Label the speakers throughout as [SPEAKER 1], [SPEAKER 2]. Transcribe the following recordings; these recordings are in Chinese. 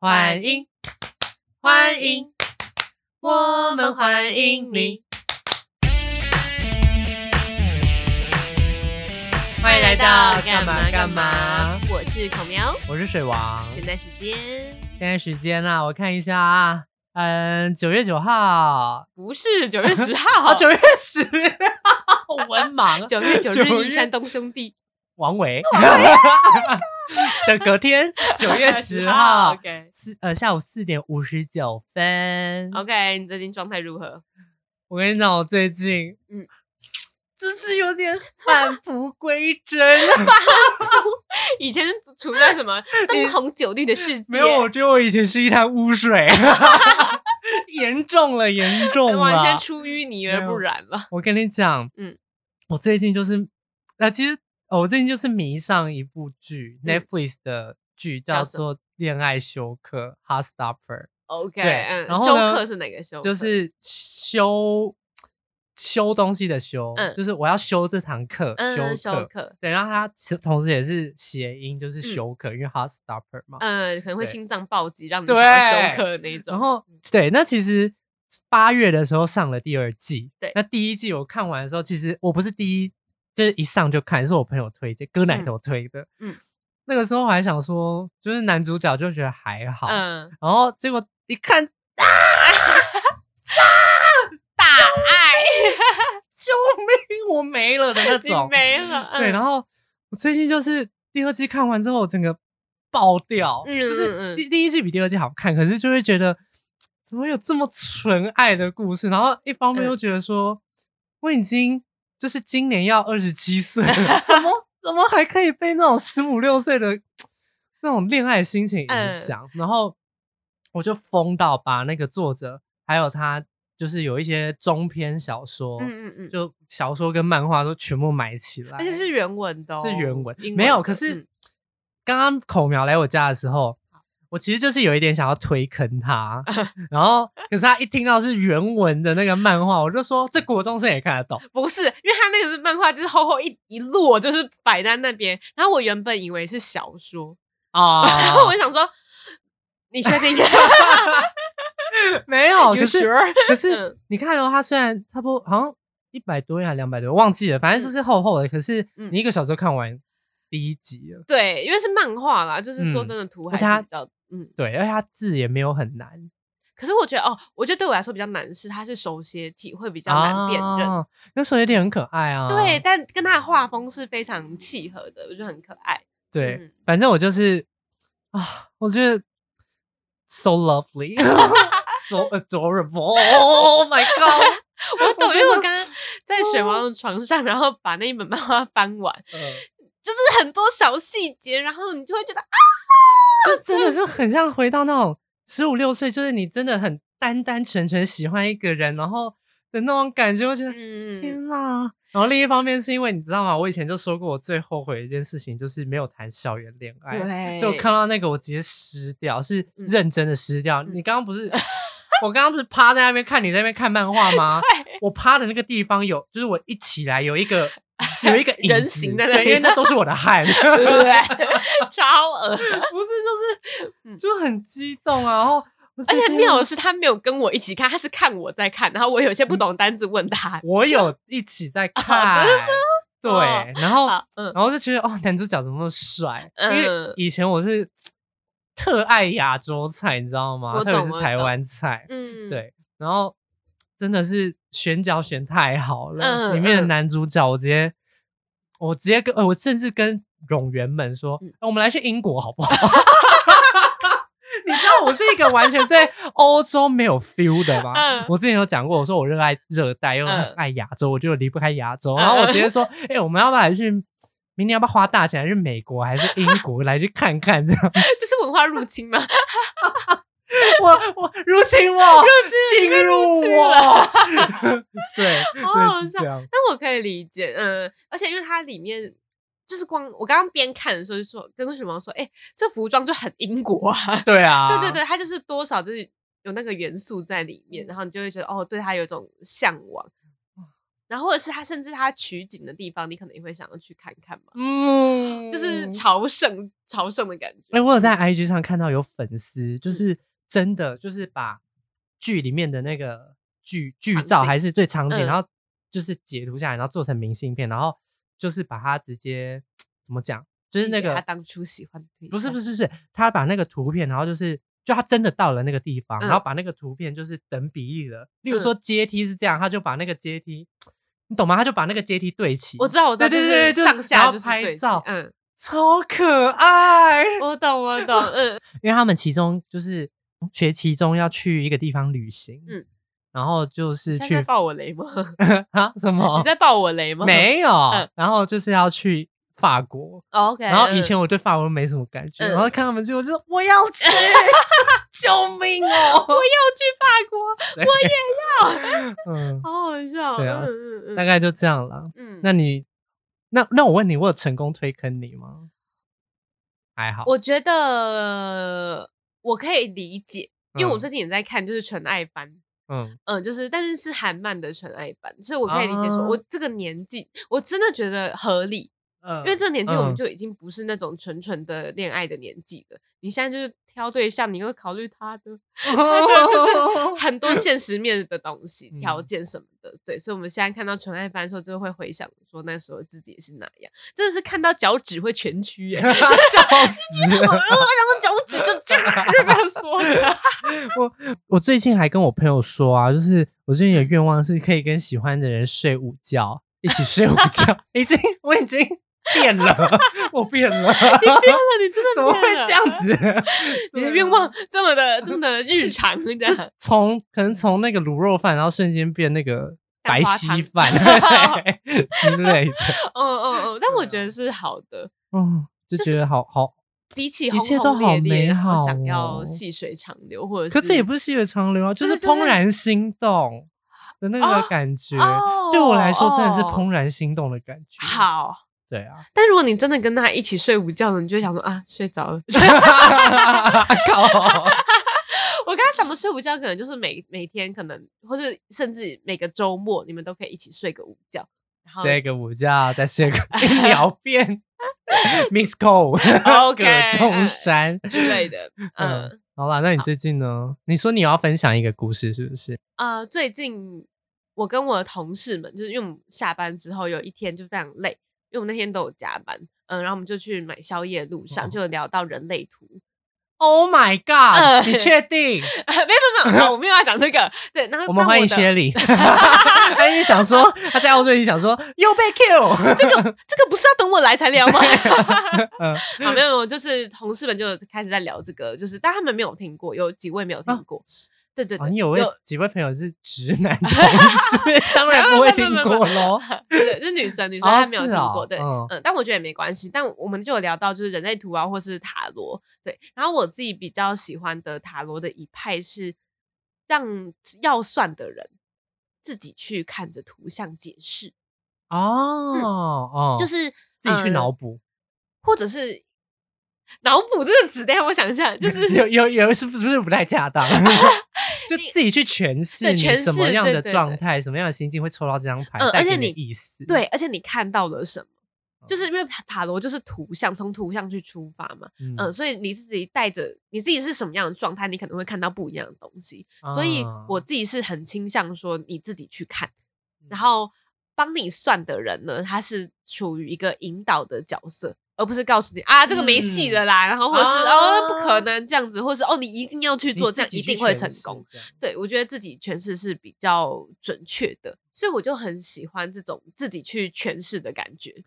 [SPEAKER 1] 欢迎，欢迎，我们欢迎你！欢迎来到干嘛干嘛？？
[SPEAKER 2] 我是孔苗，
[SPEAKER 1] 我是水王。
[SPEAKER 2] 现在时间
[SPEAKER 1] 现在时间呢、我看一下啊，嗯，九月九号
[SPEAKER 2] 不是九月十
[SPEAKER 1] 啊，
[SPEAKER 2] 号，
[SPEAKER 1] 九、月十，好文盲，啊
[SPEAKER 2] 九月 九
[SPEAKER 1] 九
[SPEAKER 2] 日
[SPEAKER 1] 月
[SPEAKER 2] 一山东兄弟
[SPEAKER 1] 王维 的隔 天， 九月十 号
[SPEAKER 2] ，OK
[SPEAKER 1] 四呃下午四点五十九分。
[SPEAKER 2] OK，你最近状态如何？
[SPEAKER 1] 我跟你讲，我最近嗯
[SPEAKER 2] 嗯，
[SPEAKER 1] 就是有点返璞归真。啊
[SPEAKER 2] 以前是处在什么 灯红酒绿的世界？
[SPEAKER 1] 没有，我觉得我以前是一滩污 水，严重了，严重
[SPEAKER 2] 完全
[SPEAKER 1] 了。
[SPEAKER 2] 出淤泥而不染了。
[SPEAKER 1] 我跟你讲，嗯
[SPEAKER 2] 嗯，
[SPEAKER 1] 我最近就是，呃，其实、哦我最近就是迷上一部剧、
[SPEAKER 2] 嗯
[SPEAKER 1] n e t f l i x 的剧，
[SPEAKER 2] 叫
[SPEAKER 1] 叫
[SPEAKER 2] 什么
[SPEAKER 1] 做《恋爱休克》（Heartstopper）。
[SPEAKER 2] OK，
[SPEAKER 1] 对
[SPEAKER 2] 嗯，
[SPEAKER 1] 然后
[SPEAKER 2] 休
[SPEAKER 1] 呢
[SPEAKER 2] 克是哪个休克？
[SPEAKER 1] 就是修修东西的修，
[SPEAKER 2] 嗯
[SPEAKER 1] 就是我要修这堂课，
[SPEAKER 2] 嗯，
[SPEAKER 1] 修
[SPEAKER 2] 休
[SPEAKER 1] 课。
[SPEAKER 2] 克，
[SPEAKER 1] 对，然后它其实同时也是谐音，就是休克，因为 heart stopper 嘛。
[SPEAKER 2] 嗯，可能会
[SPEAKER 1] 对
[SPEAKER 2] 心脏暴击，让你想要
[SPEAKER 1] 对
[SPEAKER 2] 休克的那一种。
[SPEAKER 1] 然后对，那其实八月的时候上了第二季，
[SPEAKER 2] 对
[SPEAKER 1] 那第一季我看完的时候，其实我不是第一，就是一上就看，是我朋友推荐，哥奶头推的，嗯
[SPEAKER 2] 嗯，
[SPEAKER 1] 那个时候我还想说，就是男主角就觉得还好，
[SPEAKER 2] 嗯，
[SPEAKER 1] 然后结果一 看
[SPEAKER 2] 大爱
[SPEAKER 1] 救命，我没了的那种
[SPEAKER 2] 你，没了。 嗯
[SPEAKER 1] 对，
[SPEAKER 2] 后
[SPEAKER 1] 然后我最近就是第二季看完之后，我整个爆掉，
[SPEAKER 2] 嗯
[SPEAKER 1] 就
[SPEAKER 2] 嗯
[SPEAKER 1] 是
[SPEAKER 2] 嗯
[SPEAKER 1] 第第一季比第二季好看，可是就会觉得怎么有这么纯爱的故事？然后一方面
[SPEAKER 2] 嗯
[SPEAKER 1] 又觉得说，我已经就是今年要二十七岁 了，怎么怎么还可以被那种十五六岁的那种恋爱心情影
[SPEAKER 2] 嗯
[SPEAKER 1] 响？然后我就疯到把那个作者还有他。就是有一些中篇小说，
[SPEAKER 2] 嗯嗯嗯，
[SPEAKER 1] 就小说跟漫画都全部买起来，
[SPEAKER 2] 而且是原文的、哦，
[SPEAKER 1] 是原文
[SPEAKER 2] 英，
[SPEAKER 1] 没有。
[SPEAKER 2] 的
[SPEAKER 1] 可是
[SPEAKER 2] 嗯
[SPEAKER 1] 刚刚口苗来我家的时候，我其实就是有一点想要推坑 他，然后可是他一听到是原文的那个漫画，我就说这国中生也看得 懂，
[SPEAKER 2] 不是，因为他那个是漫画，就是厚厚一一摞，就是摆在那边。然后我原本以为是小说，
[SPEAKER 1] 啊，
[SPEAKER 2] 然哦后我就想说，你 确定
[SPEAKER 1] 没有，哦可
[SPEAKER 2] ？You
[SPEAKER 1] 是
[SPEAKER 2] sure？
[SPEAKER 1] 可是
[SPEAKER 2] 嗯
[SPEAKER 1] 你看哦，他虽然差不多好像一百多页还两百多页，忘记了，反正就是厚厚的，可是
[SPEAKER 2] 嗯
[SPEAKER 1] 你一个小时就看完第一集了，
[SPEAKER 2] 对，因为是漫画啦，就是说
[SPEAKER 1] 嗯
[SPEAKER 2] 真的图
[SPEAKER 1] 而
[SPEAKER 2] 还
[SPEAKER 1] 且它
[SPEAKER 2] 是比较嗯。
[SPEAKER 1] 对，而且他字也没有很难，
[SPEAKER 2] 可是我觉得哦，我觉得对我来说比较难是它是手写体，会比较难辨认。
[SPEAKER 1] 啊，那时候有点很可爱啊，
[SPEAKER 2] 对，但跟它的画风是非常契合的，我觉得很可爱。
[SPEAKER 1] 对，
[SPEAKER 2] 嗯
[SPEAKER 1] 反正我就是啊，我觉得 so lovely，so adorable，Oh Oh my god！
[SPEAKER 2] 我懂，因为
[SPEAKER 1] 真的
[SPEAKER 2] 我刚 刚在水
[SPEAKER 1] 哦
[SPEAKER 2] 王的床上，然后把那一本漫画翻完，
[SPEAKER 1] 嗯
[SPEAKER 2] 就是很多小细节，然后你就会觉得啊，
[SPEAKER 1] 就真的是很像回到那种十五六岁，就是你真的很单单纯纯喜欢一个人，然后的那种感觉，我觉得、
[SPEAKER 2] 嗯，
[SPEAKER 1] 天哪！然后另一方面是因为你知道吗？我以前就说过，我最后悔的一件事情就是没有谈校园恋爱。
[SPEAKER 2] 对，
[SPEAKER 1] 就看到那个我直接湿掉，是
[SPEAKER 2] 哎嗯
[SPEAKER 1] 认真的湿掉。
[SPEAKER 2] 嗯
[SPEAKER 1] 你刚刚不 是，我刚刚不是趴在那边看你在那边看漫画吗？我趴的那个地方有，就是我一起来有一 个有一个影
[SPEAKER 2] 人
[SPEAKER 1] 子
[SPEAKER 2] 形在那
[SPEAKER 1] 对因为
[SPEAKER 2] 里
[SPEAKER 1] 那都是我的汗，不 是
[SPEAKER 2] 对不 对？超恶，
[SPEAKER 1] 就是
[SPEAKER 2] 嗯
[SPEAKER 1] 就很激动啊，然 后我
[SPEAKER 2] 而
[SPEAKER 1] 就
[SPEAKER 2] 且
[SPEAKER 1] 觉得
[SPEAKER 2] 妙的是，他没有跟我一起看，他是看我在看，然后我有些不懂单字问他，
[SPEAKER 1] 嗯我有一起 在看，
[SPEAKER 2] 真的吗哦
[SPEAKER 1] 对，然后
[SPEAKER 2] 好，嗯
[SPEAKER 1] 然后就觉得哦，男主角怎么那么帅？因为
[SPEAKER 2] 嗯
[SPEAKER 1] 以前我是特爱亚洲菜，你知道吗？
[SPEAKER 2] 我
[SPEAKER 1] 特别
[SPEAKER 2] 懂
[SPEAKER 1] 是
[SPEAKER 2] 我
[SPEAKER 1] 台
[SPEAKER 2] 懂
[SPEAKER 1] 湾菜，
[SPEAKER 2] 嗯，
[SPEAKER 1] 对，然后真的是选角选太好了，
[SPEAKER 2] 嗯
[SPEAKER 1] 里面的
[SPEAKER 2] 嗯
[SPEAKER 1] 男主角我直接，我直接跟呃，我甚至跟冗员们说、
[SPEAKER 2] 嗯
[SPEAKER 1] 呃我们来去英国好不 好？你知道我是一个完全对欧洲没有 feel 的吗？
[SPEAKER 2] 嗯
[SPEAKER 1] 我之前有讲过，我说我热爱热带，又很
[SPEAKER 2] 嗯
[SPEAKER 1] 爱亚洲，我就离不开亚洲。然后我直接说，哎、我们要不要来去？明年要不要花大钱，还是美国，还是英国来去看看？这样，
[SPEAKER 2] 这是文化入侵吗？
[SPEAKER 1] 我我入侵我，入侵进入
[SPEAKER 2] 侵
[SPEAKER 1] 我，对，
[SPEAKER 2] 好
[SPEAKER 1] 对
[SPEAKER 2] 好
[SPEAKER 1] 是
[SPEAKER 2] 笑
[SPEAKER 1] 这样，
[SPEAKER 2] 那我可以理解，嗯，而且因为它里面。就是光我刚刚边看的时候就说跟水王说，哎、这服装就很英国啊，
[SPEAKER 1] 对啊，
[SPEAKER 2] 对对对，它就是多少就是有那个元素在里面，然后你就会觉得哦，对它有一种向往。然后或者是他甚至他取景的地方，你可能也会想要去看看嘛，
[SPEAKER 1] 嗯，
[SPEAKER 2] 就是朝圣朝圣的感觉。
[SPEAKER 1] 哎、我有在 IG 上看到有粉丝，就是真的就是把剧里面的那个剧剧
[SPEAKER 2] 场
[SPEAKER 1] 照
[SPEAKER 2] 景
[SPEAKER 1] 还是最场景，
[SPEAKER 2] 嗯
[SPEAKER 1] 然后就是截图下来，然后做成明信片，然后就是把它直接怎么讲，就是
[SPEAKER 2] 寄
[SPEAKER 1] 那
[SPEAKER 2] 给他
[SPEAKER 1] 个
[SPEAKER 2] 当初喜欢的对象，
[SPEAKER 1] 不是不
[SPEAKER 2] 是，
[SPEAKER 1] 是不是，他把那个图片，然后就是。就他真的到了那个地方，
[SPEAKER 2] 嗯
[SPEAKER 1] 然后把那个图片就是等比例的，例如
[SPEAKER 2] 嗯
[SPEAKER 1] 说阶梯是这样，他就把那个阶梯，你懂吗？他就把那个阶梯对齐，
[SPEAKER 2] 我知道我知道，
[SPEAKER 1] 对对
[SPEAKER 2] 就
[SPEAKER 1] 对
[SPEAKER 2] 是
[SPEAKER 1] 就是
[SPEAKER 2] 上
[SPEAKER 1] 然
[SPEAKER 2] 下
[SPEAKER 1] 后
[SPEAKER 2] 就是
[SPEAKER 1] 拍
[SPEAKER 2] 对齐
[SPEAKER 1] 照
[SPEAKER 2] 嗯，
[SPEAKER 1] 超可爱。
[SPEAKER 2] 我懂我懂，嗯，
[SPEAKER 1] 因为他们其中就是学期中要去一个地方旅行，嗯
[SPEAKER 2] 嗯，
[SPEAKER 1] 然后就是
[SPEAKER 2] 现 在
[SPEAKER 1] 去
[SPEAKER 2] 在爆我雷吗？
[SPEAKER 1] 啊什么
[SPEAKER 2] 你在爆我雷吗？
[SPEAKER 1] 没有，
[SPEAKER 2] 嗯
[SPEAKER 1] 然后就是要去法国，
[SPEAKER 2] 哦，OK。
[SPEAKER 1] 然后以
[SPEAKER 2] 嗯
[SPEAKER 1] 前我对法文没什么感觉，
[SPEAKER 2] 嗯
[SPEAKER 1] 然后看他们去，我就说我要 去，救命哦！
[SPEAKER 2] 我要去法国，
[SPEAKER 1] 嗯，
[SPEAKER 2] 好好笑。
[SPEAKER 1] 对啊
[SPEAKER 2] 嗯嗯嗯
[SPEAKER 1] 大概就这样了。
[SPEAKER 2] 嗯，
[SPEAKER 1] 那你那那我问你，我有成功推坑你吗？还好，
[SPEAKER 2] 我觉得我可以理解，因为我
[SPEAKER 1] 嗯
[SPEAKER 2] 最近也在看，就是纯爱番。
[SPEAKER 1] 嗯
[SPEAKER 2] 嗯，就是，但是是韩漫的纯爱版，所以我可以理解说，
[SPEAKER 1] 啊
[SPEAKER 2] 我这个年纪，我真的觉得合理，
[SPEAKER 1] 嗯
[SPEAKER 2] 因 为这个年纪我们
[SPEAKER 1] 嗯
[SPEAKER 2] 就已经不是那种纯纯的恋爱的年纪了。你现在就是挑对象，你会考虑他的 就是 很多现实面的东西、条
[SPEAKER 1] 嗯
[SPEAKER 2] 件什么的。对，所以我们现在看到纯爱番的时候，就会回想说那时候自己是哪样，真的是看到脚趾会蜷曲耶、就是
[SPEAKER 1] 笑死
[SPEAKER 2] 我我想说脚趾就这样就这样缩着，
[SPEAKER 1] 我最近还跟我朋友说啊，就是我最近
[SPEAKER 2] 嗯
[SPEAKER 1] 有愿望是可以跟喜欢的人睡午觉，一起睡午 觉。已经，我已经变了，我变了，
[SPEAKER 2] 你真的啊
[SPEAKER 1] 怎么会
[SPEAKER 2] 变了
[SPEAKER 1] 这样？子？
[SPEAKER 2] 你的愿望这么的这么的日常，这
[SPEAKER 1] 就
[SPEAKER 2] 样
[SPEAKER 1] 从可能从那个卤肉饭，然后瞬间变那个白稀饭
[SPEAKER 2] 蛋花汤
[SPEAKER 1] 对之类的，
[SPEAKER 2] 嗯嗯嗯，但
[SPEAKER 1] 对
[SPEAKER 2] 我觉
[SPEAKER 1] 啊
[SPEAKER 2] 得是好的。
[SPEAKER 1] 嗯，就觉得好好。
[SPEAKER 2] 比起
[SPEAKER 1] 一
[SPEAKER 2] 轰
[SPEAKER 1] 切都
[SPEAKER 2] 轰
[SPEAKER 1] 好
[SPEAKER 2] 烈烈，
[SPEAKER 1] 美
[SPEAKER 2] 然后
[SPEAKER 1] 好
[SPEAKER 2] 想要
[SPEAKER 1] 哦
[SPEAKER 2] 细水长流，或者
[SPEAKER 1] 可这也
[SPEAKER 2] 是
[SPEAKER 1] 不是细水长流啊，就
[SPEAKER 2] 不
[SPEAKER 1] 是
[SPEAKER 2] 是就是
[SPEAKER 1] 怦然心动的那
[SPEAKER 2] 哦
[SPEAKER 1] 个感觉。
[SPEAKER 2] 哦
[SPEAKER 1] 对我来说，真的是怦
[SPEAKER 2] 哦
[SPEAKER 1] 然心动的感觉。，
[SPEAKER 2] 好。
[SPEAKER 1] 对 啊。
[SPEAKER 2] 但如果你真的跟他一起睡午觉了，你就会想说啊，睡着了。
[SPEAKER 1] 靠！
[SPEAKER 2] 我刚刚想的睡午觉，可能就是每每天可能，或是甚至每个周末，你们都可以一起睡个午觉。然后
[SPEAKER 1] 睡个午觉，再睡个一秒变 Miss Cole，
[SPEAKER 2] OK，嗯
[SPEAKER 1] 葛中山。
[SPEAKER 2] 之类的，嗯
[SPEAKER 1] 嗯好啦，那你最近呢？你说你要分享一个故事，是不是？
[SPEAKER 2] 呃，最近我跟我的同事们，就是因为我们下班之后有一天就非常累，因为我们那天都有加班，嗯，然后我们就去买宵夜的路
[SPEAKER 1] 哦
[SPEAKER 2] 上就有聊到人类图，
[SPEAKER 1] Oh my god！、
[SPEAKER 2] 呃
[SPEAKER 1] 你确定？
[SPEAKER 2] 没有没有 没有，我没有要讲这个，对，然后
[SPEAKER 1] 我们欢迎
[SPEAKER 2] 些。
[SPEAKER 1] 薛 礼。他一直想说，他在澳洲一直想说又被 Q。
[SPEAKER 2] 这 个这个不是要等我来才聊吗？
[SPEAKER 1] 嗯
[SPEAKER 2] 好，没有，没有就是同事们就开始在聊这个，就是但他们没有听过，有几位没有听过。对对
[SPEAKER 1] 啊，
[SPEAKER 2] 对，
[SPEAKER 1] 哦你有位几位朋友是直男同 事，当然不会听过喽。
[SPEAKER 2] 对 对，是女生，女生
[SPEAKER 1] 哦
[SPEAKER 2] 她没有
[SPEAKER 1] 是
[SPEAKER 2] 听
[SPEAKER 1] 哦
[SPEAKER 2] 过，对，
[SPEAKER 1] 嗯
[SPEAKER 2] 嗯，但我觉得也没关系。但我们就有聊到就是人类图啊，或是塔罗，对。然后我自己比较喜欢的塔罗的一派是让要算的人自己去看着图像解释，
[SPEAKER 1] 哦哦，
[SPEAKER 2] 就是
[SPEAKER 1] 自己去
[SPEAKER 2] 呃
[SPEAKER 1] 脑补。
[SPEAKER 2] 或者是脑补这个词，等一下我想一下，嗯就是
[SPEAKER 1] 有有有是不是不是不太恰 当？就自己去诠释
[SPEAKER 2] 对
[SPEAKER 1] 你
[SPEAKER 2] 诠
[SPEAKER 1] 什么
[SPEAKER 2] 释
[SPEAKER 1] 样
[SPEAKER 2] 对
[SPEAKER 1] 的
[SPEAKER 2] 对
[SPEAKER 1] 状态、什么样的心境会抽到这张牌，
[SPEAKER 2] 嗯
[SPEAKER 1] 带
[SPEAKER 2] 而
[SPEAKER 1] 给
[SPEAKER 2] 且
[SPEAKER 1] 你的
[SPEAKER 2] 你
[SPEAKER 1] 意思。
[SPEAKER 2] 对，，而且你看到了什么？就是
[SPEAKER 1] 嗯
[SPEAKER 2] 因为塔塔罗就是图像，从图像去出发嘛，嗯、
[SPEAKER 1] 嗯
[SPEAKER 2] 所以你自己带着你自己是什么样的状态，你可能会看到不一样的东西。所以
[SPEAKER 1] 啊嗯
[SPEAKER 2] 我自己是很倾向说你自己去看，然后帮你算的人呢，他是处于一个引导的角色，而不是告诉你啊这个没戏了啦，然后或者是
[SPEAKER 1] 啊
[SPEAKER 2] 哦不可能这样子，或者是哦你一定要去
[SPEAKER 1] 你
[SPEAKER 2] 做，
[SPEAKER 1] 自
[SPEAKER 2] 这样
[SPEAKER 1] 己
[SPEAKER 2] 一
[SPEAKER 1] 去
[SPEAKER 2] 定会
[SPEAKER 1] 诠
[SPEAKER 2] 成
[SPEAKER 1] 释
[SPEAKER 2] 功。
[SPEAKER 1] 这样。
[SPEAKER 2] 对，我觉得自己诠释是比较准确的，所以我就很喜欢这种自己去诠释的感觉。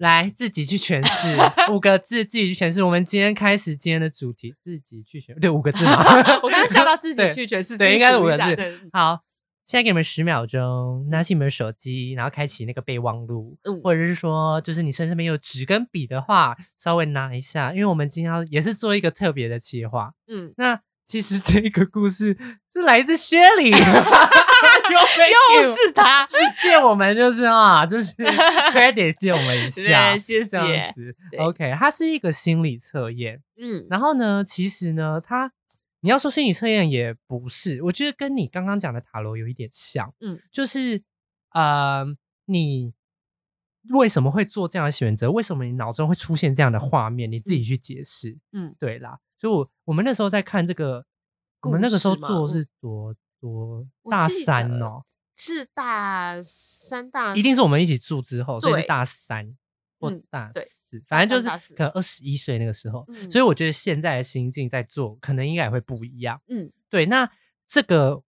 [SPEAKER 1] 来自己去诠释五个字，自己去诠释。我们今天开始今天的主题，自己去诠对五个字吗
[SPEAKER 2] ？我刚刚笑到自己
[SPEAKER 1] 对
[SPEAKER 2] 去诠释，
[SPEAKER 1] 对，
[SPEAKER 2] 自
[SPEAKER 1] 应
[SPEAKER 2] 己
[SPEAKER 1] 该是
[SPEAKER 2] 数
[SPEAKER 1] 五
[SPEAKER 2] 一
[SPEAKER 1] 个
[SPEAKER 2] 下
[SPEAKER 1] 字
[SPEAKER 2] 对。
[SPEAKER 1] 好，现在给你们十秒钟，拿起你们的手机，然后开启那个备忘录，
[SPEAKER 2] 嗯
[SPEAKER 1] 或者是说，就是你身上没有纸跟笔的话，稍微拿一下，因为我们今天要也是做一个特别的企划。
[SPEAKER 2] 嗯，
[SPEAKER 1] 那其实这个故事是来自薛 礼，又又
[SPEAKER 2] 又是他，
[SPEAKER 1] 借我们就是啊，就是 credit 借我们一下
[SPEAKER 2] 对，，谢
[SPEAKER 1] 这样
[SPEAKER 2] 谢。
[SPEAKER 1] 子。
[SPEAKER 2] 对
[SPEAKER 1] OK，它是一个心理测验，
[SPEAKER 2] 嗯，
[SPEAKER 1] 然后呢，其实呢，它你要说心理测验也不是，我觉得跟你刚刚讲的塔罗有一点像，嗯
[SPEAKER 2] 嗯，
[SPEAKER 1] 就是呃，你为什么会做这样的选择？为什么你脑中会出现这样的画面？你自己去解释。
[SPEAKER 2] 嗯，
[SPEAKER 1] 对啦，所以我我们那时候在看这个，我们那个时候做是多多
[SPEAKER 2] 我
[SPEAKER 1] 大
[SPEAKER 2] 记
[SPEAKER 1] 三
[SPEAKER 2] 得
[SPEAKER 1] 哦，
[SPEAKER 2] 是大三大，
[SPEAKER 1] 一定是我们一起住之后，所以是
[SPEAKER 2] 对
[SPEAKER 1] 大三或
[SPEAKER 2] 嗯
[SPEAKER 1] 大
[SPEAKER 2] 对
[SPEAKER 1] 四，反正就
[SPEAKER 2] 大三大
[SPEAKER 1] 是
[SPEAKER 2] 四
[SPEAKER 1] 可能二十一岁那个时候。
[SPEAKER 2] 嗯
[SPEAKER 1] 所以我觉得现在的心境在做，可能应该也会不一样。
[SPEAKER 2] 嗯，
[SPEAKER 1] 对。那这个，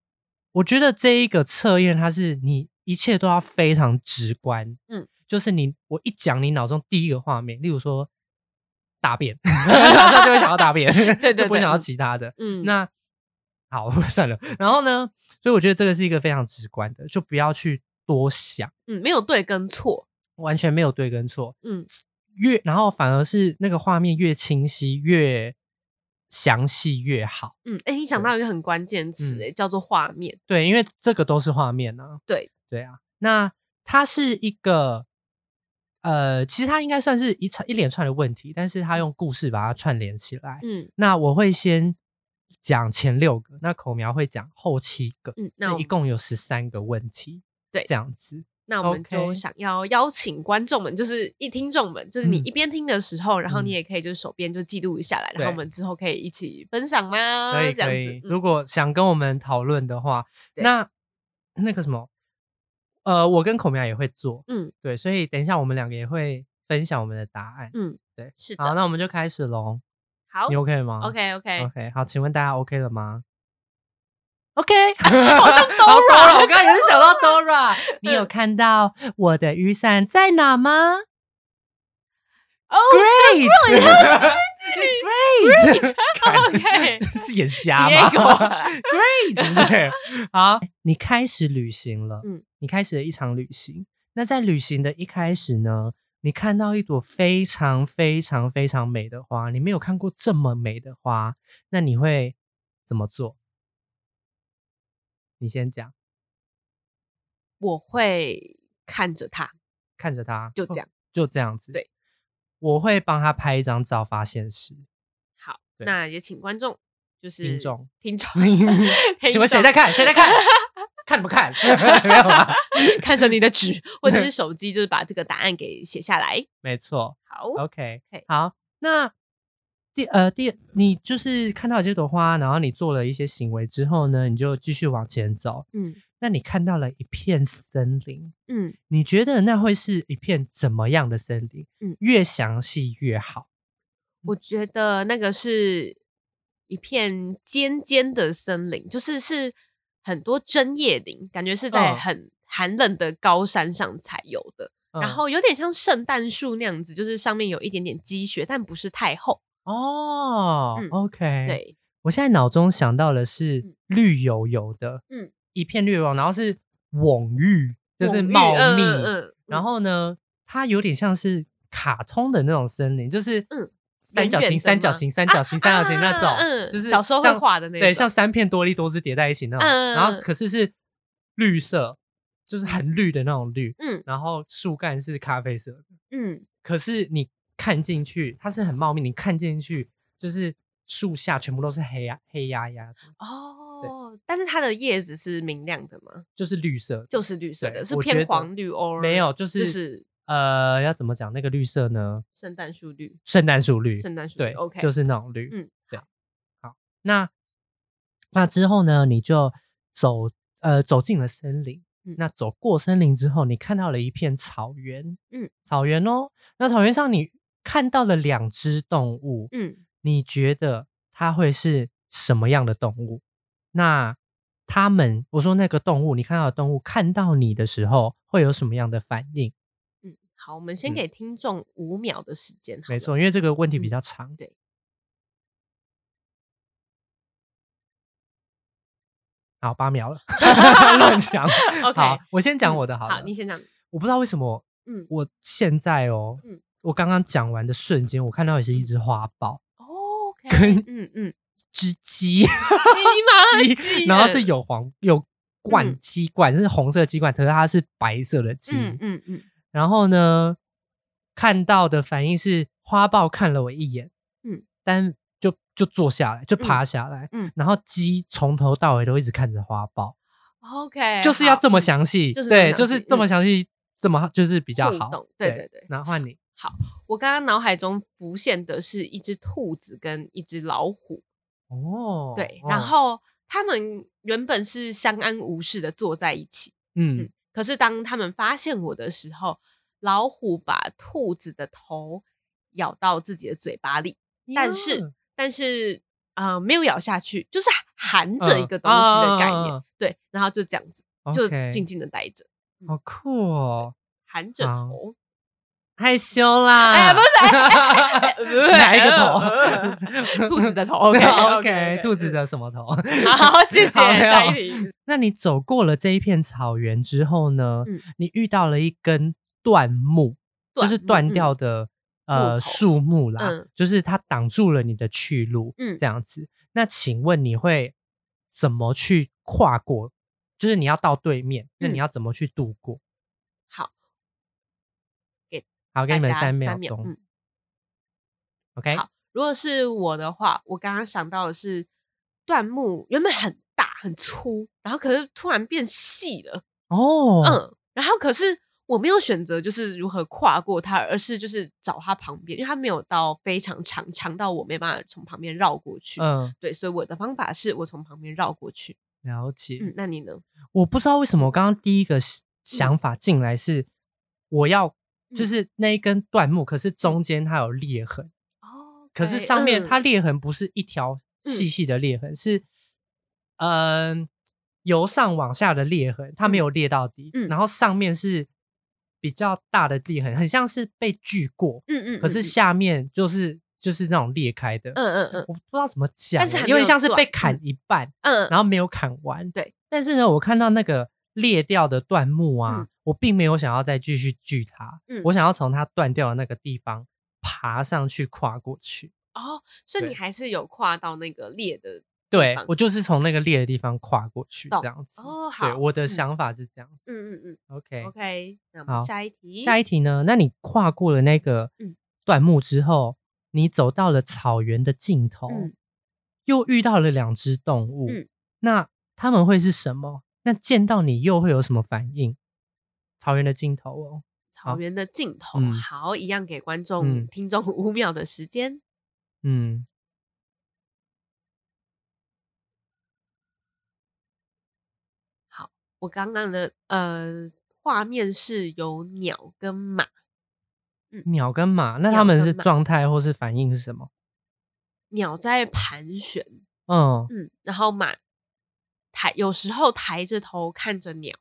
[SPEAKER 1] 我觉得这一个测验，它是你一切都要非常直观。
[SPEAKER 2] 嗯，
[SPEAKER 1] 就是你我一讲，你脑中第一个画面，例如说大 便， 马上就会想到大便，
[SPEAKER 2] 对对
[SPEAKER 1] 就不会
[SPEAKER 2] 对
[SPEAKER 1] 想到
[SPEAKER 2] 嗯
[SPEAKER 1] 其他的。
[SPEAKER 2] 嗯
[SPEAKER 1] 那好， 算了。然后呢，所以我觉得这个是一个非常直观的，就不要去多想，
[SPEAKER 2] 嗯没有对跟错，
[SPEAKER 1] 完全没有对跟错。
[SPEAKER 2] 嗯
[SPEAKER 1] 越然后反而是那个画面越清晰、越详细越好。
[SPEAKER 2] 嗯，哎、你讲
[SPEAKER 1] 对
[SPEAKER 2] 到一个很关键词、
[SPEAKER 1] 嗯
[SPEAKER 2] 诶叫做画面，
[SPEAKER 1] 对，因为这个都是画面啊。
[SPEAKER 2] 对
[SPEAKER 1] 对啊，那它是一个呃，其实它应该算是一串一连串的问题，但是它用故事把它串联起来。
[SPEAKER 2] 嗯
[SPEAKER 1] 那我会先讲前六个，那口苗会讲后七个，
[SPEAKER 2] 嗯，那
[SPEAKER 1] 那
[SPEAKER 2] 我
[SPEAKER 1] 一
[SPEAKER 2] 们
[SPEAKER 1] 共有十三个问题。
[SPEAKER 2] 对
[SPEAKER 1] 这样子。
[SPEAKER 2] 那我们就
[SPEAKER 1] OK
[SPEAKER 2] 想要邀请观众们，就是一听众们，就是你
[SPEAKER 1] 嗯
[SPEAKER 2] 一边听的时候，然后
[SPEAKER 1] 嗯
[SPEAKER 2] 你也可以就是手边就记录一下来，然后
[SPEAKER 1] 对
[SPEAKER 2] 我们之后可以一起分享啦，
[SPEAKER 1] 可以
[SPEAKER 2] 这样
[SPEAKER 1] 可
[SPEAKER 2] 子
[SPEAKER 1] 以。，
[SPEAKER 2] 嗯
[SPEAKER 1] 如果想跟我们讨论的话，
[SPEAKER 2] 对
[SPEAKER 1] 那那个什么，呃，我跟孔苗也会做，
[SPEAKER 2] 嗯
[SPEAKER 1] 对，所以等一下我们两个也会分享我们的答案。
[SPEAKER 2] 嗯，
[SPEAKER 1] 对，
[SPEAKER 2] 是的
[SPEAKER 1] 好，那我们就开始喽。
[SPEAKER 2] 好
[SPEAKER 1] 你嗯 OK 吗
[SPEAKER 2] OK OK，
[SPEAKER 1] OK，好，请问大家 OK 了吗？OK，好
[SPEAKER 2] 像 Dora
[SPEAKER 1] 我刚才也是想到 Dora，你有看到我的雨伞在哪吗
[SPEAKER 2] 哦
[SPEAKER 1] ？Great，Great，
[SPEAKER 2] OK，
[SPEAKER 1] 这 是眼瞎
[SPEAKER 2] 结果
[SPEAKER 1] 吗 ？Great，对，好，你开始旅行了，嗯
[SPEAKER 2] 嗯，
[SPEAKER 1] 你开始了一场旅行。那在旅行的一开始呢，你看到一朵非常非常非常美的花，你没有看过这么美的花，那你会怎么做？你先讲，
[SPEAKER 2] 我会看着他，
[SPEAKER 1] 看着它，哦
[SPEAKER 2] 就这样。
[SPEAKER 1] 就这样子。
[SPEAKER 2] 对，
[SPEAKER 1] 我会帮他拍一张照发现 实。
[SPEAKER 2] 好，
[SPEAKER 1] 对
[SPEAKER 2] 那也请观众就是
[SPEAKER 1] 听众
[SPEAKER 2] 听众
[SPEAKER 1] 请问谁在看？ 谁在看？看什么看？ 没有啦，
[SPEAKER 2] 看着你的纸或 者是手机，就是把这个答案给写下来。
[SPEAKER 1] 没错。
[SPEAKER 2] 好，
[SPEAKER 1] OK，
[SPEAKER 2] 哦 OK
[SPEAKER 1] 好，那第呃第你就是看到这朵花，然后你做了一些行为之后呢，你就继续往前走。
[SPEAKER 2] 嗯
[SPEAKER 1] 那你看到了一片森林，
[SPEAKER 2] 嗯
[SPEAKER 1] 你觉得那会是一片怎么样的森林？
[SPEAKER 2] 嗯
[SPEAKER 1] 越详细越好。
[SPEAKER 2] 我
[SPEAKER 1] 嗯
[SPEAKER 2] 觉得那个是一片尖尖的森林，就是是很多针叶林，感觉是在
[SPEAKER 1] 嗯
[SPEAKER 2] 很寒冷的高山上才有的。
[SPEAKER 1] 嗯
[SPEAKER 2] 然后有点像圣诞树那样子，就是上面有一点点积雪，但不是太厚。
[SPEAKER 1] 哦、
[SPEAKER 2] 嗯
[SPEAKER 1] o k，
[SPEAKER 2] 对，
[SPEAKER 1] 我现在脑中想到的是
[SPEAKER 2] 嗯
[SPEAKER 1] 绿油油的，嗯
[SPEAKER 2] 嗯，一
[SPEAKER 1] 一片绿油油，然后是蓊郁，就是
[SPEAKER 2] 蓊郁
[SPEAKER 1] 茂密，
[SPEAKER 2] 嗯嗯嗯
[SPEAKER 1] 然
[SPEAKER 2] 嗯
[SPEAKER 1] 后呢，它有点像是卡通的那种森林，就是
[SPEAKER 2] 嗯
[SPEAKER 1] 三角形、
[SPEAKER 2] 圆圆的
[SPEAKER 1] 三角
[SPEAKER 2] 吗
[SPEAKER 1] 形、三角形、三角形那
[SPEAKER 2] 啊
[SPEAKER 1] 种，
[SPEAKER 2] 嗯
[SPEAKER 1] 就是
[SPEAKER 2] 小时候会
[SPEAKER 1] 像
[SPEAKER 2] 画的那种，
[SPEAKER 1] 对，像三片多利多姿叠在一起那种，
[SPEAKER 2] 嗯嗯
[SPEAKER 1] 然后
[SPEAKER 2] 嗯
[SPEAKER 1] 可是是绿色，就是很绿的那种绿，
[SPEAKER 2] 嗯
[SPEAKER 1] 然后树干是咖啡色的，
[SPEAKER 2] 嗯
[SPEAKER 1] 可是你看进去，它是很茂密，你看进去就是树下全部都是黑呀黑压压的，
[SPEAKER 2] 哦，但是它的叶子是明亮的吗？
[SPEAKER 1] 就是绿色的，
[SPEAKER 2] 就是绿色
[SPEAKER 1] 对
[SPEAKER 2] 的，是
[SPEAKER 1] 我觉
[SPEAKER 2] 偏
[SPEAKER 1] 得
[SPEAKER 2] 黄绿哦，
[SPEAKER 1] 没有，就是、
[SPEAKER 2] 就是
[SPEAKER 1] 呃，要怎么讲那个绿色呢？
[SPEAKER 2] 圣诞树绿，
[SPEAKER 1] 圣诞树绿，
[SPEAKER 2] 圣诞树绿
[SPEAKER 1] 对
[SPEAKER 2] ，OK，
[SPEAKER 1] 就是那种绿。
[SPEAKER 2] 嗯，
[SPEAKER 1] 那那之后呢，你就走呃走进了森林。
[SPEAKER 2] 嗯
[SPEAKER 1] 那走过森林之后，你看到了一片草原，
[SPEAKER 2] 嗯，
[SPEAKER 1] 草原哦。那草原上你看到了两只动物，
[SPEAKER 2] 嗯，
[SPEAKER 1] 你觉得它会是什么样的动物？那它们，我说那个动物，你看到的动物看到你的时候会有什么样的反应？
[SPEAKER 2] 嗯，好，我们先
[SPEAKER 1] 嗯
[SPEAKER 2] 给听众五秒的时间，
[SPEAKER 1] 没，错，因为这个问题比
[SPEAKER 2] 嗯
[SPEAKER 1] 较长。
[SPEAKER 2] 对
[SPEAKER 1] 好，八秒了， 乱讲。
[SPEAKER 2] OK
[SPEAKER 1] 好，我先讲
[SPEAKER 2] 嗯
[SPEAKER 1] 我的好了。
[SPEAKER 2] 好，你先讲，
[SPEAKER 1] 我不知道为什么，
[SPEAKER 2] 嗯，
[SPEAKER 1] 我现在哦，
[SPEAKER 2] 嗯
[SPEAKER 1] 我刚刚讲完的瞬间，我看到也是一只花豹，
[SPEAKER 2] 哦，OK，
[SPEAKER 1] 跟
[SPEAKER 2] 嗯嗯，
[SPEAKER 1] 只 鸡，
[SPEAKER 2] 鸡吗？
[SPEAKER 1] 鸡，
[SPEAKER 2] 鸡
[SPEAKER 1] 然后
[SPEAKER 2] 嗯
[SPEAKER 1] 是有黄有冠
[SPEAKER 2] 嗯
[SPEAKER 1] 鸡冠，是红色鸡冠，可是它是白色的鸡。
[SPEAKER 2] 嗯嗯嗯
[SPEAKER 1] 然后呢，看到的反应是花豹看了我一眼，嗯
[SPEAKER 2] 嗯，
[SPEAKER 1] 但就就坐下来，就爬下来，嗯
[SPEAKER 2] 嗯，
[SPEAKER 1] 然后鸡从头到尾都一直看着花豹，
[SPEAKER 2] OK，
[SPEAKER 1] 就是要
[SPEAKER 2] 好
[SPEAKER 1] 这么
[SPEAKER 2] 嗯
[SPEAKER 1] 详细，
[SPEAKER 2] 就是这么
[SPEAKER 1] 对，
[SPEAKER 2] 详
[SPEAKER 1] 就是
[SPEAKER 2] 细
[SPEAKER 1] 这么详细，这么就是比较
[SPEAKER 2] 互
[SPEAKER 1] 好
[SPEAKER 2] 动。对对对
[SPEAKER 1] 然后换你，
[SPEAKER 2] 我刚刚脑海中浮现的是一只兔子跟一只老虎，
[SPEAKER 1] 哦，
[SPEAKER 2] 对，
[SPEAKER 1] 哦
[SPEAKER 2] 然后他们原本是相安无事的坐在一起，
[SPEAKER 1] 嗯
[SPEAKER 2] 嗯，可是当他们发现我的时候，老虎把兔子的头咬到自己的嘴巴里，但是
[SPEAKER 1] 呀
[SPEAKER 2] 但是啊、呃没有咬下去，就是含着一个东西的概念，
[SPEAKER 1] 嗯哦嗯啊啊啊啊
[SPEAKER 2] 对，然后就这样子，就
[SPEAKER 1] OK
[SPEAKER 2] 静静的待着，
[SPEAKER 1] 好酷哦，
[SPEAKER 2] 含着
[SPEAKER 1] 好
[SPEAKER 2] 头，
[SPEAKER 1] 害羞啦，
[SPEAKER 2] 哎呀，不是，
[SPEAKER 1] 哪一个头？
[SPEAKER 2] 兔子 的头，OK
[SPEAKER 1] OK，兔子。
[SPEAKER 2] 嗯
[SPEAKER 1] 的什么头？
[SPEAKER 2] 好，谢谢，
[SPEAKER 1] 好没有
[SPEAKER 2] 下一题。
[SPEAKER 1] 那你走过了这一片草原之后呢？
[SPEAKER 2] 嗯
[SPEAKER 1] 你遇到了一根断木，
[SPEAKER 2] 断
[SPEAKER 1] 就是
[SPEAKER 2] 木
[SPEAKER 1] 断
[SPEAKER 2] 嗯
[SPEAKER 1] 掉的、
[SPEAKER 2] 木
[SPEAKER 1] 呃
[SPEAKER 2] 头
[SPEAKER 1] 树木啦，
[SPEAKER 2] 嗯
[SPEAKER 1] 就是它挡住了你的去路，
[SPEAKER 2] 嗯
[SPEAKER 1] 这样子。那请问你会怎么去跨过？就是你要到对面，那你
[SPEAKER 2] 嗯
[SPEAKER 1] 要怎么去度过？
[SPEAKER 2] 好，
[SPEAKER 1] 好，给你
[SPEAKER 2] 大
[SPEAKER 1] 们
[SPEAKER 2] 家
[SPEAKER 1] 三秒
[SPEAKER 2] 三秒。
[SPEAKER 1] 钟
[SPEAKER 2] 嗯，
[SPEAKER 1] ，OK？
[SPEAKER 2] 好如果是我的话，我刚刚想到的是段木原本很大很粗，然后可是突然变细了，
[SPEAKER 1] 哦，
[SPEAKER 2] 嗯，然后可是我没有选择就是如何跨过它，而是就是找它旁边，因为它没有到非常长，长到我没办法从旁边绕过去。
[SPEAKER 1] 嗯，
[SPEAKER 2] 对，所以我的方法是我从旁边绕过去。
[SPEAKER 1] 了解。
[SPEAKER 2] 嗯，那你呢？
[SPEAKER 1] 我不知道为什么我刚刚第一个
[SPEAKER 2] 嗯
[SPEAKER 1] 想想法进来是，我要就是那一根断木，可是中间它有裂痕，
[SPEAKER 2] 哦，
[SPEAKER 1] 可是上面它裂痕不是一条
[SPEAKER 2] 嗯
[SPEAKER 1] 细细的裂痕，是嗯、由上往下的裂痕，它没有裂到底，
[SPEAKER 2] 嗯
[SPEAKER 1] 然后上面是比较大的裂痕，很像是被锯过，
[SPEAKER 2] 嗯嗯，
[SPEAKER 1] 可是
[SPEAKER 2] 嗯
[SPEAKER 1] 下面就是就是那种裂开的，
[SPEAKER 2] 嗯嗯嗯
[SPEAKER 1] 我不知道怎么讲
[SPEAKER 2] 但是
[SPEAKER 1] 欸，
[SPEAKER 2] 还
[SPEAKER 1] 有
[SPEAKER 2] 没
[SPEAKER 1] 点
[SPEAKER 2] 有
[SPEAKER 1] 像是被
[SPEAKER 2] 断
[SPEAKER 1] 砍一半，
[SPEAKER 2] 嗯嗯
[SPEAKER 1] 然后没有砍完。
[SPEAKER 2] 对，
[SPEAKER 1] 但是呢，我看到那个裂掉的断木啊，
[SPEAKER 2] 嗯
[SPEAKER 1] 我并没有想要再继续锯它，
[SPEAKER 2] 嗯
[SPEAKER 1] 我想要从它断掉的那个地方爬上去跨过去。
[SPEAKER 2] 哦，所以你
[SPEAKER 1] 对
[SPEAKER 2] 还是有跨到那个裂的地
[SPEAKER 1] 对
[SPEAKER 2] 方
[SPEAKER 1] 我就是从那个裂的地方跨过去，
[SPEAKER 2] 懂
[SPEAKER 1] 这样子。
[SPEAKER 2] 哦
[SPEAKER 1] 对，
[SPEAKER 2] 好，
[SPEAKER 1] 我的
[SPEAKER 2] 嗯
[SPEAKER 1] 想法是这样子。
[SPEAKER 2] 嗯嗯
[SPEAKER 1] OK，
[SPEAKER 2] 嗯，OK，那我们
[SPEAKER 1] 好
[SPEAKER 2] 下一题，
[SPEAKER 1] 下
[SPEAKER 2] 一
[SPEAKER 1] 一题呢？那你跨过了那个
[SPEAKER 2] 嗯
[SPEAKER 1] 断木之后，你走到了草原的尽头，
[SPEAKER 2] 嗯
[SPEAKER 1] 又遇到了两只动物，
[SPEAKER 2] 嗯
[SPEAKER 1] 那它们会是什么？那见到你又会有什么反应？草原的尽头哦，
[SPEAKER 2] 草
[SPEAKER 1] 好
[SPEAKER 2] 原的尽头
[SPEAKER 1] 嗯，
[SPEAKER 2] 好，一样给观众
[SPEAKER 1] 嗯
[SPEAKER 2] 听众 五秒的时间，
[SPEAKER 1] 嗯，
[SPEAKER 2] 我刚刚的呃画面是有鸟跟马，
[SPEAKER 1] 鸟跟马，那它
[SPEAKER 2] 鸟
[SPEAKER 1] 们
[SPEAKER 2] 跟
[SPEAKER 1] 是
[SPEAKER 2] 马
[SPEAKER 1] 状态或是反应是什么？
[SPEAKER 2] 鸟在盘旋，
[SPEAKER 1] 嗯，
[SPEAKER 2] 嗯，然后马抬有时候抬着头看着鸟，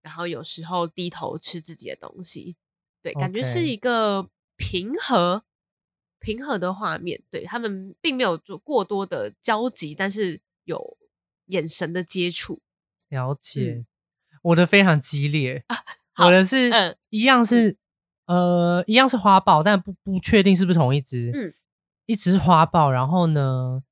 [SPEAKER 2] 然后有时候低头吃自己的东西，对，感觉是
[SPEAKER 1] OK
[SPEAKER 2] 一个平和平和的画面。对他们并没有做过多的交集，但是有眼神的接触。
[SPEAKER 1] 了解。我的非常激烈，我
[SPEAKER 2] 嗯啊好
[SPEAKER 1] 的是、
[SPEAKER 2] 嗯
[SPEAKER 1] 一样是呃一样是花豹，但不不确定是不是同一只。
[SPEAKER 2] 嗯，
[SPEAKER 1] 一只花豹。然后呢，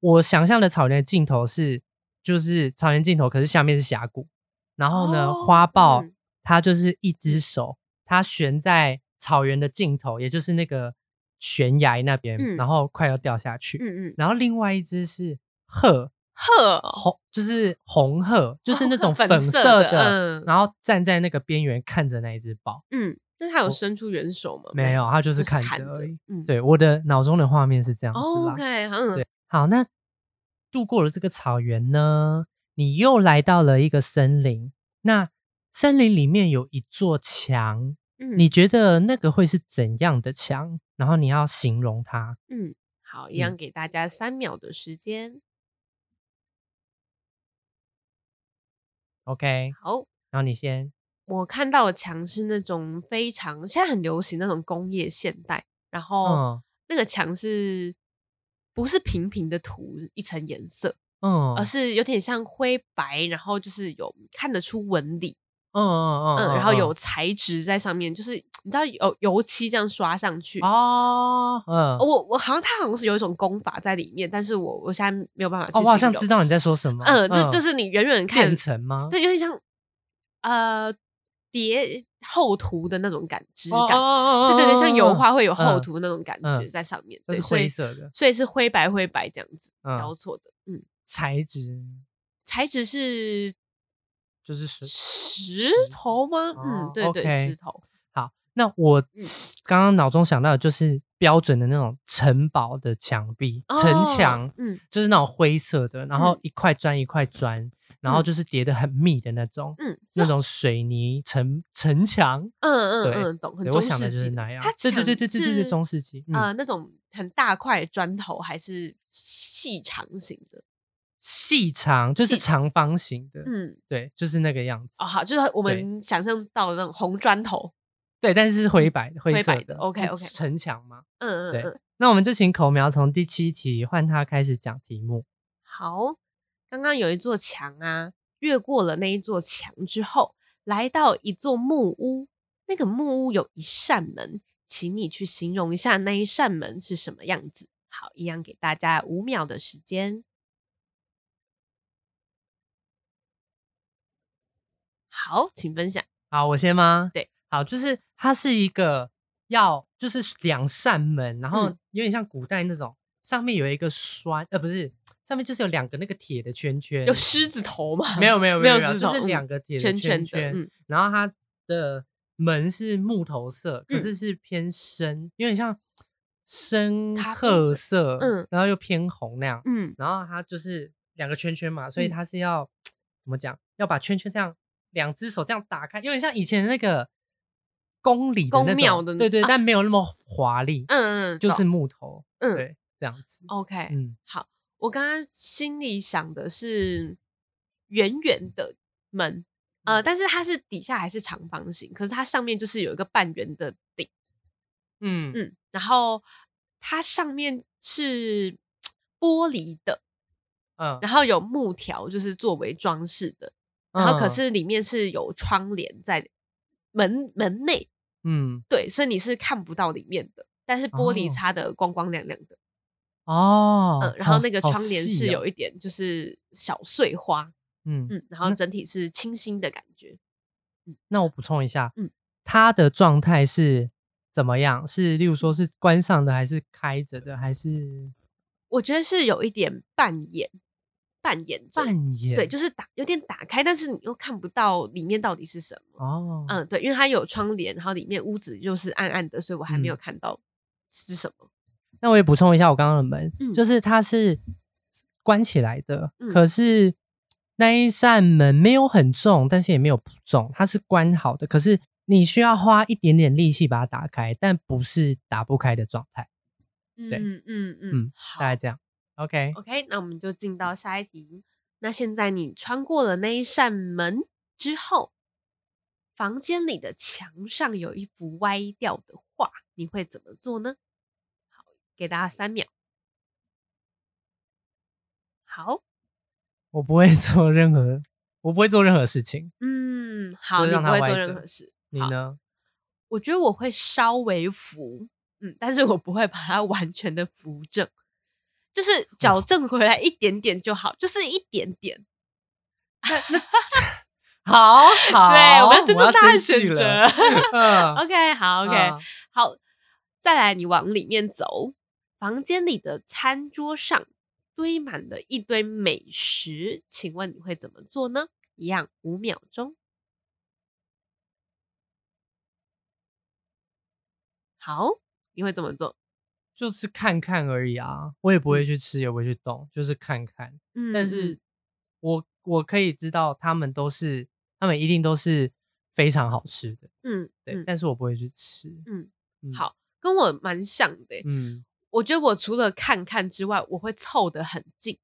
[SPEAKER 1] 我想象的草原的尽头是就是草原尽头，可是下面是峡谷。然后呢，
[SPEAKER 2] 哦
[SPEAKER 1] 花豹、
[SPEAKER 2] 嗯
[SPEAKER 1] 它就是一只手，它悬在草原的尽头，也就是那个悬崖那边，
[SPEAKER 2] 嗯
[SPEAKER 1] 然后快要掉下去。
[SPEAKER 2] 嗯嗯，
[SPEAKER 1] 然后另外一只是鹤，
[SPEAKER 2] 鹤哦
[SPEAKER 1] 红就是红鹤，就是那
[SPEAKER 2] 哦
[SPEAKER 1] 种
[SPEAKER 2] 粉
[SPEAKER 1] 粉
[SPEAKER 2] 色
[SPEAKER 1] 色
[SPEAKER 2] 的嗯
[SPEAKER 1] 然后站在那个边缘看着那一只豹。
[SPEAKER 2] 嗯，但他有
[SPEAKER 1] 我
[SPEAKER 2] 伸出援手吗？
[SPEAKER 1] 没有，，他就
[SPEAKER 2] 哦就是是
[SPEAKER 1] 看
[SPEAKER 2] 看
[SPEAKER 1] 着
[SPEAKER 2] 着
[SPEAKER 1] 而已。。
[SPEAKER 2] 嗯，
[SPEAKER 1] 对，我的脑中的画面是这样子
[SPEAKER 2] 哦
[SPEAKER 1] 啦。
[SPEAKER 2] ，OK，嗯，
[SPEAKER 1] 对，好，那度过了这个草原呢，你又来到了一个森林。那森林里面有一座墙，
[SPEAKER 2] 嗯
[SPEAKER 1] 你觉得那个会是怎样的墙？然后你要形容它。
[SPEAKER 2] 嗯，好，
[SPEAKER 1] 嗯
[SPEAKER 2] 一样给大家三秒的时间。
[SPEAKER 1] OK，
[SPEAKER 2] 好。
[SPEAKER 1] 然后你先。
[SPEAKER 2] 我看到的墙是那种非常现在很流行那种工业现代，然后
[SPEAKER 1] 嗯
[SPEAKER 2] 那个墙是不是平平的涂一层颜色，
[SPEAKER 1] 嗯
[SPEAKER 2] 而是有点像灰白，然后就是有看得出纹理，
[SPEAKER 1] 嗯嗯
[SPEAKER 2] 嗯，然后有材质在上面，就是你知道有油漆这样刷上去。
[SPEAKER 1] 哦，嗯，
[SPEAKER 2] 我我好像它好像是有一种功法在里面，但是我我现在没有办法
[SPEAKER 1] 哦，
[SPEAKER 2] 去形
[SPEAKER 1] 我
[SPEAKER 2] 容。
[SPEAKER 1] 好像知道你在说什么。
[SPEAKER 2] 嗯，就就是你远远看
[SPEAKER 1] 渐层吗？
[SPEAKER 2] 对，有点像呃叠厚涂的那种感质
[SPEAKER 1] 哦，
[SPEAKER 2] 感，
[SPEAKER 1] 哦
[SPEAKER 2] 对对对，像油画会有厚
[SPEAKER 1] 嗯
[SPEAKER 2] 涂那种感
[SPEAKER 1] 嗯
[SPEAKER 2] 觉在上面，
[SPEAKER 1] 就
[SPEAKER 2] 对，
[SPEAKER 1] 是
[SPEAKER 2] 所
[SPEAKER 1] 灰
[SPEAKER 2] 以
[SPEAKER 1] 色的
[SPEAKER 2] 所以是灰白灰白这样子
[SPEAKER 1] 嗯
[SPEAKER 2] 交错的，嗯，
[SPEAKER 1] 材质。
[SPEAKER 2] 材质是
[SPEAKER 1] 就是石
[SPEAKER 2] 石头吗？
[SPEAKER 1] 哦
[SPEAKER 2] 嗯，对对，
[SPEAKER 1] OK
[SPEAKER 2] 石头。
[SPEAKER 1] 好，那我刚刚脑中想到的就是标准的那种城堡的墙壁、城
[SPEAKER 2] 哦
[SPEAKER 1] 墙，
[SPEAKER 2] 嗯
[SPEAKER 1] 就是那种灰色的，然后
[SPEAKER 2] 嗯
[SPEAKER 1] 一块砖一块砖，然后
[SPEAKER 2] 嗯
[SPEAKER 1] 就是叠的很密的那种，
[SPEAKER 2] 嗯，
[SPEAKER 1] 那
[SPEAKER 2] 是
[SPEAKER 1] 种水泥城城墙。
[SPEAKER 2] 嗯嗯
[SPEAKER 1] 对
[SPEAKER 2] 嗯，懂，很
[SPEAKER 1] 对，
[SPEAKER 2] 中
[SPEAKER 1] 我
[SPEAKER 2] 世
[SPEAKER 1] 想的就
[SPEAKER 2] 纪
[SPEAKER 1] 是
[SPEAKER 2] 的
[SPEAKER 1] 那样
[SPEAKER 2] 它。
[SPEAKER 1] 对对对
[SPEAKER 2] 墙
[SPEAKER 1] 对对对对，
[SPEAKER 2] 是
[SPEAKER 1] 中世纪。嗯，
[SPEAKER 2] 呃，那种很大块的砖头还是细长型的，
[SPEAKER 1] 细长就是
[SPEAKER 2] 细
[SPEAKER 1] 长方形的，
[SPEAKER 2] 嗯，
[SPEAKER 1] 对，就是那个样子
[SPEAKER 2] 哦。好，就是我
[SPEAKER 1] 对
[SPEAKER 2] 们想象到的那种红砖头，
[SPEAKER 1] 对，但是是灰白灰
[SPEAKER 2] 灰
[SPEAKER 1] 色
[SPEAKER 2] 白的，OK，
[SPEAKER 1] 就
[SPEAKER 2] OK
[SPEAKER 1] 城墙嘛。
[SPEAKER 2] 嗯
[SPEAKER 1] 对
[SPEAKER 2] 嗯嗯，
[SPEAKER 1] 那我们就请口苗从第七题换他开始讲题目。
[SPEAKER 2] 好。刚刚有一座墙啊，越过了那一座墙之后，来到一座木屋，那个木屋有一扇门，请你去形容一下那一扇门是什么样子。好，一样给大家五秒的时间。好，请分享。
[SPEAKER 1] 好，我先吗？
[SPEAKER 2] 对，
[SPEAKER 1] 好，就是它是一个要就是两扇门，然后
[SPEAKER 2] 嗯
[SPEAKER 1] 有点像古代那种，上面有一个栓，呃，不是，上面就是有两个那个铁的圈圈，
[SPEAKER 2] 有狮子头吗？
[SPEAKER 1] 没有没有
[SPEAKER 2] 没
[SPEAKER 1] 有
[SPEAKER 2] 有
[SPEAKER 1] 没有，
[SPEAKER 2] 是
[SPEAKER 1] 就是
[SPEAKER 2] 从嗯
[SPEAKER 1] 两个铁的
[SPEAKER 2] 圈
[SPEAKER 1] 圈
[SPEAKER 2] 圈的，嗯
[SPEAKER 1] 然后它的门是木头色，可
[SPEAKER 2] 嗯
[SPEAKER 1] 是是偏深，有点像深
[SPEAKER 2] 咖啡
[SPEAKER 1] 褐色，
[SPEAKER 2] 嗯
[SPEAKER 1] 然后又偏红那样，
[SPEAKER 2] 嗯
[SPEAKER 1] 然后它就是两个圈圈嘛，所以
[SPEAKER 2] 嗯
[SPEAKER 1] 它是要、怎么讲？要把圈圈这样两只手这样打开，有点像以前那个宫里的
[SPEAKER 2] 宫
[SPEAKER 1] 那种
[SPEAKER 2] 庙的那
[SPEAKER 1] 对对，
[SPEAKER 2] 啊
[SPEAKER 1] 但没有那么华丽，
[SPEAKER 2] 嗯嗯，
[SPEAKER 1] 就是
[SPEAKER 2] 懂
[SPEAKER 1] 木头，
[SPEAKER 2] 嗯
[SPEAKER 1] 对，这样子。
[SPEAKER 2] OK。
[SPEAKER 1] 嗯，
[SPEAKER 2] 好，我刚刚心里想的是圆圆的门，呃，
[SPEAKER 1] 嗯
[SPEAKER 2] 但是它是底下还是长方形，可是它上面就是有一个半圆的顶，
[SPEAKER 1] 嗯嗯，
[SPEAKER 2] 嗯，然后它上面是玻璃的，
[SPEAKER 1] 嗯
[SPEAKER 2] 然后有木条，就是作为装饰的，然后可
[SPEAKER 1] 嗯，
[SPEAKER 2] 是里面是有窗帘在门门内，
[SPEAKER 1] 嗯，
[SPEAKER 2] 对，所以你是看不到里面的，但是玻璃
[SPEAKER 1] 哦
[SPEAKER 2] 擦的光光亮亮的。
[SPEAKER 1] 哦，
[SPEAKER 2] 嗯，然后
[SPEAKER 1] 好
[SPEAKER 2] 那个
[SPEAKER 1] 好
[SPEAKER 2] 窗帘是
[SPEAKER 1] 细哦
[SPEAKER 2] 有一点就是小碎花，
[SPEAKER 1] 嗯，
[SPEAKER 2] 嗯，然后
[SPEAKER 1] 那
[SPEAKER 2] 整体是清新的感觉。
[SPEAKER 1] 那我补充一下，嗯
[SPEAKER 2] 嗯，
[SPEAKER 1] 它的状态是怎么样？是例如说是关上的，还是开着的，还是
[SPEAKER 2] 我觉得是有一点扮演，扮演着，
[SPEAKER 1] 半掩？
[SPEAKER 2] 对，就是打有点打开，但是你又看不到里面到底是什么。
[SPEAKER 1] 哦，
[SPEAKER 2] 嗯，对，因为它有窗帘，然后里面屋子就是暗暗的，所以我还没有
[SPEAKER 1] 嗯
[SPEAKER 2] 看到是什么。
[SPEAKER 1] 那我也补充一下我刚刚的门，
[SPEAKER 2] 嗯
[SPEAKER 1] 就是它是关起来的，
[SPEAKER 2] 嗯
[SPEAKER 1] 可是那一扇门没有很重，但是也没有不重，它是关好的，可是你需要花一点点力气把它打开，但不是打不开的状态，对
[SPEAKER 2] 嗯
[SPEAKER 1] 嗯
[SPEAKER 2] 嗯嗯，好哦
[SPEAKER 1] 大概这样。OK，
[SPEAKER 2] OK，那我们就进到下一题。那现在你穿过了那一扇门之后，房间里的墙上有一幅歪掉的画，你会怎么做呢？好，给大家三秒。好，
[SPEAKER 1] 我不会做任何，我不会做任何事情，
[SPEAKER 2] 嗯，
[SPEAKER 1] 就
[SPEAKER 2] 好，你
[SPEAKER 1] 让
[SPEAKER 2] 不
[SPEAKER 1] 它
[SPEAKER 2] 会
[SPEAKER 1] 歪
[SPEAKER 2] 做任
[SPEAKER 1] 着
[SPEAKER 2] 何事。
[SPEAKER 1] 你
[SPEAKER 2] 好
[SPEAKER 1] 呢？
[SPEAKER 2] 我觉得我会稍微扶，嗯，但是我不会把它 完全的扶正，
[SPEAKER 1] 哦
[SPEAKER 2] 就是矫正回来一点点就好，就是一点点。
[SPEAKER 1] 好 好，
[SPEAKER 2] 对，我们要尊重
[SPEAKER 1] 哦要
[SPEAKER 2] 大家的
[SPEAKER 1] 珍
[SPEAKER 2] 选
[SPEAKER 1] 惜
[SPEAKER 2] 择
[SPEAKER 1] 了。嗯
[SPEAKER 2] OK，好，OK，、
[SPEAKER 1] 嗯
[SPEAKER 2] 好，再来，你往里面走，房间里的餐桌上堆满了一堆美食，请问你会怎么做呢？一样五秒钟。好，你会怎么做？
[SPEAKER 1] 就是看看而已啊，我也不会去吃，也不会去动，就是看看。
[SPEAKER 2] 嗯
[SPEAKER 1] 但
[SPEAKER 2] 嗯
[SPEAKER 1] 是我我可以知道他们都是，他们一定都是非常好吃的，
[SPEAKER 2] 嗯，
[SPEAKER 1] 对。
[SPEAKER 2] 嗯
[SPEAKER 1] 但是我不会去吃，
[SPEAKER 2] 嗯
[SPEAKER 1] 嗯
[SPEAKER 2] 好，跟我蛮像的欸、
[SPEAKER 1] 嗯，
[SPEAKER 2] 我觉得我除了看看之外，我会凑得很近，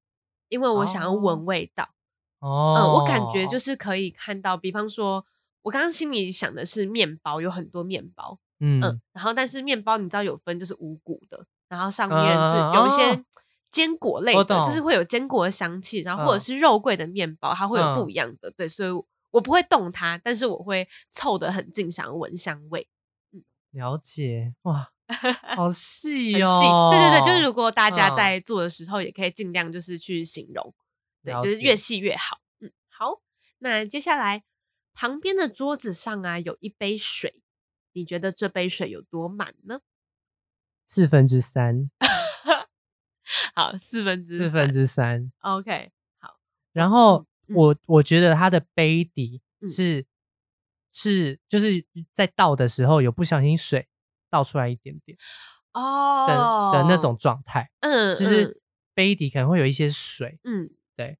[SPEAKER 2] 因为我想要
[SPEAKER 1] 哦
[SPEAKER 2] 闻味道。
[SPEAKER 1] 哦，
[SPEAKER 2] 嗯，我感觉就是可以看到，比方说，我刚刚心里想的是面包，有很多面包，
[SPEAKER 1] 嗯
[SPEAKER 2] 嗯，然后但是面包你知道有分就是五谷的，然后上面是有
[SPEAKER 1] 啊
[SPEAKER 2] 一些坚果类
[SPEAKER 1] 嗯我
[SPEAKER 2] 的，就是
[SPEAKER 1] 懂
[SPEAKER 2] 会有坚果的香气，然后或者
[SPEAKER 1] 嗯
[SPEAKER 2] 是肉桂的面包，它会有不
[SPEAKER 1] 嗯
[SPEAKER 2] 一样的，对，所以我不会动它，但是我会凑得很近，想要闻香味。
[SPEAKER 1] 了解 哇，好
[SPEAKER 2] 很
[SPEAKER 1] 细
[SPEAKER 2] 细
[SPEAKER 1] 哦，
[SPEAKER 2] 对对对，就是如果大家
[SPEAKER 1] 嗯
[SPEAKER 2] 在做的时候，也可以尽量就是去形容，对，
[SPEAKER 1] 了
[SPEAKER 2] 就是
[SPEAKER 1] 解
[SPEAKER 2] 越细越好。嗯，好，那接下来旁边的桌子上啊有一杯水，你觉得这杯水有多满呢？
[SPEAKER 1] 四分之三，
[SPEAKER 2] 好，四分之
[SPEAKER 1] 四分
[SPEAKER 2] 三嗯
[SPEAKER 1] 之三。
[SPEAKER 2] OK，
[SPEAKER 1] 然后我我觉得他的杯底
[SPEAKER 2] 嗯
[SPEAKER 1] 是、是就是在倒的时候有不小心水倒出来一点点的、
[SPEAKER 2] 哦
[SPEAKER 1] 的那种，状态，
[SPEAKER 2] 嗯，
[SPEAKER 1] 就是杯底可能会有一些水，
[SPEAKER 2] 嗯，嗯
[SPEAKER 1] 对，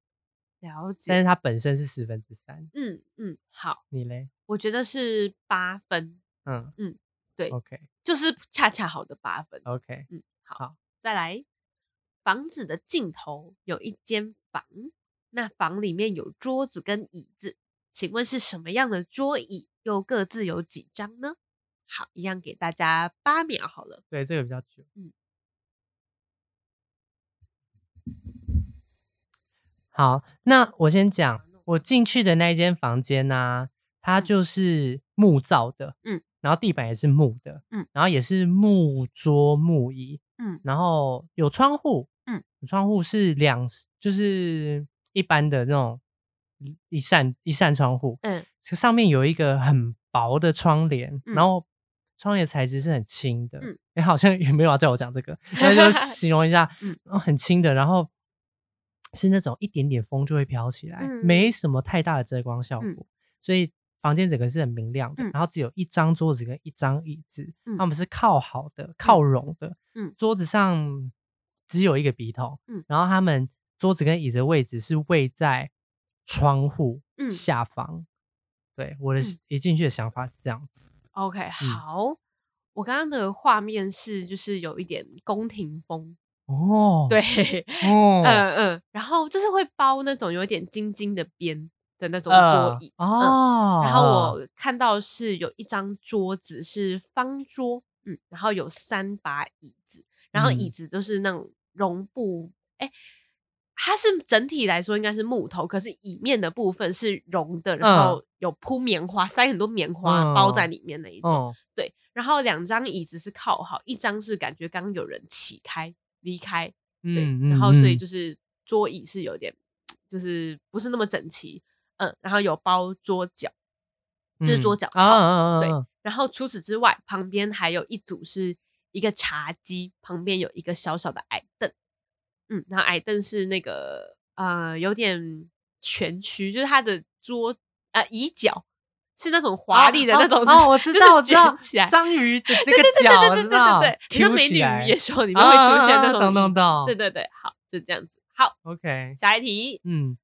[SPEAKER 2] 了
[SPEAKER 1] 但
[SPEAKER 2] 解，
[SPEAKER 1] 是它本身是四分之三。
[SPEAKER 2] 嗯嗯，好，
[SPEAKER 1] 你嘞？
[SPEAKER 2] 我觉得是八分，
[SPEAKER 1] 嗯
[SPEAKER 2] 嗯，对
[SPEAKER 1] OK
[SPEAKER 2] 就是恰恰好的八分。
[SPEAKER 1] OK，
[SPEAKER 2] 嗯，好，
[SPEAKER 1] 好
[SPEAKER 2] 再来，房子的尽头有一间房，那房里面有桌子跟椅子，请问是什么样的桌椅，又各自有几张呢？好，一样给大家八秒好了。
[SPEAKER 1] 对，这个比较久。
[SPEAKER 2] 嗯
[SPEAKER 1] 好，那我先讲，我进去的那一间房间呢、它
[SPEAKER 2] 嗯
[SPEAKER 1] 就是木造的，
[SPEAKER 2] 嗯，
[SPEAKER 1] 然后地板也是木的，
[SPEAKER 2] 嗯，
[SPEAKER 1] 然后也是木桌木椅，
[SPEAKER 2] 嗯
[SPEAKER 1] 然后有窗户，
[SPEAKER 2] 嗯，
[SPEAKER 1] 窗户是两，就是一般的那种一扇一扇窗户，
[SPEAKER 2] 嗯
[SPEAKER 1] 这上面有一个很薄的窗帘，
[SPEAKER 2] 嗯
[SPEAKER 1] 然后窗帘材质是很轻的。
[SPEAKER 2] 嗯
[SPEAKER 1] 你、好像也没有要叫我讲这个，那就是形容一下，
[SPEAKER 2] 嗯
[SPEAKER 1] 哦，很轻的，然后是那种一点点风就会飘起来，
[SPEAKER 2] 嗯
[SPEAKER 1] 没什么太大的遮光效果，
[SPEAKER 2] 嗯
[SPEAKER 1] 所以房间整个是很明亮的。
[SPEAKER 2] 嗯
[SPEAKER 1] 然后只有一张桌子跟一张椅子，
[SPEAKER 2] 嗯
[SPEAKER 1] 他们是靠好的、靠拢的。
[SPEAKER 2] 嗯
[SPEAKER 1] 桌子上只有一个笔筒，
[SPEAKER 2] 嗯
[SPEAKER 1] 然后他们桌子跟椅子的位置是位在窗户
[SPEAKER 2] 嗯
[SPEAKER 1] 下方。对，我的
[SPEAKER 2] 嗯
[SPEAKER 1] 一进去的想法是这样子，
[SPEAKER 2] ，OK，好。
[SPEAKER 1] 嗯
[SPEAKER 2] 我刚刚的画面是，就是有一点宫廷风，
[SPEAKER 1] 哦，
[SPEAKER 2] 对，，
[SPEAKER 1] 哦，
[SPEAKER 2] 嗯嗯，然后就是会包那种有一点金金的边的那种桌
[SPEAKER 1] 呃
[SPEAKER 2] 椅，嗯
[SPEAKER 1] 哦，
[SPEAKER 2] 然后我看到是有一张桌子是方桌，嗯，然后有三把椅子，然后椅
[SPEAKER 1] 嗯
[SPEAKER 2] 子都是那种绒布，哎、它是整体来说应该是木头，可是椅面的部分是绒的，然
[SPEAKER 1] 嗯
[SPEAKER 2] 后有铺棉花，塞很多棉花包在
[SPEAKER 1] 嗯
[SPEAKER 2] 里面那一种，
[SPEAKER 1] 嗯，
[SPEAKER 2] 对，然后两张椅子是靠好，一张是感觉刚有人起开离开，对，
[SPEAKER 1] 嗯，
[SPEAKER 2] 然后所以
[SPEAKER 1] 嗯
[SPEAKER 2] 就是桌椅是有点，就是不是那么整齐，嗯，然后有包桌角，就是桌角
[SPEAKER 1] 嗯
[SPEAKER 2] 号
[SPEAKER 1] 啊
[SPEAKER 2] 对
[SPEAKER 1] 啊啊啊
[SPEAKER 2] 然后除此之外，旁边还有一组是一个茶几，旁边有一个小小的矮凳，嗯，然后矮凳是那个呃有点蜷曲，就是它的桌呃椅角是那种华丽的那种，
[SPEAKER 1] 哦哦，我知道，我
[SPEAKER 2] 就
[SPEAKER 1] 知
[SPEAKER 2] 是
[SPEAKER 1] 道
[SPEAKER 2] 卷起来，，
[SPEAKER 1] 章鱼的那
[SPEAKER 2] 对
[SPEAKER 1] 个
[SPEAKER 2] 对对
[SPEAKER 1] 脚，
[SPEAKER 2] 对
[SPEAKER 1] 我知
[SPEAKER 2] 对对对
[SPEAKER 1] 道
[SPEAKER 2] 对，你像
[SPEAKER 1] ，Q
[SPEAKER 2] 美
[SPEAKER 1] 起
[SPEAKER 2] 女
[SPEAKER 1] 来
[SPEAKER 2] 与野兽里面会出
[SPEAKER 1] 啊
[SPEAKER 2] 现那
[SPEAKER 1] 啊啊懂
[SPEAKER 2] 种
[SPEAKER 1] 懂
[SPEAKER 2] 椅，
[SPEAKER 1] 懂，
[SPEAKER 2] 对对对，好，就这样子，好。
[SPEAKER 1] ，OK，
[SPEAKER 2] 下一题，
[SPEAKER 1] 嗯，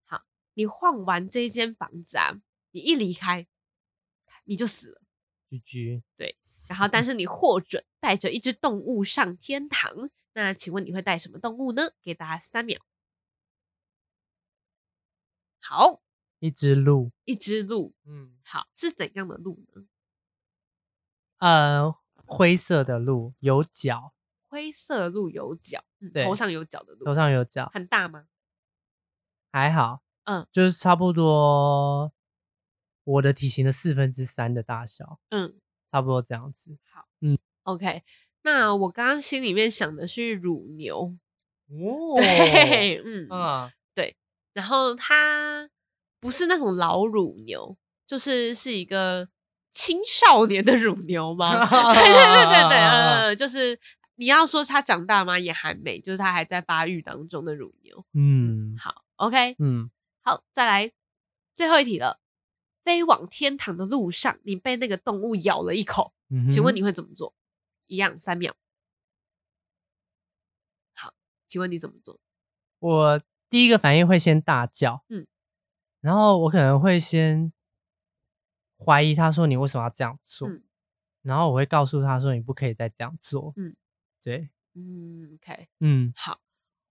[SPEAKER 2] 你晃完这一间房子啊，你一离开，你就死了。
[SPEAKER 1] 居居，嗯
[SPEAKER 2] 然后，但是你获准带着一只动物上天堂。那请问你会带什么动物呢？给大家三秒。好，
[SPEAKER 1] 一只鹿，
[SPEAKER 2] 一只鹿。
[SPEAKER 1] 嗯，
[SPEAKER 2] 好，是怎样的鹿呢？
[SPEAKER 1] 呃，灰色的鹿，有角，
[SPEAKER 2] 灰色鹿有角，嗯、
[SPEAKER 1] 对
[SPEAKER 2] 头上有角的鹿
[SPEAKER 1] 头，上有角，
[SPEAKER 2] 很大吗？
[SPEAKER 1] 还好，
[SPEAKER 2] 嗯，
[SPEAKER 1] 就是差不多我的体型的四分之三的大小，
[SPEAKER 2] 嗯，
[SPEAKER 1] 差不多这样子，
[SPEAKER 2] 好，
[SPEAKER 1] 嗯
[SPEAKER 2] ，OK。那我刚刚心里面想的是乳牛，
[SPEAKER 1] 哦，
[SPEAKER 2] 对，嗯
[SPEAKER 1] 嗯，
[SPEAKER 2] 然后它不是那种老乳牛，就是是一个青少年的乳牛吗？ 对对对对对，呃，就是你要说它长大吗？也还没，就是它还在发育当中的乳牛。
[SPEAKER 1] 嗯
[SPEAKER 2] 好，OK，
[SPEAKER 1] 嗯，
[SPEAKER 2] 好，再来最后一题了。飞往天堂的路上，你被那个动物咬了一口，
[SPEAKER 1] 嗯
[SPEAKER 2] 请问
[SPEAKER 1] 哼
[SPEAKER 2] 你会怎么做？一样三秒。好，请问你怎么做？
[SPEAKER 1] 我第一个反应会先大叫，
[SPEAKER 2] 嗯
[SPEAKER 1] 嗯，然后我可能会先怀疑他说你为什么要这样做，
[SPEAKER 2] 嗯
[SPEAKER 1] 然后我会告诉他说你不可以再这样做，
[SPEAKER 2] 嗯
[SPEAKER 1] 嗯，对，
[SPEAKER 2] 嗯，OK，
[SPEAKER 1] 嗯，
[SPEAKER 2] 好，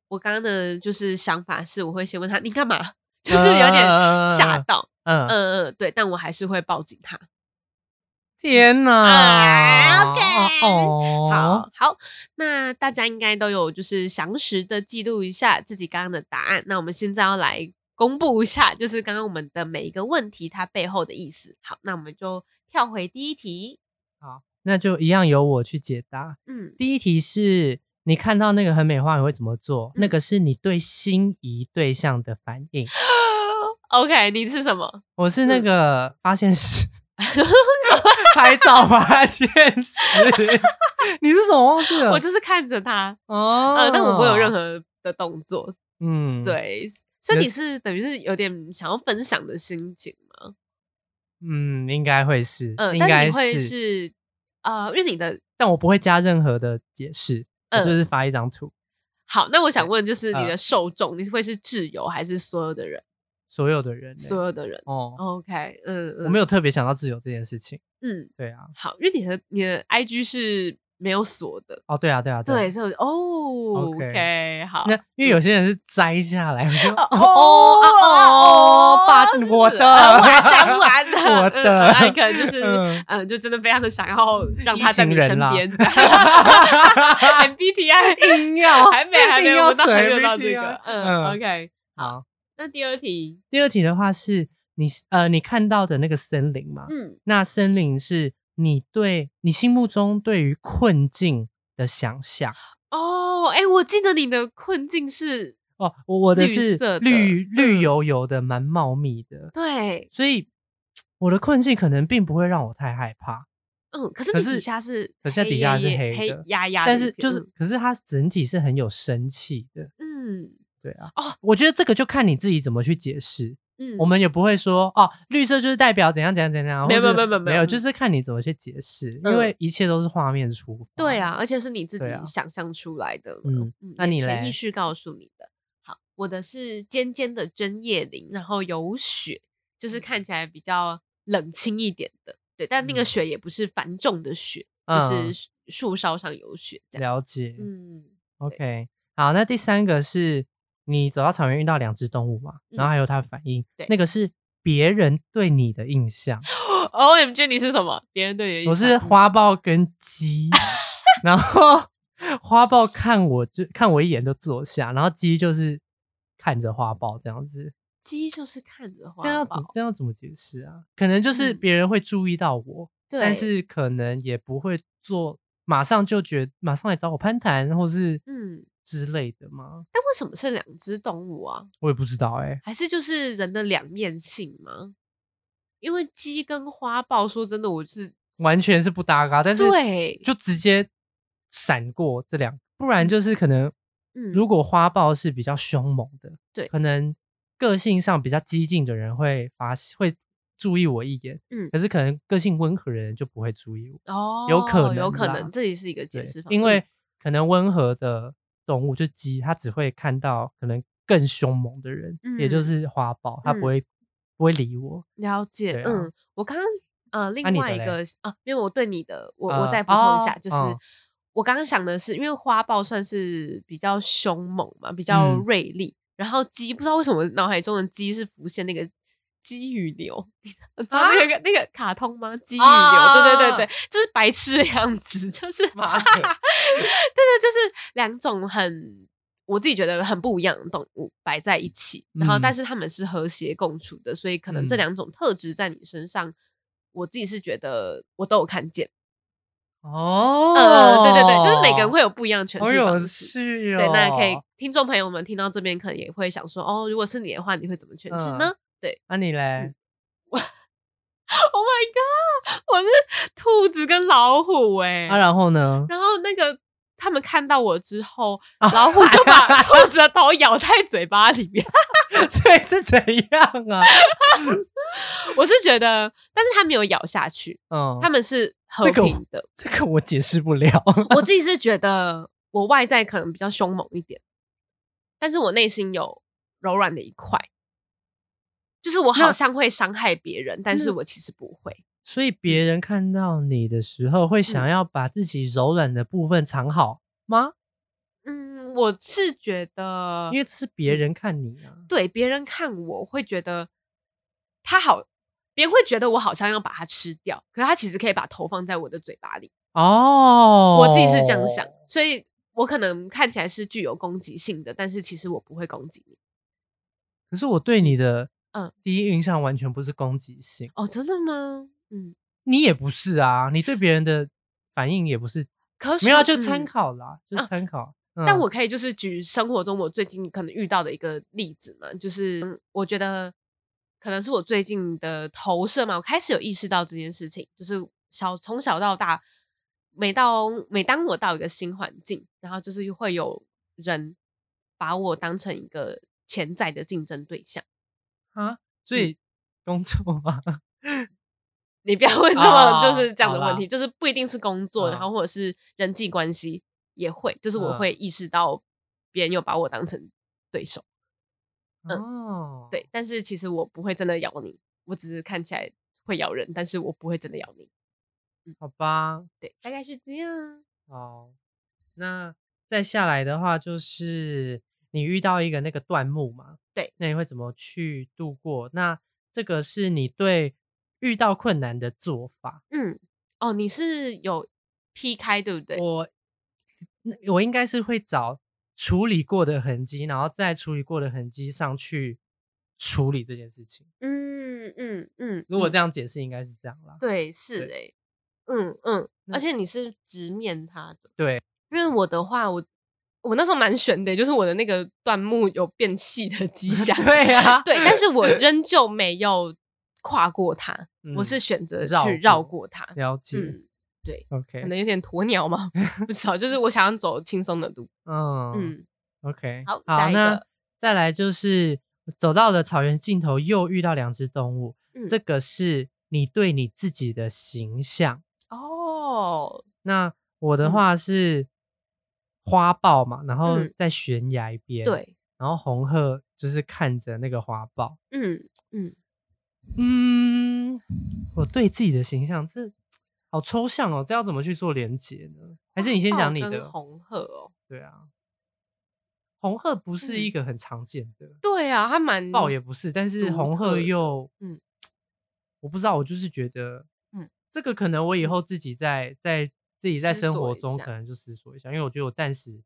[SPEAKER 2] 我刚刚的就是想法是，我会先问他你干嘛， 就是有点吓到，
[SPEAKER 1] 嗯，
[SPEAKER 2] 嗯嗯嗯，对，但我还是会报警他。
[SPEAKER 1] 天哪
[SPEAKER 2] 啊，OK
[SPEAKER 1] 哦，
[SPEAKER 2] 好，好，那大家应该都有就是详实的记录一下自己刚刚的答案。那我们现在要来公布一下，就是刚刚我们的每一个问题它背后的意思。好，那我们就跳回第一题。
[SPEAKER 1] 好，那就一样由我去解答。
[SPEAKER 2] 嗯
[SPEAKER 1] 第一题是你看到那个很美化，你会怎么做？那
[SPEAKER 2] 嗯
[SPEAKER 1] 个是你对心仪对象的反应。
[SPEAKER 2] ，OK，你是什么？
[SPEAKER 1] 我是那
[SPEAKER 2] 嗯
[SPEAKER 1] 个发现时，拍照发现时。 你是什么忘记了？
[SPEAKER 2] 呃我就是看着他，
[SPEAKER 1] 哦
[SPEAKER 2] 呃，但我不会有任何的动作，
[SPEAKER 1] 嗯，
[SPEAKER 2] 对，所以你是等于是有点想要分享的心情吗？
[SPEAKER 1] 嗯，应该会是，
[SPEAKER 2] 嗯，
[SPEAKER 1] 应
[SPEAKER 2] 但
[SPEAKER 1] 该
[SPEAKER 2] 你会
[SPEAKER 1] 是，
[SPEAKER 2] 是呃，因为你的
[SPEAKER 1] 但我不会加任何的解释，我就
[SPEAKER 2] 嗯
[SPEAKER 1] 是发一张图，
[SPEAKER 2] 好，那我想问就是你的
[SPEAKER 1] 嗯
[SPEAKER 2] 受众，你会是挚友还是所有的人？
[SPEAKER 1] 所有的人欸、
[SPEAKER 2] 所有的人。
[SPEAKER 1] 哦，
[SPEAKER 2] OK，嗯，
[SPEAKER 1] 我没
[SPEAKER 2] 有，
[SPEAKER 1] 有特别想到自由这件事情。
[SPEAKER 2] 嗯，
[SPEAKER 1] 对啊，
[SPEAKER 2] 好，因为你的你的 IG 是没有锁的，
[SPEAKER 1] 哦，对啊，对啊，
[SPEAKER 2] 对，所以我就哦
[SPEAKER 1] OK
[SPEAKER 2] ，OK，好，
[SPEAKER 1] 那因为有些人是摘下来，我就哦
[SPEAKER 2] 哦
[SPEAKER 1] 啊哦，
[SPEAKER 2] 哦
[SPEAKER 1] 把这我的，
[SPEAKER 2] 当然了，
[SPEAKER 1] 我
[SPEAKER 2] 嗯
[SPEAKER 1] 的
[SPEAKER 2] 那你可能就 是
[SPEAKER 1] 嗯
[SPEAKER 2] 嗯，就真的非常的想要让
[SPEAKER 1] 一
[SPEAKER 2] 他在
[SPEAKER 1] 行
[SPEAKER 2] 你
[SPEAKER 1] 人
[SPEAKER 2] 身
[SPEAKER 1] 啦
[SPEAKER 2] 边哎 ，MBTI
[SPEAKER 1] 硬要
[SPEAKER 2] 还没还没
[SPEAKER 1] 硬
[SPEAKER 2] 有，
[SPEAKER 1] 要
[SPEAKER 2] 我们都还没有
[SPEAKER 1] 锤
[SPEAKER 2] 到这
[SPEAKER 1] MBTI
[SPEAKER 2] 个，嗯，OK，
[SPEAKER 1] 好。
[SPEAKER 2] 那第二题，
[SPEAKER 1] 第二题的话是你呃，你看到的那个森林嘛？
[SPEAKER 2] 嗯，
[SPEAKER 1] 那森林是你对你心目中对于困境的想象
[SPEAKER 2] 哦，哎，我记得你的困境是，
[SPEAKER 1] 哦。我我的
[SPEAKER 2] 绿
[SPEAKER 1] 是
[SPEAKER 2] 色的
[SPEAKER 1] 绿绿
[SPEAKER 2] 嗯
[SPEAKER 1] 油油的，蛮茂密的，
[SPEAKER 2] 对，
[SPEAKER 1] 所以我的困境可能并不会让我太害怕，
[SPEAKER 2] 嗯，可是
[SPEAKER 1] 可
[SPEAKER 2] 你
[SPEAKER 1] 是
[SPEAKER 2] 底下是，
[SPEAKER 1] 可是底下是
[SPEAKER 2] 黑
[SPEAKER 1] 黑的
[SPEAKER 2] 压压的
[SPEAKER 1] 但
[SPEAKER 2] 一片，
[SPEAKER 1] 是就是可是它整体是很有生气的，
[SPEAKER 2] 嗯
[SPEAKER 1] 对啊。
[SPEAKER 2] 哦，
[SPEAKER 1] 我觉得这个就看你自己怎么去解释，
[SPEAKER 2] 嗯，
[SPEAKER 1] 我们也不会说哦，绿色就是代表怎样怎样怎样，
[SPEAKER 2] 没有
[SPEAKER 1] 或是
[SPEAKER 2] 没有没有没
[SPEAKER 1] 没
[SPEAKER 2] 有
[SPEAKER 1] 有，
[SPEAKER 2] 嗯
[SPEAKER 1] 就是看你怎么去解释，
[SPEAKER 2] 嗯
[SPEAKER 1] 因为一切都是画面出发。
[SPEAKER 2] 对啊，，而且是你自己
[SPEAKER 1] 对啊
[SPEAKER 2] 想象出来的。
[SPEAKER 1] 嗯，那
[SPEAKER 2] 也
[SPEAKER 1] 你
[SPEAKER 2] 潜
[SPEAKER 1] 嘞
[SPEAKER 2] 意识告诉你的。好，我的是尖尖的针叶林，然后有雪，就是看起来比较冷清一点的。对，但那
[SPEAKER 1] 嗯
[SPEAKER 2] 个
[SPEAKER 1] 嗯
[SPEAKER 2] 雪也不是繁重的雪，就
[SPEAKER 1] 嗯
[SPEAKER 2] 是树梢上有雪这样。
[SPEAKER 1] 了解。
[SPEAKER 2] 嗯，
[SPEAKER 1] OK，好，那第三个是你走到草原遇到两只动物嘛，然后还有它的反应，
[SPEAKER 2] 嗯对
[SPEAKER 1] 那个是别人对你的印象，
[SPEAKER 2] O M G，你是什么？别人对你的嗯
[SPEAKER 1] 我
[SPEAKER 2] 印
[SPEAKER 1] 是
[SPEAKER 2] 象
[SPEAKER 1] 花豹跟 鸡，然后 花豹看我就看我一眼就坐下，然后鸡就是看着花豹这样子，
[SPEAKER 2] 鸡，就是看着花
[SPEAKER 1] 这样要怎
[SPEAKER 2] 豹
[SPEAKER 1] 这样要怎么解释啊？可能就是
[SPEAKER 2] 嗯
[SPEAKER 1] 别人会注意到我，
[SPEAKER 2] 对，
[SPEAKER 1] 但是可能也不会做，马上就觉马上来找我攀谈，或是
[SPEAKER 2] 嗯
[SPEAKER 1] 嗯之类的吗？
[SPEAKER 2] 但为什么是两只动物啊？
[SPEAKER 1] 我也不知道哎、
[SPEAKER 2] 还是就是人的两面性吗？因为鸡跟花豹，说真的，我是
[SPEAKER 1] 完全是不搭嘎，但是
[SPEAKER 2] 对，
[SPEAKER 1] 就直接闪过这两，不然就是可能
[SPEAKER 2] 嗯
[SPEAKER 1] 如果花豹是比较凶猛的，
[SPEAKER 2] 对
[SPEAKER 1] 可能个性上比较激进的人会发会注意我一眼，
[SPEAKER 2] 嗯
[SPEAKER 1] 可是可能个性温和的人就不会注意我，
[SPEAKER 2] 哦，
[SPEAKER 1] 有可能
[SPEAKER 2] 有可
[SPEAKER 1] 啦
[SPEAKER 2] 能，这也是一个
[SPEAKER 1] 对
[SPEAKER 2] 解释，方式。
[SPEAKER 1] 因为可能温和的动物就鸡，它只会看到可能更凶猛的人，也就
[SPEAKER 2] 嗯
[SPEAKER 1] 是花豹，它
[SPEAKER 2] 嗯
[SPEAKER 1] 不会、不会理我，
[SPEAKER 2] 了解
[SPEAKER 1] 对，啊
[SPEAKER 2] 嗯，我刚刚呃，另
[SPEAKER 1] 啊你的
[SPEAKER 2] 外一
[SPEAKER 1] 嘞
[SPEAKER 2] 个是啊，因为我对你的，我我
[SPEAKER 1] 呃
[SPEAKER 2] 再补充一下，
[SPEAKER 1] 哦
[SPEAKER 2] 就是
[SPEAKER 1] 嗯
[SPEAKER 2] 我刚刚想的是，因为花豹算是比较凶猛嘛，比较
[SPEAKER 1] 嗯
[SPEAKER 2] 锐利，然后鸡不知道为什么脑海中的鸡是浮现那个。鸡与牛，你知道
[SPEAKER 1] 啊
[SPEAKER 2] 那个、那个卡通吗？鸡与牛，
[SPEAKER 1] 啊
[SPEAKER 2] 对对对对，就是白痴的样子，就是
[SPEAKER 1] 妈的
[SPEAKER 2] 对对，就是两种很我自己觉得很不一样的动物摆在一起，然
[SPEAKER 1] 嗯
[SPEAKER 2] 后但是他们是和谐共处的，所以可能这
[SPEAKER 1] 嗯
[SPEAKER 2] 两种特质在你身上，我自己是觉得我都有看见。
[SPEAKER 1] 哦
[SPEAKER 2] 呃，对对对，就是每个人会有不一样的诠
[SPEAKER 1] 好
[SPEAKER 2] 释
[SPEAKER 1] 有
[SPEAKER 2] 方式。
[SPEAKER 1] 趣哦，
[SPEAKER 2] 对，那可以，听众朋友们听到这边可能也会想说，哦，如果是你的话，你会怎么诠释呢？
[SPEAKER 1] 嗯那、你嘞？
[SPEAKER 2] Oh my god！我是兔子跟老虎哎、
[SPEAKER 1] 啊，然后 呢？
[SPEAKER 2] 然后那个他们看到我之后，
[SPEAKER 1] 啊
[SPEAKER 2] 老虎就把兔子的头咬在嘴巴里面。
[SPEAKER 1] 所以是怎样啊？
[SPEAKER 2] 我是觉得，但是他没有咬下去，
[SPEAKER 1] 嗯，
[SPEAKER 2] 他们是和
[SPEAKER 1] 这个我
[SPEAKER 2] 平 的。
[SPEAKER 1] 这个我解释不 了。
[SPEAKER 2] 我自己是觉得我外在可能比较凶猛一点，但是我内心有柔软的一块，就是我好
[SPEAKER 1] 那
[SPEAKER 2] 像会伤害别人，但是
[SPEAKER 1] 那
[SPEAKER 2] 我其实不会。
[SPEAKER 1] 所以别人看到你的时候，会想要把自己柔软的部分藏好吗？
[SPEAKER 2] 嗯，我是觉得，
[SPEAKER 1] 因为这是别
[SPEAKER 2] 嗯
[SPEAKER 1] 人看你啊。
[SPEAKER 2] 对别人看我会觉得他好，别人会觉得我好像要把它吃掉，可是他其实可以把头放在我的嘴巴里。
[SPEAKER 1] 哦，
[SPEAKER 2] 我自己是这样想，所以我可能看起来是具有攻击性的，但是其实我不会攻击你。
[SPEAKER 1] 可是我对你的
[SPEAKER 2] 嗯
[SPEAKER 1] 嗯第一印象完全不是攻击性，
[SPEAKER 2] 哦，真的吗？嗯，
[SPEAKER 1] 你也不是啊，你对别人的反应也不是，
[SPEAKER 2] 可是
[SPEAKER 1] 没有啊就参、
[SPEAKER 2] 嗯
[SPEAKER 1] 考啦，就
[SPEAKER 2] 啊
[SPEAKER 1] 参考。
[SPEAKER 2] 但
[SPEAKER 1] 嗯
[SPEAKER 2] 我可以就是举生活中我最近可能遇到的一个例子嘛，就是嗯我觉得可能是我最近的投射嘛，我开始有意识到这件事情，就是小从小到大，每到每当我到一个新环境，然后就是会有人把我当成一个潜在的竞争对象。
[SPEAKER 1] 啊，
[SPEAKER 2] 嗯
[SPEAKER 1] 所以工作 嘛，
[SPEAKER 2] 你不要问这么
[SPEAKER 1] 哦
[SPEAKER 2] 就是这样的问
[SPEAKER 1] 好
[SPEAKER 2] 题，
[SPEAKER 1] 啦
[SPEAKER 2] 就是不一定是工作，
[SPEAKER 1] 嗯
[SPEAKER 2] 然后或者是人际关系也会，就是我
[SPEAKER 1] 嗯
[SPEAKER 2] 会意识到别人有把我当成对手，嗯
[SPEAKER 1] 哦，
[SPEAKER 2] 对，但是其实我不会真的咬你，我只是看起来会咬人，但是我不会真的咬你，
[SPEAKER 1] 好吧，
[SPEAKER 2] 对，大概是这
[SPEAKER 1] 啊
[SPEAKER 2] 样。
[SPEAKER 1] 好，那再下来的话，就是你遇到一个那个断木嘛，
[SPEAKER 2] 对，
[SPEAKER 1] 那你会怎么去度过？那这个是你对遇到困难的做法。
[SPEAKER 2] 嗯，哦，你是有劈开对不对？
[SPEAKER 1] 我那我应该是会找处理过的痕迹，然后在处理过的痕迹上去处理这件事情。
[SPEAKER 2] 嗯嗯嗯，
[SPEAKER 1] 如果
[SPEAKER 2] 嗯
[SPEAKER 1] 这样解释，应该是这样啦。
[SPEAKER 2] 对，是哎、
[SPEAKER 1] 对
[SPEAKER 2] 嗯嗯，而
[SPEAKER 1] 那
[SPEAKER 2] 且你是直面他的，
[SPEAKER 1] 对，
[SPEAKER 2] 因为我的话，我我那时候蛮悬的，就是我的那个段木有变细的迹象，
[SPEAKER 1] 对啊，
[SPEAKER 2] 对，但是我仍旧没有跨过它，我
[SPEAKER 1] 嗯
[SPEAKER 2] 是选择
[SPEAKER 1] 绕
[SPEAKER 2] 去绕
[SPEAKER 1] 过
[SPEAKER 2] 过它，
[SPEAKER 1] 了解。
[SPEAKER 2] 嗯，对，可
[SPEAKER 1] OK，
[SPEAKER 2] 能有点鸵鸟嘛，不知道，就是我想要走轻松的路，
[SPEAKER 1] 嗯
[SPEAKER 2] 嗯，
[SPEAKER 1] OK，
[SPEAKER 2] 好下
[SPEAKER 1] 好，
[SPEAKER 2] 一
[SPEAKER 1] 那
[SPEAKER 2] 个
[SPEAKER 1] 再来就是走到了草原尽头，又遇到两只动物，
[SPEAKER 2] 嗯
[SPEAKER 1] 这个是你对你自己的形象。
[SPEAKER 2] 哦，
[SPEAKER 1] 那我的
[SPEAKER 2] 嗯
[SPEAKER 1] 话是花豹嘛，然后
[SPEAKER 2] 嗯
[SPEAKER 1] 在悬崖边，，
[SPEAKER 2] 对，
[SPEAKER 1] 然后红鹤就是看着那个花豹，
[SPEAKER 2] 嗯嗯，
[SPEAKER 1] 嗯，我对自己的形象这好抽象哦，这要怎么去做连结呢？还是你先
[SPEAKER 2] 花豹
[SPEAKER 1] 讲你
[SPEAKER 2] 跟
[SPEAKER 1] 的？
[SPEAKER 2] 红鹤哦，
[SPEAKER 1] 对啊，红鹤不是一
[SPEAKER 2] 嗯
[SPEAKER 1] 个很常见的。
[SPEAKER 2] 对啊，它蛮
[SPEAKER 1] 豹也不是，但是
[SPEAKER 2] 独
[SPEAKER 1] 红
[SPEAKER 2] 特
[SPEAKER 1] 鹤
[SPEAKER 2] 的
[SPEAKER 1] 又，
[SPEAKER 2] 嗯
[SPEAKER 1] 嗯，我不知道，我就是觉得，
[SPEAKER 2] 嗯
[SPEAKER 1] 嗯，这个可能我以后自己在在自己在
[SPEAKER 2] 思
[SPEAKER 1] 生
[SPEAKER 2] 索
[SPEAKER 1] 活
[SPEAKER 2] 一
[SPEAKER 1] 中
[SPEAKER 2] 下
[SPEAKER 1] 可能就思索一下，因为我觉得我暂时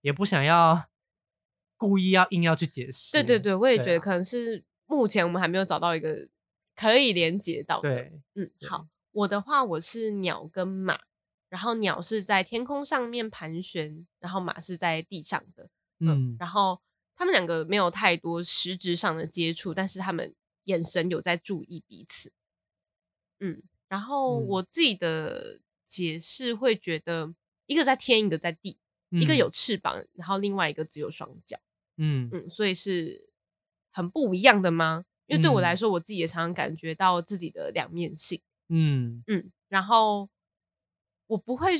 [SPEAKER 1] 也不想要 故意要硬要去解释。
[SPEAKER 2] 对对对，我也觉得
[SPEAKER 1] 啊
[SPEAKER 2] 可能是目前我们还没有找到一个可以连接到的。
[SPEAKER 1] 对，
[SPEAKER 2] 嗯，
[SPEAKER 1] 对
[SPEAKER 2] 好，我的话我是鸟跟马，然后鸟是在天空上面盘旋，然后马是在地上的。
[SPEAKER 1] 嗯，
[SPEAKER 2] 然后他们两个没有太多实质上的接触，但是他们眼神有在注意彼此。嗯，然后
[SPEAKER 1] 嗯
[SPEAKER 2] 我自己的解释会觉得，一个在天，一个在地，一个
[SPEAKER 1] 嗯
[SPEAKER 2] 有，翅膀，然后另外一个只有双脚。
[SPEAKER 1] 嗯
[SPEAKER 2] 嗯，所以是很不一样的吗？因为对我来
[SPEAKER 1] 嗯
[SPEAKER 2] 说，我自己也常常感觉到自己的两面性。
[SPEAKER 1] 嗯
[SPEAKER 2] 嗯，然后我不会，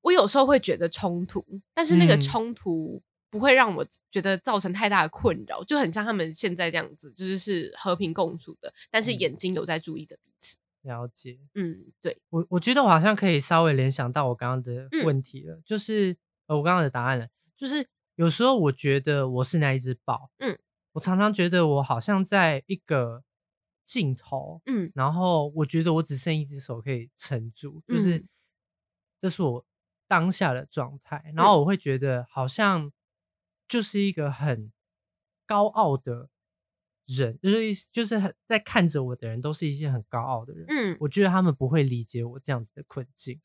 [SPEAKER 2] 我有时候会觉得冲突，但是那个
[SPEAKER 1] 嗯
[SPEAKER 2] 冲突不会让我觉得造成太大的困扰，就很像他们现在这样子，就是是和平共处的，但是
[SPEAKER 1] 嗯
[SPEAKER 2] 眼睛有在注意着彼此。
[SPEAKER 1] 了解。
[SPEAKER 2] 嗯，对，
[SPEAKER 1] 我我觉得我好像可以稍微联想到我刚刚的
[SPEAKER 2] 嗯
[SPEAKER 1] 问题了，就是呃我刚刚的答案了，就是有时候我觉得我是那一只豹，
[SPEAKER 2] 嗯，
[SPEAKER 1] 我常常觉得我好像在一个尽头，
[SPEAKER 2] 嗯
[SPEAKER 1] 然后我觉得我只剩一只手可以撑住，就是、
[SPEAKER 2] 嗯
[SPEAKER 1] 这是我当下的状态，
[SPEAKER 2] 嗯
[SPEAKER 1] 然后我会觉得好像就是一个很高傲的人，就是就是很在看着我的人都是一些很高傲的人，
[SPEAKER 2] 嗯，
[SPEAKER 1] 我觉得他们不会理解我这样子的困境。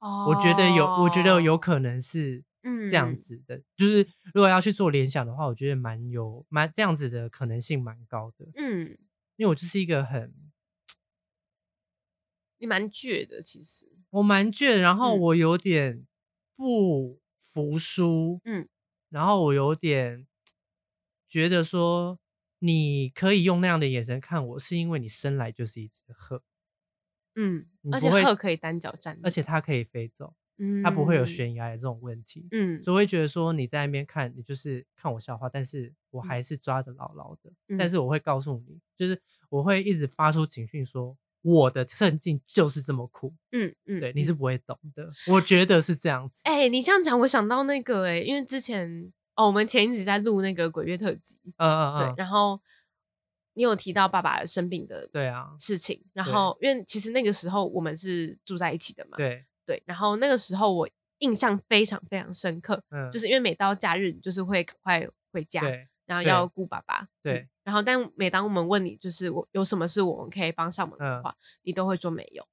[SPEAKER 2] 哦
[SPEAKER 1] 我觉得有，我觉得有可能是这样
[SPEAKER 2] 嗯
[SPEAKER 1] 子的，就是如果要去做联想的话，我觉得蛮有蛮这样子的可能性蛮高的，
[SPEAKER 2] 嗯，
[SPEAKER 1] 因为我就是一个很
[SPEAKER 2] 你蛮倔的，其实，
[SPEAKER 1] 我蛮倔，然后
[SPEAKER 2] 嗯
[SPEAKER 1] 我有点不服输，
[SPEAKER 2] 嗯，
[SPEAKER 1] 然后我有点觉得说。你可以用那样的眼神看我，是因为你生来就是一只鹤，
[SPEAKER 2] 嗯，
[SPEAKER 1] 你
[SPEAKER 2] 而
[SPEAKER 1] 不
[SPEAKER 2] 且
[SPEAKER 1] 会
[SPEAKER 2] 鹤可以单脚站立，
[SPEAKER 1] 而且它可以飞走，
[SPEAKER 2] 嗯
[SPEAKER 1] 它不会有，悬崖的这种问题。
[SPEAKER 2] 嗯
[SPEAKER 1] 所以我会觉得说你在那边看，你就是看我笑话，但是我还是抓的牢牢的。
[SPEAKER 2] 嗯
[SPEAKER 1] 但是我会告诉你，就是我会一直发出警讯说，我的寸进就是这么苦，
[SPEAKER 2] 嗯嗯，
[SPEAKER 1] 对，你
[SPEAKER 2] 嗯
[SPEAKER 1] 是不会懂的。我觉得是这样子。
[SPEAKER 2] 哎、你这样讲，我想到那个哎、因为之前哦，我们前一直在录那个鬼月特辑，
[SPEAKER 1] 嗯嗯
[SPEAKER 2] 对，
[SPEAKER 1] 嗯，
[SPEAKER 2] 然后你有提到爸爸生病的
[SPEAKER 1] 对啊，
[SPEAKER 2] 事情，然
[SPEAKER 1] 对
[SPEAKER 2] 后因为其实那个时候我们是住在一起的嘛，
[SPEAKER 1] 对，
[SPEAKER 2] 对，然后那个时候我印象非常非常深刻，
[SPEAKER 1] 嗯，
[SPEAKER 2] 就是因为每到假日，你就是会赶快回家，
[SPEAKER 1] 对，
[SPEAKER 2] 然后
[SPEAKER 1] 对
[SPEAKER 2] 要顾爸爸，嗯
[SPEAKER 1] 对
[SPEAKER 2] 然后但每当我们问你就是我有什么事我们可以帮上忙的
[SPEAKER 1] 嗯
[SPEAKER 2] 话，你都会说没有，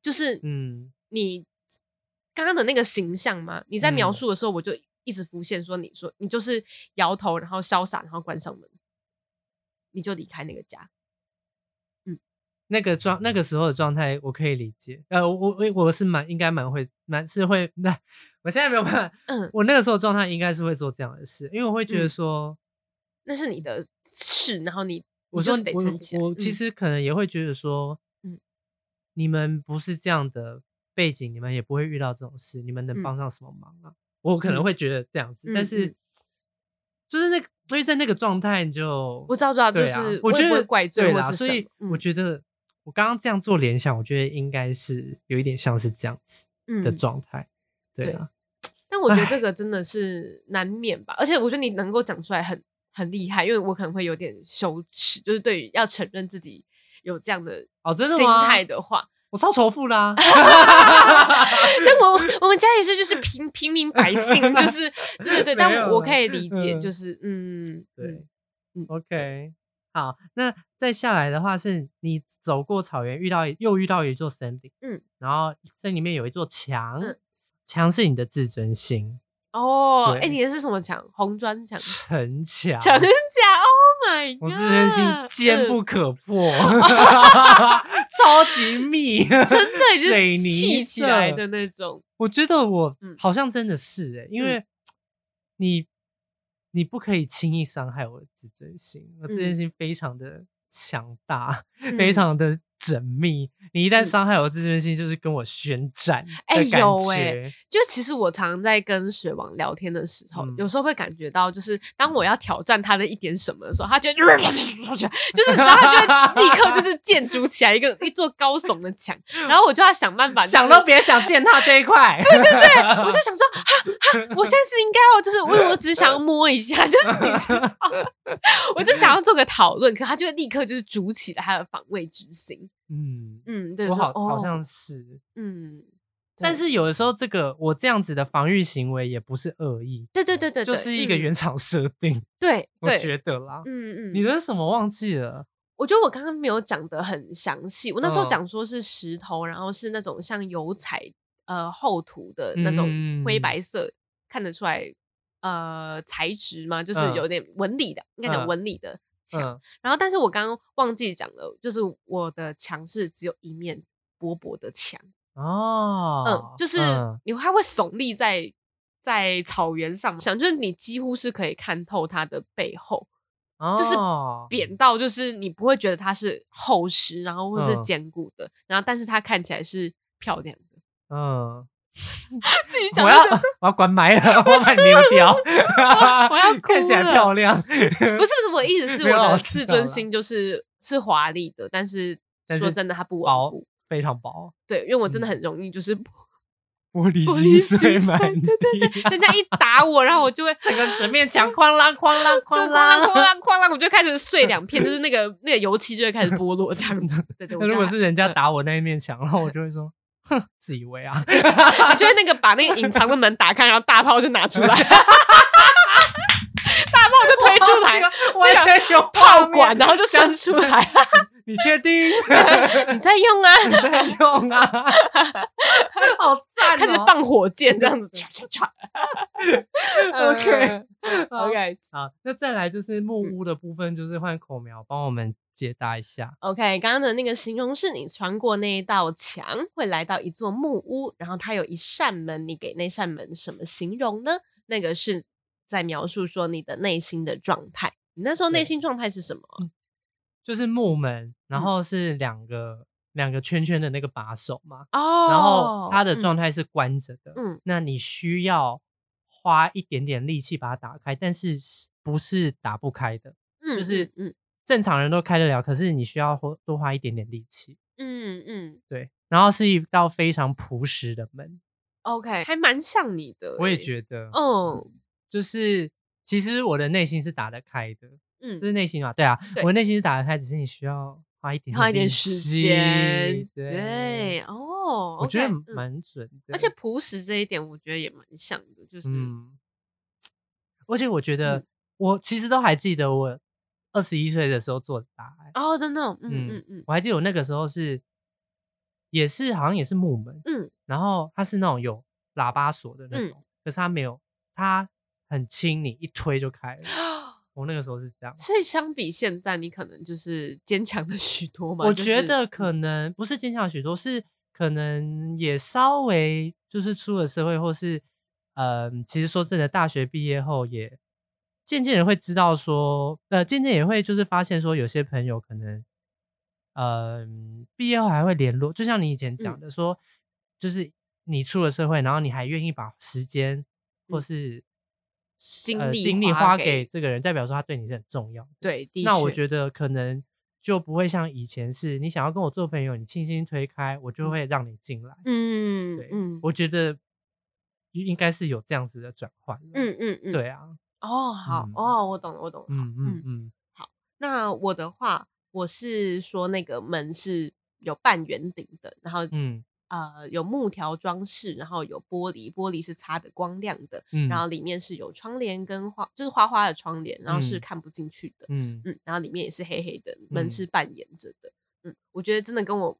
[SPEAKER 2] 就是
[SPEAKER 1] 嗯
[SPEAKER 2] 你刚刚的那个形象嘛，你在描
[SPEAKER 1] 嗯
[SPEAKER 2] 述的时候，我就一直浮现说，你说你就是摇头，然后潇洒，然后关上门，你就离开那个家。
[SPEAKER 1] 那个状那个时候的状态，我可以理解。呃，我我我是蛮应该蛮会蛮是会， 那我现在没有办法。
[SPEAKER 2] 嗯
[SPEAKER 1] 我那个时候状态应该是会做这样的事，因为我会觉得
[SPEAKER 2] 嗯
[SPEAKER 1] 说，
[SPEAKER 2] 那是你的事，然后你
[SPEAKER 1] 我
[SPEAKER 2] 你
[SPEAKER 1] 说
[SPEAKER 2] 就是得撑起来。
[SPEAKER 1] 我我其
[SPEAKER 2] 嗯
[SPEAKER 1] 实可能也会觉得说，
[SPEAKER 2] 嗯
[SPEAKER 1] 你们不是这样的背景，你们也不会遇到这种事，你们能
[SPEAKER 2] 嗯
[SPEAKER 1] 帮上什么忙啊？我可能
[SPEAKER 2] 嗯
[SPEAKER 1] 会觉得这样子，
[SPEAKER 2] 嗯
[SPEAKER 1] 但是
[SPEAKER 2] 嗯
[SPEAKER 1] 就是那个，所以在那个状态你就
[SPEAKER 2] 我知道，知道，就
[SPEAKER 1] 对啊
[SPEAKER 2] 是
[SPEAKER 1] 我
[SPEAKER 2] 也
[SPEAKER 1] 觉
[SPEAKER 2] 不会
[SPEAKER 1] 得
[SPEAKER 2] 怪罪
[SPEAKER 1] 对
[SPEAKER 2] 或
[SPEAKER 1] 啦，
[SPEAKER 2] 是
[SPEAKER 1] 所
[SPEAKER 2] 什
[SPEAKER 1] 以
[SPEAKER 2] 么嗯
[SPEAKER 1] 我觉得我刚刚这样做联想，我觉得应该是有一点像是这样子
[SPEAKER 2] 嗯
[SPEAKER 1] 的
[SPEAKER 2] 嗯
[SPEAKER 1] 状态，对
[SPEAKER 2] 对
[SPEAKER 1] 啊，
[SPEAKER 2] 但我觉得这个真的是难免吧，而且我觉得你能够讲出来很很厉害，因为我可能会有点羞耻，就是对于要承认自己有这样的
[SPEAKER 1] 哦真的
[SPEAKER 2] 心
[SPEAKER 1] 吗
[SPEAKER 2] 态的话，
[SPEAKER 1] 我超仇富 啦、
[SPEAKER 2] 但我我们家也是就是平平民百姓， 就是对对对，
[SPEAKER 1] 没
[SPEAKER 2] 但
[SPEAKER 1] 有
[SPEAKER 2] 我
[SPEAKER 1] 啦
[SPEAKER 2] 可以理解，
[SPEAKER 1] 嗯
[SPEAKER 2] 就是嗯，嗯
[SPEAKER 1] 对、
[SPEAKER 2] 嗯
[SPEAKER 1] o k 好，那再下来的话是你走过草原，遇到一又遇到一座森林，
[SPEAKER 2] 嗯，
[SPEAKER 1] 然后森林里面有一座墙
[SPEAKER 2] 嗯，
[SPEAKER 1] 墙、是你的自尊心，
[SPEAKER 2] 哦，哎，
[SPEAKER 1] 对
[SPEAKER 2] 你的是什么墙？红砖墙，
[SPEAKER 1] 城墙，
[SPEAKER 2] 墙很假，Oh my
[SPEAKER 1] 我
[SPEAKER 2] god，
[SPEAKER 1] 自尊心坚
[SPEAKER 2] 嗯
[SPEAKER 1] 不可 破，超级密，
[SPEAKER 2] 真 的就
[SPEAKER 1] 水泥
[SPEAKER 2] 是砌起来
[SPEAKER 1] 色
[SPEAKER 2] 的那种，
[SPEAKER 1] 我觉得我
[SPEAKER 2] 嗯
[SPEAKER 1] 好像真的是哎、因为你你不可以轻易伤害我的自尊心，我自尊
[SPEAKER 2] 嗯
[SPEAKER 1] 心非常的强大，
[SPEAKER 2] 嗯
[SPEAKER 1] 非常的缜密。你一旦
[SPEAKER 2] 嗯
[SPEAKER 1] 伤害我的自尊心，就是跟我宣战
[SPEAKER 2] 哎
[SPEAKER 1] 的感
[SPEAKER 2] 有哎
[SPEAKER 1] 觉
[SPEAKER 2] 就其实我常在跟水王聊天的时候，
[SPEAKER 1] 嗯
[SPEAKER 2] 有时候会感觉到，就是当我要挑战他的一点什么的时候，他就 就是你知道，他就会立刻 就是建筑起来一个一座高耸的墙，然后我就要想办法、就是，
[SPEAKER 1] 想都别想践踏这一块。对对对，
[SPEAKER 2] 我就想说，哈哈，我现在是应该要就是我我只是想要摸一下，就是你知道， 我就想要做个讨论，可他就会立刻就是筑起了他的防卫之心。
[SPEAKER 1] 嗯，
[SPEAKER 2] 嗯，对，
[SPEAKER 1] 我
[SPEAKER 2] 说
[SPEAKER 1] 好好
[SPEAKER 2] 哦
[SPEAKER 1] 像是。
[SPEAKER 2] 嗯，
[SPEAKER 1] 但
[SPEAKER 2] 对
[SPEAKER 1] 是有的时候，这个我这样子的防御行为也不是恶意，
[SPEAKER 2] 对对对对，
[SPEAKER 1] 就
[SPEAKER 2] 对
[SPEAKER 1] 是一个
[SPEAKER 2] 嗯
[SPEAKER 1] 原厂设定，
[SPEAKER 2] 对
[SPEAKER 1] 我
[SPEAKER 2] 对，
[SPEAKER 1] 觉得啦。
[SPEAKER 2] 嗯嗯，
[SPEAKER 1] 你的是什么忘记了？
[SPEAKER 2] 我觉得我刚刚没有讲的很详细，我那时候
[SPEAKER 1] 嗯
[SPEAKER 2] 讲说是石头，然后是那种像油彩呃厚涂的那种灰
[SPEAKER 1] 嗯
[SPEAKER 2] 白色，看得出来呃材质嘛，就是
[SPEAKER 1] 嗯
[SPEAKER 2] 有点纹理的，应该讲
[SPEAKER 1] 嗯
[SPEAKER 2] 纹理的墙。
[SPEAKER 1] 嗯，
[SPEAKER 2] 然后，但是我刚刚忘记讲了，就是我的墙是只有一面薄薄的墙，
[SPEAKER 1] 哦，
[SPEAKER 2] 嗯，就是
[SPEAKER 1] 嗯
[SPEAKER 2] 你它会耸立在在草原上，想就是你几乎是可以看透它的背后。就是
[SPEAKER 1] 哦
[SPEAKER 2] 扁到就是你不会觉得它是厚实，然后或是
[SPEAKER 1] 嗯
[SPEAKER 2] 坚固的，然后但是它看起来是漂亮的。
[SPEAKER 1] 嗯，
[SPEAKER 2] 自己讲
[SPEAKER 1] 我
[SPEAKER 2] 就
[SPEAKER 1] 要
[SPEAKER 2] 觉得
[SPEAKER 1] 我要关麦了，我要把你丢 掉，
[SPEAKER 2] 我要哭
[SPEAKER 1] 看起来
[SPEAKER 2] 了
[SPEAKER 1] 漂亮，
[SPEAKER 2] 不是不是我 的意思是
[SPEAKER 1] 没有
[SPEAKER 2] 我
[SPEAKER 1] 我
[SPEAKER 2] 的
[SPEAKER 1] 知
[SPEAKER 2] 自
[SPEAKER 1] 道
[SPEAKER 2] 尊
[SPEAKER 1] 啦
[SPEAKER 2] 心就是是华丽的，但是
[SPEAKER 1] 但
[SPEAKER 2] 说
[SPEAKER 1] 是
[SPEAKER 2] 真的它不稳
[SPEAKER 1] 薄
[SPEAKER 2] 固。
[SPEAKER 1] 非常薄，
[SPEAKER 2] 对，因为我真
[SPEAKER 1] 嗯
[SPEAKER 2] 的很容易就是
[SPEAKER 1] 玻璃
[SPEAKER 2] 玻
[SPEAKER 1] 心
[SPEAKER 2] 璃
[SPEAKER 1] 碎
[SPEAKER 2] 心
[SPEAKER 1] 满
[SPEAKER 2] 碎
[SPEAKER 1] 地
[SPEAKER 2] 对， 人家一打我，然后我就会
[SPEAKER 1] 整个整面墙哐啷哐啷
[SPEAKER 2] 就
[SPEAKER 1] 哐
[SPEAKER 2] 哐啷哐
[SPEAKER 1] 啷。
[SPEAKER 2] 啷哐啷，我就开始碎两片，就是那个那个油漆就会开始剥落这样 子。对对，我
[SPEAKER 1] 那如
[SPEAKER 2] 觉
[SPEAKER 1] 果
[SPEAKER 2] 得
[SPEAKER 1] 是人家打我那一面墙，然后我就会说，哼，自以为 啊，
[SPEAKER 2] 你就会那个把那个隐藏的门打开，然后大炮就 拿出来，大炮就推出 来，
[SPEAKER 1] 完全有
[SPEAKER 2] 炮
[SPEAKER 1] 画面
[SPEAKER 2] 管，然后就伸出。来。
[SPEAKER 1] 你确定？
[SPEAKER 2] 你在用啊？
[SPEAKER 1] 你在用 啊？ 好赞哦！
[SPEAKER 2] 开始放火箭这 样子，唰唰唰。
[SPEAKER 1] OK
[SPEAKER 2] 呃 OK
[SPEAKER 1] 好，啊那再来就是木
[SPEAKER 2] 嗯
[SPEAKER 1] 屋的部分，就是换口苗帮我们解答一下。
[SPEAKER 2] OK，刚刚的那个形容是你穿过那一道墙，会来到一座木屋，然后它有一扇门，你给那扇门什么形容呢？那个是在描述说你的内心的状态。你那时候内
[SPEAKER 1] 对嗯
[SPEAKER 2] 心状态是什么？
[SPEAKER 1] 就是木门，然
[SPEAKER 2] 嗯
[SPEAKER 1] 后是两个两、个圈圈的那个把手嘛，
[SPEAKER 2] 哦
[SPEAKER 1] 然后它的
[SPEAKER 2] 嗯
[SPEAKER 1] 状态是关着的。
[SPEAKER 2] 嗯
[SPEAKER 1] 那你需要花一点点力气把它打开，但是是不是打不开的？
[SPEAKER 2] 嗯
[SPEAKER 1] 就是
[SPEAKER 2] 嗯
[SPEAKER 1] 正常人都开得了，可是你需要花多花一点点力气。
[SPEAKER 2] 嗯嗯嗯
[SPEAKER 1] 对，然后是一道非常朴实的门，
[SPEAKER 2] ，OK，还蛮像你的欸、
[SPEAKER 1] 我也觉得，
[SPEAKER 2] 嗯
[SPEAKER 1] 就是其实我的内心是打得开的，这
[SPEAKER 2] 嗯，
[SPEAKER 1] 是内心嘛？对啊，
[SPEAKER 2] 对
[SPEAKER 1] 我的内心是打得开，只是你需要花一点
[SPEAKER 2] 花一点
[SPEAKER 1] 力
[SPEAKER 2] 时
[SPEAKER 1] 气
[SPEAKER 2] 间，
[SPEAKER 1] 对，
[SPEAKER 2] 对哦，
[SPEAKER 1] 我觉得
[SPEAKER 2] OK，嗯
[SPEAKER 1] 蛮准的，
[SPEAKER 2] 而且朴实这一点，我觉得也蛮像的，就是
[SPEAKER 1] 嗯，而且我觉得、
[SPEAKER 2] 嗯
[SPEAKER 1] 我其实都还记得我二十一岁的时候做的答案，
[SPEAKER 2] 哦，真的哦，嗯嗯嗯
[SPEAKER 1] 我还记得我那个时候是也是好像也是木门，
[SPEAKER 2] 嗯
[SPEAKER 1] 然后它是那种有喇叭锁的那种，可是它没有，它很轻，你一推就开了。
[SPEAKER 2] 嗯，
[SPEAKER 1] 我那个时候是这样。
[SPEAKER 2] 所以相比现在，你可能就是坚强的许多嘛。
[SPEAKER 1] 我
[SPEAKER 2] 就
[SPEAKER 1] 觉
[SPEAKER 2] 是嗯
[SPEAKER 1] 得可能不是坚强许多，是可能也稍微就是出了社会，或是呃，其实说真的，大学毕业后也渐渐也会知道说，呃，渐渐也会就是发现说，有些朋友可能，呃，毕业后还会联络，就像你以前
[SPEAKER 2] 嗯
[SPEAKER 1] 讲的说，就是你出了社会，然后你还愿意把时间或
[SPEAKER 2] 嗯
[SPEAKER 1] 是。
[SPEAKER 2] 精
[SPEAKER 1] 呃
[SPEAKER 2] 力
[SPEAKER 1] 精力
[SPEAKER 2] 花
[SPEAKER 1] 花
[SPEAKER 2] 给
[SPEAKER 1] 给这个人，代表说他对你是很重要的。
[SPEAKER 2] 对，的
[SPEAKER 1] 那我
[SPEAKER 2] 确
[SPEAKER 1] 觉得可能就不会像以前是，你想要跟我做朋友，你轻轻推开，我就会让你进来。
[SPEAKER 2] 嗯
[SPEAKER 1] 对，
[SPEAKER 2] 嗯
[SPEAKER 1] 我觉得应该是有这样子的转换。
[SPEAKER 2] 嗯，嗯嗯，
[SPEAKER 1] 对啊，
[SPEAKER 2] 哦，好
[SPEAKER 1] 嗯
[SPEAKER 2] 哦，我懂了，我懂了。好
[SPEAKER 1] 嗯嗯嗯，
[SPEAKER 2] 那我的话，我是说那个门是有半圆顶的，然后
[SPEAKER 1] 嗯
[SPEAKER 2] 呃有木条装饰，然后有玻璃，玻璃是擦的光亮的，
[SPEAKER 1] 嗯，
[SPEAKER 2] 然后里面是有窗帘跟花，就是花花的窗帘，然后是
[SPEAKER 1] 嗯
[SPEAKER 2] 看不进去的。
[SPEAKER 1] 嗯
[SPEAKER 2] 嗯，然后里面也是黑黑的，门
[SPEAKER 1] 嗯
[SPEAKER 2] 是半掩着的。嗯，我觉得真的跟我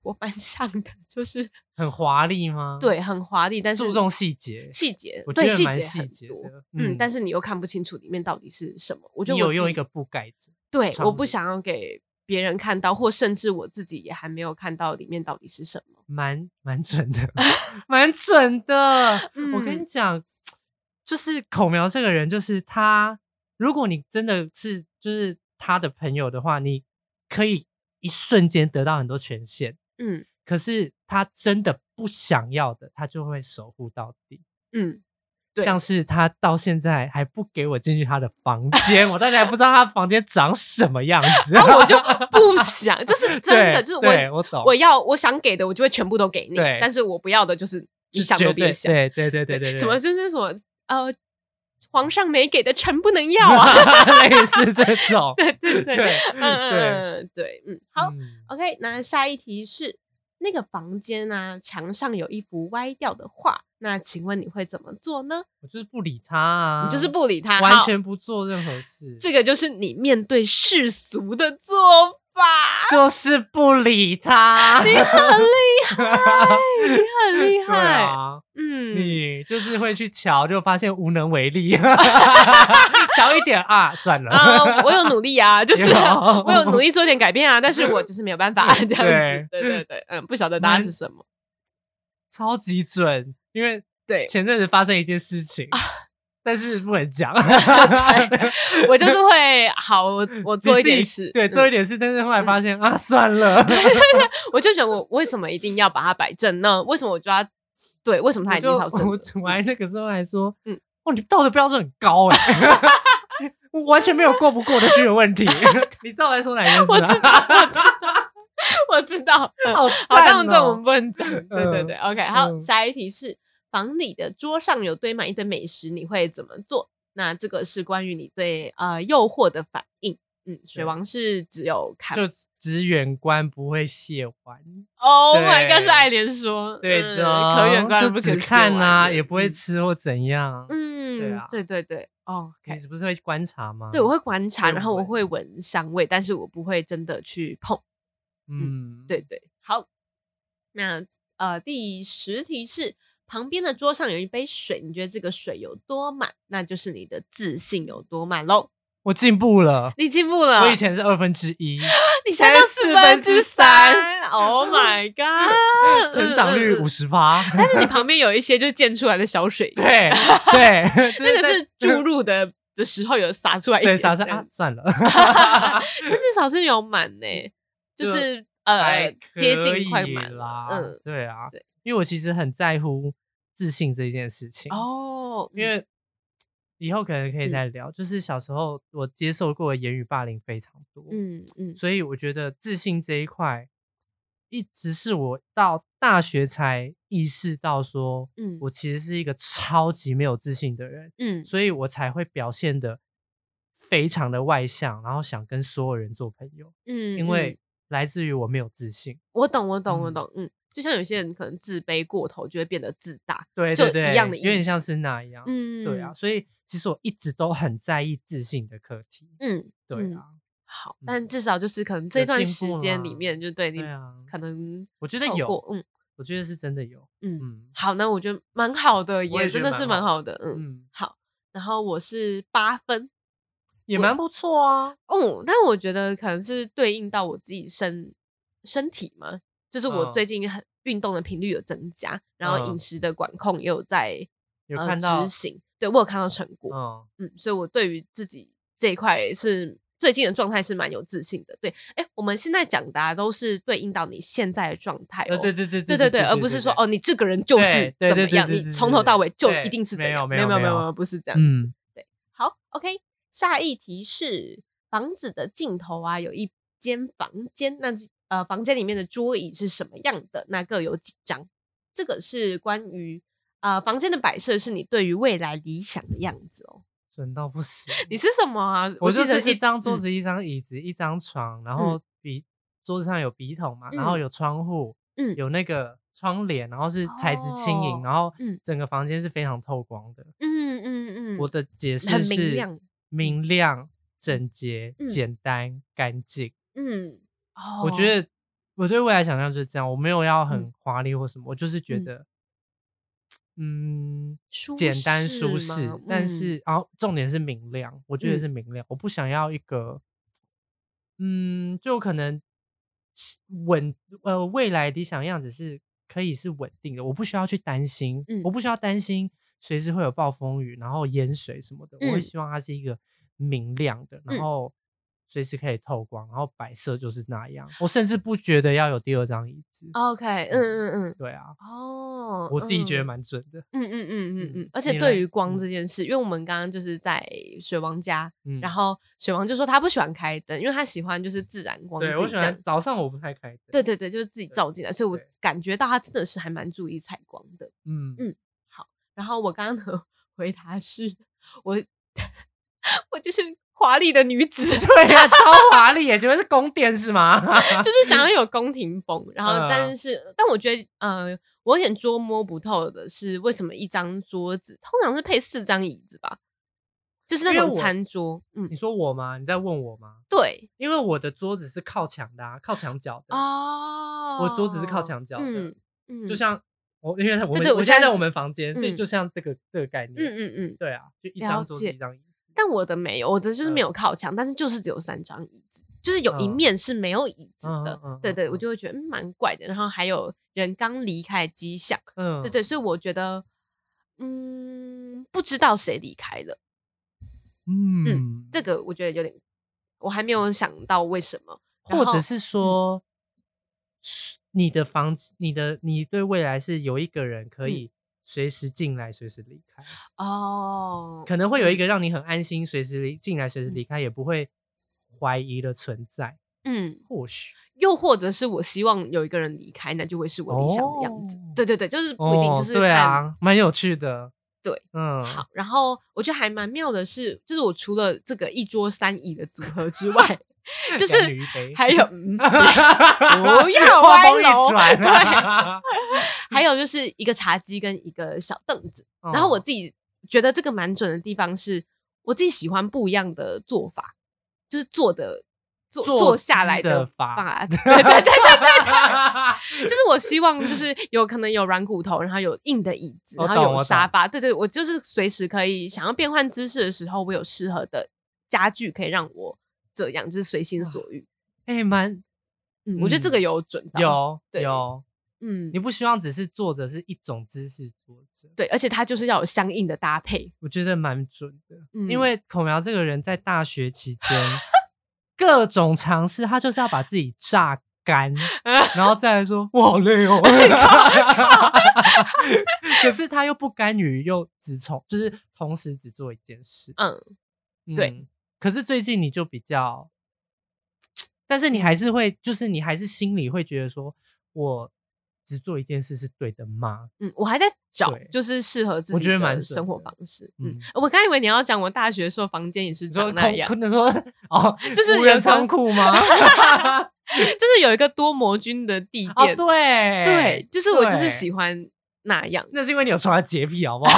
[SPEAKER 2] 我蛮 像的，就是
[SPEAKER 1] 很华丽吗？，
[SPEAKER 2] 对，很华丽，但是
[SPEAKER 1] 嗯注重细节。
[SPEAKER 2] 细节
[SPEAKER 1] 我，觉
[SPEAKER 2] 对
[SPEAKER 1] 得
[SPEAKER 2] 细
[SPEAKER 1] 蛮
[SPEAKER 2] 节
[SPEAKER 1] 细
[SPEAKER 2] 很
[SPEAKER 1] 节
[SPEAKER 2] 多
[SPEAKER 1] 的，
[SPEAKER 2] 嗯，但
[SPEAKER 1] 嗯
[SPEAKER 2] 是你又看不清楚里面到底是什么。我觉
[SPEAKER 1] 你
[SPEAKER 2] 得
[SPEAKER 1] 有
[SPEAKER 2] 我自
[SPEAKER 1] 用一
[SPEAKER 2] 己
[SPEAKER 1] 个布盖着，
[SPEAKER 2] 对，我
[SPEAKER 1] 窗
[SPEAKER 2] 不
[SPEAKER 1] 帘
[SPEAKER 2] 想要给别人看到，或甚至我自己也还没有看到里面到底是什么。
[SPEAKER 1] 蛮蛮准的， 蛮准的。我跟
[SPEAKER 2] 嗯
[SPEAKER 1] 你讲，就是口苗这个人，就是他，如果你真的是就是他的朋友的话，你可以一瞬间得到很多权限。
[SPEAKER 2] 嗯
[SPEAKER 1] 可是他真的不想要的，他就会守护到底。
[SPEAKER 2] 嗯，对
[SPEAKER 1] 像是他到现在还不给我进去他的房间，我到现在还不知道他房间长什么样子。
[SPEAKER 2] 然后哦 我就不想，就是真的，
[SPEAKER 1] 对
[SPEAKER 2] 就是
[SPEAKER 1] 对
[SPEAKER 2] 我
[SPEAKER 1] 我懂，
[SPEAKER 2] 我要我想给的，我就会全部都给你
[SPEAKER 1] 对，
[SPEAKER 2] 但是我不要的，就是你
[SPEAKER 1] 就
[SPEAKER 2] 想
[SPEAKER 1] 绝
[SPEAKER 2] 都别
[SPEAKER 1] 对
[SPEAKER 2] 想。
[SPEAKER 1] 对对对对对，
[SPEAKER 2] 什
[SPEAKER 1] 对
[SPEAKER 2] 么就是什么呃，皇上没给的臣不 能要啊。
[SPEAKER 1] 类似这种，对对
[SPEAKER 2] 对
[SPEAKER 1] 对
[SPEAKER 2] 嗯嗯
[SPEAKER 1] 对，
[SPEAKER 2] 嗯对，嗯，好
[SPEAKER 1] 嗯
[SPEAKER 2] ，OK，那下一题是那个房间啊，墙上有一幅歪掉的画，那请问你会怎么做呢？
[SPEAKER 1] 我就是不理他啊，
[SPEAKER 2] 你就是不理他，
[SPEAKER 1] 完
[SPEAKER 2] 好
[SPEAKER 1] 全不做任何事，
[SPEAKER 2] 这个就是你面对世俗的做 法。
[SPEAKER 1] 就是不理他，
[SPEAKER 2] 你很 厉害，你很厉
[SPEAKER 1] 对
[SPEAKER 2] 害，
[SPEAKER 1] 啊，
[SPEAKER 2] 嗯，
[SPEAKER 1] 你就是会去瞧，就发现无能为 力， 瞧一点啊，算了，
[SPEAKER 2] 啊，我有努力 啊，就是
[SPEAKER 1] 有
[SPEAKER 2] 我有努力做点改变啊，但是我就是没有办法这样子
[SPEAKER 1] 对。
[SPEAKER 2] 对对对，嗯，不晓得答案
[SPEAKER 1] 蛮
[SPEAKER 2] 是什么。
[SPEAKER 1] 超级准，因为
[SPEAKER 2] 对，
[SPEAKER 1] 前阵子发生一件事情，
[SPEAKER 2] 啊
[SPEAKER 1] 但是不能 讲，
[SPEAKER 2] 我就是会好，我我做一点事，
[SPEAKER 1] 对，
[SPEAKER 2] 嗯
[SPEAKER 1] 做一点事，但是后来发现啊，算了，
[SPEAKER 2] 我就觉得我为什么一定要把它摆正呢？为什么我就要对？为什么它
[SPEAKER 1] 我
[SPEAKER 2] 已经
[SPEAKER 1] 就
[SPEAKER 2] 超正了？
[SPEAKER 1] 我我还那个时候还说，
[SPEAKER 2] 嗯
[SPEAKER 1] 嗯，哦，你道德标准很高哎、我 完全没有过不过得去的问 题。你知道我在说哪一件事
[SPEAKER 2] 我
[SPEAKER 1] 吗？
[SPEAKER 2] 知道，我知道，我知道。嗯
[SPEAKER 1] 好
[SPEAKER 2] 好，
[SPEAKER 1] 赞
[SPEAKER 2] 当然这我
[SPEAKER 1] 哦、
[SPEAKER 2] 们不能讲。对对对，OK。好，
[SPEAKER 1] 嗯
[SPEAKER 2] 下一题是房里的桌上有堆满一堆美食，你会怎么做？那这个是关于你对呃诱惑的反应。嗯，水
[SPEAKER 1] 对
[SPEAKER 2] 王是只有看
[SPEAKER 1] 就职员官不会卸完，
[SPEAKER 2] ，Oh my
[SPEAKER 1] 对
[SPEAKER 2] god，是爱莲说，
[SPEAKER 1] 对
[SPEAKER 2] 嗯
[SPEAKER 1] 的，
[SPEAKER 2] 可远观而不
[SPEAKER 1] 就
[SPEAKER 2] 可
[SPEAKER 1] 只
[SPEAKER 2] 亵
[SPEAKER 1] 看
[SPEAKER 2] 玩
[SPEAKER 1] 啊，
[SPEAKER 2] 焉
[SPEAKER 1] 也不会，吃或怎样。
[SPEAKER 2] 嗯，
[SPEAKER 1] 对
[SPEAKER 2] 嗯
[SPEAKER 1] 啊
[SPEAKER 2] 对对对哦
[SPEAKER 1] 你
[SPEAKER 2] ，OK。
[SPEAKER 1] 是不是会观察吗？
[SPEAKER 2] 对，我会观察，
[SPEAKER 1] 会
[SPEAKER 2] 然后我
[SPEAKER 1] 闻
[SPEAKER 2] 会闻香味，但是我不会真的去碰。
[SPEAKER 1] 嗯，
[SPEAKER 2] 对对，好，那呃第十题是旁边的桌上有一杯水，你觉得这个水有多满，那就是你的自信有多满喽。
[SPEAKER 1] 我进步了。
[SPEAKER 2] 你进步了，
[SPEAKER 1] 我以前是二分之一，
[SPEAKER 2] 你现在
[SPEAKER 1] 才
[SPEAKER 2] 四
[SPEAKER 1] 四
[SPEAKER 2] 分
[SPEAKER 1] 分
[SPEAKER 2] 之
[SPEAKER 1] 之
[SPEAKER 2] 三
[SPEAKER 1] 三
[SPEAKER 2] ，Oh my god，
[SPEAKER 1] 成长率
[SPEAKER 2] 嗯
[SPEAKER 1] 五。十八。，
[SPEAKER 2] 嗯嗯但是你 旁边有一些就溅出来的小水
[SPEAKER 1] 对对，
[SPEAKER 2] 那
[SPEAKER 1] 那
[SPEAKER 2] 个是注入的的时候有洒出来一
[SPEAKER 1] 所以
[SPEAKER 2] 点，
[SPEAKER 1] 啥是
[SPEAKER 2] 这样
[SPEAKER 1] 啊
[SPEAKER 2] 子，
[SPEAKER 1] 算了。
[SPEAKER 2] 那至少是有满呢，就
[SPEAKER 1] 就是还
[SPEAKER 2] 呃
[SPEAKER 1] 可
[SPEAKER 2] 接近快
[SPEAKER 1] 以
[SPEAKER 2] 满了
[SPEAKER 1] 啦，
[SPEAKER 2] 嗯，
[SPEAKER 1] 对啊，
[SPEAKER 2] 对
[SPEAKER 1] 因为我其实很在乎自信这一件事情，
[SPEAKER 2] 哦，嗯
[SPEAKER 1] 因为以后可能可以再聊。就是小时候我接受过的言语霸凌非常多，
[SPEAKER 2] 嗯嗯
[SPEAKER 1] 所以我觉得自信这一块一直是我到大学才意识到说，
[SPEAKER 2] 嗯
[SPEAKER 1] 我其实是一个超级没有自信的人，
[SPEAKER 2] 嗯
[SPEAKER 1] 所以我才会表现的非常的外向，然后想跟所有人做朋友。
[SPEAKER 2] 嗯，
[SPEAKER 1] 因
[SPEAKER 2] 嗯
[SPEAKER 1] 为来自于我没有自信。
[SPEAKER 2] 我懂，我懂，我
[SPEAKER 1] 嗯
[SPEAKER 2] 懂，嗯，就像有些人可能自卑过头，就会变得自大，
[SPEAKER 1] 对
[SPEAKER 2] 就
[SPEAKER 1] 对对，
[SPEAKER 2] 一样的
[SPEAKER 1] 有
[SPEAKER 2] 意
[SPEAKER 1] 点像
[SPEAKER 2] 思
[SPEAKER 1] 是那样。
[SPEAKER 2] 嗯，
[SPEAKER 1] 对啊，，所以其实我一直都很在意自信的课题。
[SPEAKER 2] 嗯，
[SPEAKER 1] 对
[SPEAKER 2] 嗯
[SPEAKER 1] 啊，
[SPEAKER 2] 好，
[SPEAKER 1] 嗯
[SPEAKER 2] 但至少就是可能这
[SPEAKER 1] 有
[SPEAKER 2] 段
[SPEAKER 1] 进
[SPEAKER 2] 时
[SPEAKER 1] 步
[SPEAKER 2] 间里
[SPEAKER 1] 啦
[SPEAKER 2] 面，就对你
[SPEAKER 1] 对啊，
[SPEAKER 2] 可能
[SPEAKER 1] 我觉得
[SPEAKER 2] 透
[SPEAKER 1] 有
[SPEAKER 2] 过，嗯
[SPEAKER 1] 我觉得是真的有。
[SPEAKER 2] 嗯，
[SPEAKER 1] 嗯
[SPEAKER 2] 好，那我觉得蛮好的，
[SPEAKER 1] 我也
[SPEAKER 2] 也
[SPEAKER 1] 觉
[SPEAKER 2] 真
[SPEAKER 1] 得
[SPEAKER 2] 的是
[SPEAKER 1] 蛮
[SPEAKER 2] 蛮
[SPEAKER 1] 好
[SPEAKER 2] 好的，嗯，
[SPEAKER 1] 嗯，
[SPEAKER 2] 好，然后我是八分，
[SPEAKER 1] 也蛮不错啊。
[SPEAKER 2] 哦，但我觉得可能是对应到我自己身身体嘛，就是我
[SPEAKER 1] 嗯
[SPEAKER 2] 最近很运动的频率有增加，然后
[SPEAKER 1] 嗯
[SPEAKER 2] 饮食的管控也有在
[SPEAKER 1] 有
[SPEAKER 2] 呃
[SPEAKER 1] 看到
[SPEAKER 2] 执，行，对我有看到成果，
[SPEAKER 1] 嗯，
[SPEAKER 2] 嗯，所以我对于自己这一块是最近的状态是蛮有自信的。对，哎，我们现在讲的、啊、都是对应到你现在的状态、哦，
[SPEAKER 1] 呃，对对对
[SPEAKER 2] 对
[SPEAKER 1] 对
[SPEAKER 2] 对对，而不是说哦，，你这个人就
[SPEAKER 1] 对
[SPEAKER 2] 是
[SPEAKER 1] 对
[SPEAKER 2] 怎么
[SPEAKER 1] 对对
[SPEAKER 2] 样，
[SPEAKER 1] 对
[SPEAKER 2] 你
[SPEAKER 1] 对
[SPEAKER 2] 从
[SPEAKER 1] 对
[SPEAKER 2] 头
[SPEAKER 1] 对
[SPEAKER 2] 到尾就
[SPEAKER 1] 对
[SPEAKER 2] 一定是
[SPEAKER 1] 没
[SPEAKER 2] 怎
[SPEAKER 1] 有
[SPEAKER 2] 样，
[SPEAKER 1] 没
[SPEAKER 2] 没
[SPEAKER 1] 有
[SPEAKER 2] 有
[SPEAKER 1] 没
[SPEAKER 2] 没
[SPEAKER 1] 有
[SPEAKER 2] 有，不是这样子。
[SPEAKER 1] 嗯，
[SPEAKER 2] 好，OK，下一题是房子的尽头啊，有一间房间，那呃，房间里面的桌椅是什么样的？那各有几张？这个是关于呃房间的摆设，是你对于未来理想的样子哦。
[SPEAKER 1] 准到不行。
[SPEAKER 2] 你是什么啊？
[SPEAKER 1] 我
[SPEAKER 2] 记
[SPEAKER 1] 就
[SPEAKER 2] 得
[SPEAKER 1] 是一张桌、
[SPEAKER 2] 嗯
[SPEAKER 1] 子、一张椅子、一张床，然后笔桌子上有笔筒嘛，然后
[SPEAKER 2] 嗯
[SPEAKER 1] 有窗户，
[SPEAKER 2] 嗯
[SPEAKER 1] 有那个窗帘，然后是材质轻
[SPEAKER 2] 哦
[SPEAKER 1] 盈，然后
[SPEAKER 2] 嗯
[SPEAKER 1] 整个房间是非常透光的。
[SPEAKER 2] 嗯嗯嗯，
[SPEAKER 1] 我的解释
[SPEAKER 2] 很
[SPEAKER 1] 是
[SPEAKER 2] 明亮
[SPEAKER 1] 明亮、整洁
[SPEAKER 2] 嗯、
[SPEAKER 1] 简单、干净。
[SPEAKER 2] 嗯，哦
[SPEAKER 1] 我觉得我对未来想象就是这样，我没有要很华丽或什么，我就是觉
[SPEAKER 2] 嗯
[SPEAKER 1] 得，嗯，
[SPEAKER 2] 舒
[SPEAKER 1] 简单
[SPEAKER 2] 适
[SPEAKER 1] 舒
[SPEAKER 2] 吗
[SPEAKER 1] 适，但
[SPEAKER 2] 嗯
[SPEAKER 1] 是然后重点是明亮，我觉得
[SPEAKER 2] 嗯
[SPEAKER 1] 是明亮，我不想要一个，嗯，就可能是稳呃未来理想样子是可以是稳定的，我不需要去担心，
[SPEAKER 2] 嗯
[SPEAKER 1] 我不需要担心随时会有暴风雨，然后淹水什么的，我会
[SPEAKER 2] 嗯
[SPEAKER 1] 希望它是一个明亮的，然
[SPEAKER 2] 嗯
[SPEAKER 1] 后。随时可以透光，然后摆设就是那样。我甚至不觉得要有第二张椅子。
[SPEAKER 2] OK，嗯嗯嗯，
[SPEAKER 1] 对啊，
[SPEAKER 2] 哦，
[SPEAKER 1] 我自己觉得
[SPEAKER 2] 嗯
[SPEAKER 1] 蛮准的。
[SPEAKER 2] 嗯嗯嗯嗯嗯
[SPEAKER 1] 嗯，
[SPEAKER 2] 而且
[SPEAKER 1] 你
[SPEAKER 2] 对
[SPEAKER 1] 嘞
[SPEAKER 2] 于光
[SPEAKER 1] 嗯
[SPEAKER 2] 这件事，因为我们刚刚就是在水王家，
[SPEAKER 1] 嗯，
[SPEAKER 2] 然后水王就说他不喜欢开灯，因为他喜欢就是自然光，
[SPEAKER 1] 对
[SPEAKER 2] 自
[SPEAKER 1] 我
[SPEAKER 2] 己
[SPEAKER 1] 喜
[SPEAKER 2] 这样
[SPEAKER 1] 欢早上我不太开灯。
[SPEAKER 2] 对对对，就是自己
[SPEAKER 1] 对
[SPEAKER 2] 照进来，所以我
[SPEAKER 1] 对
[SPEAKER 2] 感觉到他真的是还蛮注意采光的。
[SPEAKER 1] 嗯
[SPEAKER 2] 嗯然后我刚刚的 回答是，我 我就是华丽的女 子，
[SPEAKER 1] 对呀、超华丽耶！请问是宫殿是吗？
[SPEAKER 2] 就是想要有宫廷风，然后
[SPEAKER 1] 嗯
[SPEAKER 2] 但是、但我觉得，呃，我有点捉摸不透的是，为什么一张桌子通常是配四张椅子吧？就是那
[SPEAKER 1] 因为我
[SPEAKER 2] 种餐桌，嗯
[SPEAKER 1] 你，说我吗？你在问我吗？
[SPEAKER 2] 对，
[SPEAKER 1] 因为我的桌子是靠墙的、啊，靠墙角的。
[SPEAKER 2] 哦
[SPEAKER 1] 我桌子是靠墙角的，
[SPEAKER 2] 嗯嗯，
[SPEAKER 1] 就像我，因为我们
[SPEAKER 2] 对对我
[SPEAKER 1] 我现在
[SPEAKER 2] 现在
[SPEAKER 1] 在我们房间，所以
[SPEAKER 2] 嗯
[SPEAKER 1] 就像这个这个概
[SPEAKER 2] 嗯
[SPEAKER 1] 念。
[SPEAKER 2] 嗯嗯，
[SPEAKER 1] 对啊，就一
[SPEAKER 2] 了
[SPEAKER 1] 张桌子
[SPEAKER 2] 解
[SPEAKER 1] 一张椅子。
[SPEAKER 2] 但我的没有，我的就是没
[SPEAKER 1] 嗯
[SPEAKER 2] 有靠墙，但是就是只有三张椅子，就是有一
[SPEAKER 1] 嗯
[SPEAKER 2] 面是没有椅子的，
[SPEAKER 1] 嗯嗯嗯
[SPEAKER 2] 对
[SPEAKER 1] 嗯
[SPEAKER 2] 对，我
[SPEAKER 1] 嗯
[SPEAKER 2] 就会觉得嗯蛮怪的，然后还有人刚离开的迹象。
[SPEAKER 1] 嗯，
[SPEAKER 2] 对对，所以我觉得，嗯，不知道谁离开了，
[SPEAKER 1] 嗯，
[SPEAKER 2] 这个我觉得有点，我还没有想到为什么，然
[SPEAKER 1] 或者
[SPEAKER 2] 后
[SPEAKER 1] 是说，嗯是你的房子，你的你对未来是有一个人可
[SPEAKER 2] 嗯
[SPEAKER 1] 以随时进来，随时离开。
[SPEAKER 2] 哦，
[SPEAKER 1] 可能会有一
[SPEAKER 2] 嗯
[SPEAKER 1] 个让你很安心，随时离进来，随时离开，也不会怀疑的存在。
[SPEAKER 2] 嗯，
[SPEAKER 1] 或许
[SPEAKER 2] 又或者是我希望有一个人离开，那就会是我理想的样子。
[SPEAKER 1] 哦
[SPEAKER 2] 对对对，就是不一定，就是看、
[SPEAKER 1] 对啊，蛮有趣的。
[SPEAKER 2] 对，
[SPEAKER 1] 嗯，
[SPEAKER 2] 好，然后我觉得还蛮妙的是，就是我除了这个一桌三椅的组合之外， 就
[SPEAKER 1] 两女
[SPEAKER 2] 是
[SPEAKER 1] 一杯
[SPEAKER 2] 还有、嗯、
[SPEAKER 1] 不
[SPEAKER 2] 要
[SPEAKER 1] 话
[SPEAKER 2] 歪
[SPEAKER 1] 锋一
[SPEAKER 2] 楼
[SPEAKER 1] 转，
[SPEAKER 2] 还有就是一个茶几跟一个小凳子。
[SPEAKER 1] 对
[SPEAKER 2] 然后我自己觉得这个蛮准的地方是，我自己喜欢不一样的做法，就是坐的坐
[SPEAKER 1] 坐
[SPEAKER 2] 坐下来
[SPEAKER 1] 姿
[SPEAKER 2] 的
[SPEAKER 1] 的法
[SPEAKER 2] 对对对对对，
[SPEAKER 1] 对
[SPEAKER 2] 就是我希 望就是有可能有软骨头，然后有硬的椅子，
[SPEAKER 1] 我
[SPEAKER 2] 然后
[SPEAKER 1] 懂
[SPEAKER 2] 有
[SPEAKER 1] 我
[SPEAKER 2] 沙
[SPEAKER 1] 懂
[SPEAKER 2] 发，对对，我就是随时可以想要变换姿势的时候，我有适合的家具可以让我这样，就是随心所欲。
[SPEAKER 1] 对，哎，蛮
[SPEAKER 2] 嗯，我觉得这
[SPEAKER 1] 嗯
[SPEAKER 2] 个有准到，，
[SPEAKER 1] 有
[SPEAKER 2] 对
[SPEAKER 1] 有，
[SPEAKER 2] 嗯
[SPEAKER 1] 你，不希望只是坐着是一种姿势坐着，
[SPEAKER 2] 对，而且它就是要有相应的搭配，
[SPEAKER 1] 我觉得蛮准的，
[SPEAKER 2] 嗯
[SPEAKER 1] 因为孔苗这个人在大学期间各种尝试，他就是要把自己榨干， 然后再来说我好累哦。可是他又不甘于又只从就是同时只做一件事，
[SPEAKER 2] 嗯，对
[SPEAKER 1] 嗯可是最近你就比较，但是你还是会，就是你还是心里会觉得说，我只做一件事是对的吗？
[SPEAKER 2] 嗯，我还在找
[SPEAKER 1] 对，
[SPEAKER 2] 就是适合自
[SPEAKER 1] 我
[SPEAKER 2] 己
[SPEAKER 1] 觉得蛮
[SPEAKER 2] 的
[SPEAKER 1] 准
[SPEAKER 2] 生活
[SPEAKER 1] 的
[SPEAKER 2] 方式。嗯
[SPEAKER 1] 嗯，
[SPEAKER 2] 我刚以为你要讲我大学的时候房间也是
[SPEAKER 1] 你说
[SPEAKER 2] 长那样，
[SPEAKER 1] 空，你说 哦，
[SPEAKER 2] 就是
[SPEAKER 1] 无
[SPEAKER 2] 有
[SPEAKER 1] 人
[SPEAKER 2] 个
[SPEAKER 1] 仓库 吗？
[SPEAKER 2] 就是有一个多模菌的地
[SPEAKER 1] 哦，
[SPEAKER 2] 垫。
[SPEAKER 1] 对
[SPEAKER 2] 对，就是我就是
[SPEAKER 1] 对
[SPEAKER 2] 喜欢那样。
[SPEAKER 1] 那是因为你有床的洁癖，好不 好？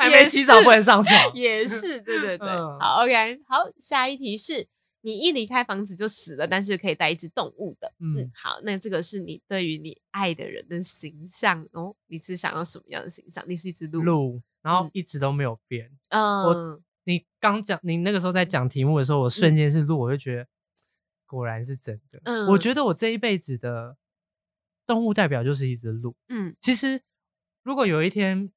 [SPEAKER 1] 还没洗澡不能上床。
[SPEAKER 2] 也是，对对对。
[SPEAKER 1] 哦嗯
[SPEAKER 2] 好，OK，好，下一题是你一离开房子就死了，但是可以带一只动物的。嗯
[SPEAKER 1] 嗯
[SPEAKER 2] 好，那这个是你对于你爱的人的形象哦，你是想要什么样的形象？你是一只鹿，
[SPEAKER 1] 路，然后
[SPEAKER 2] 嗯
[SPEAKER 1] 一直都没有变。
[SPEAKER 2] 嗯，
[SPEAKER 1] 我你刚讲你那个时候在讲题目的时候，我瞬间是录，我就觉得果然是真的。
[SPEAKER 2] 嗯
[SPEAKER 1] 我觉得我这一辈子的动物代表就是一只鹿。
[SPEAKER 2] 嗯
[SPEAKER 1] 其实如果有一天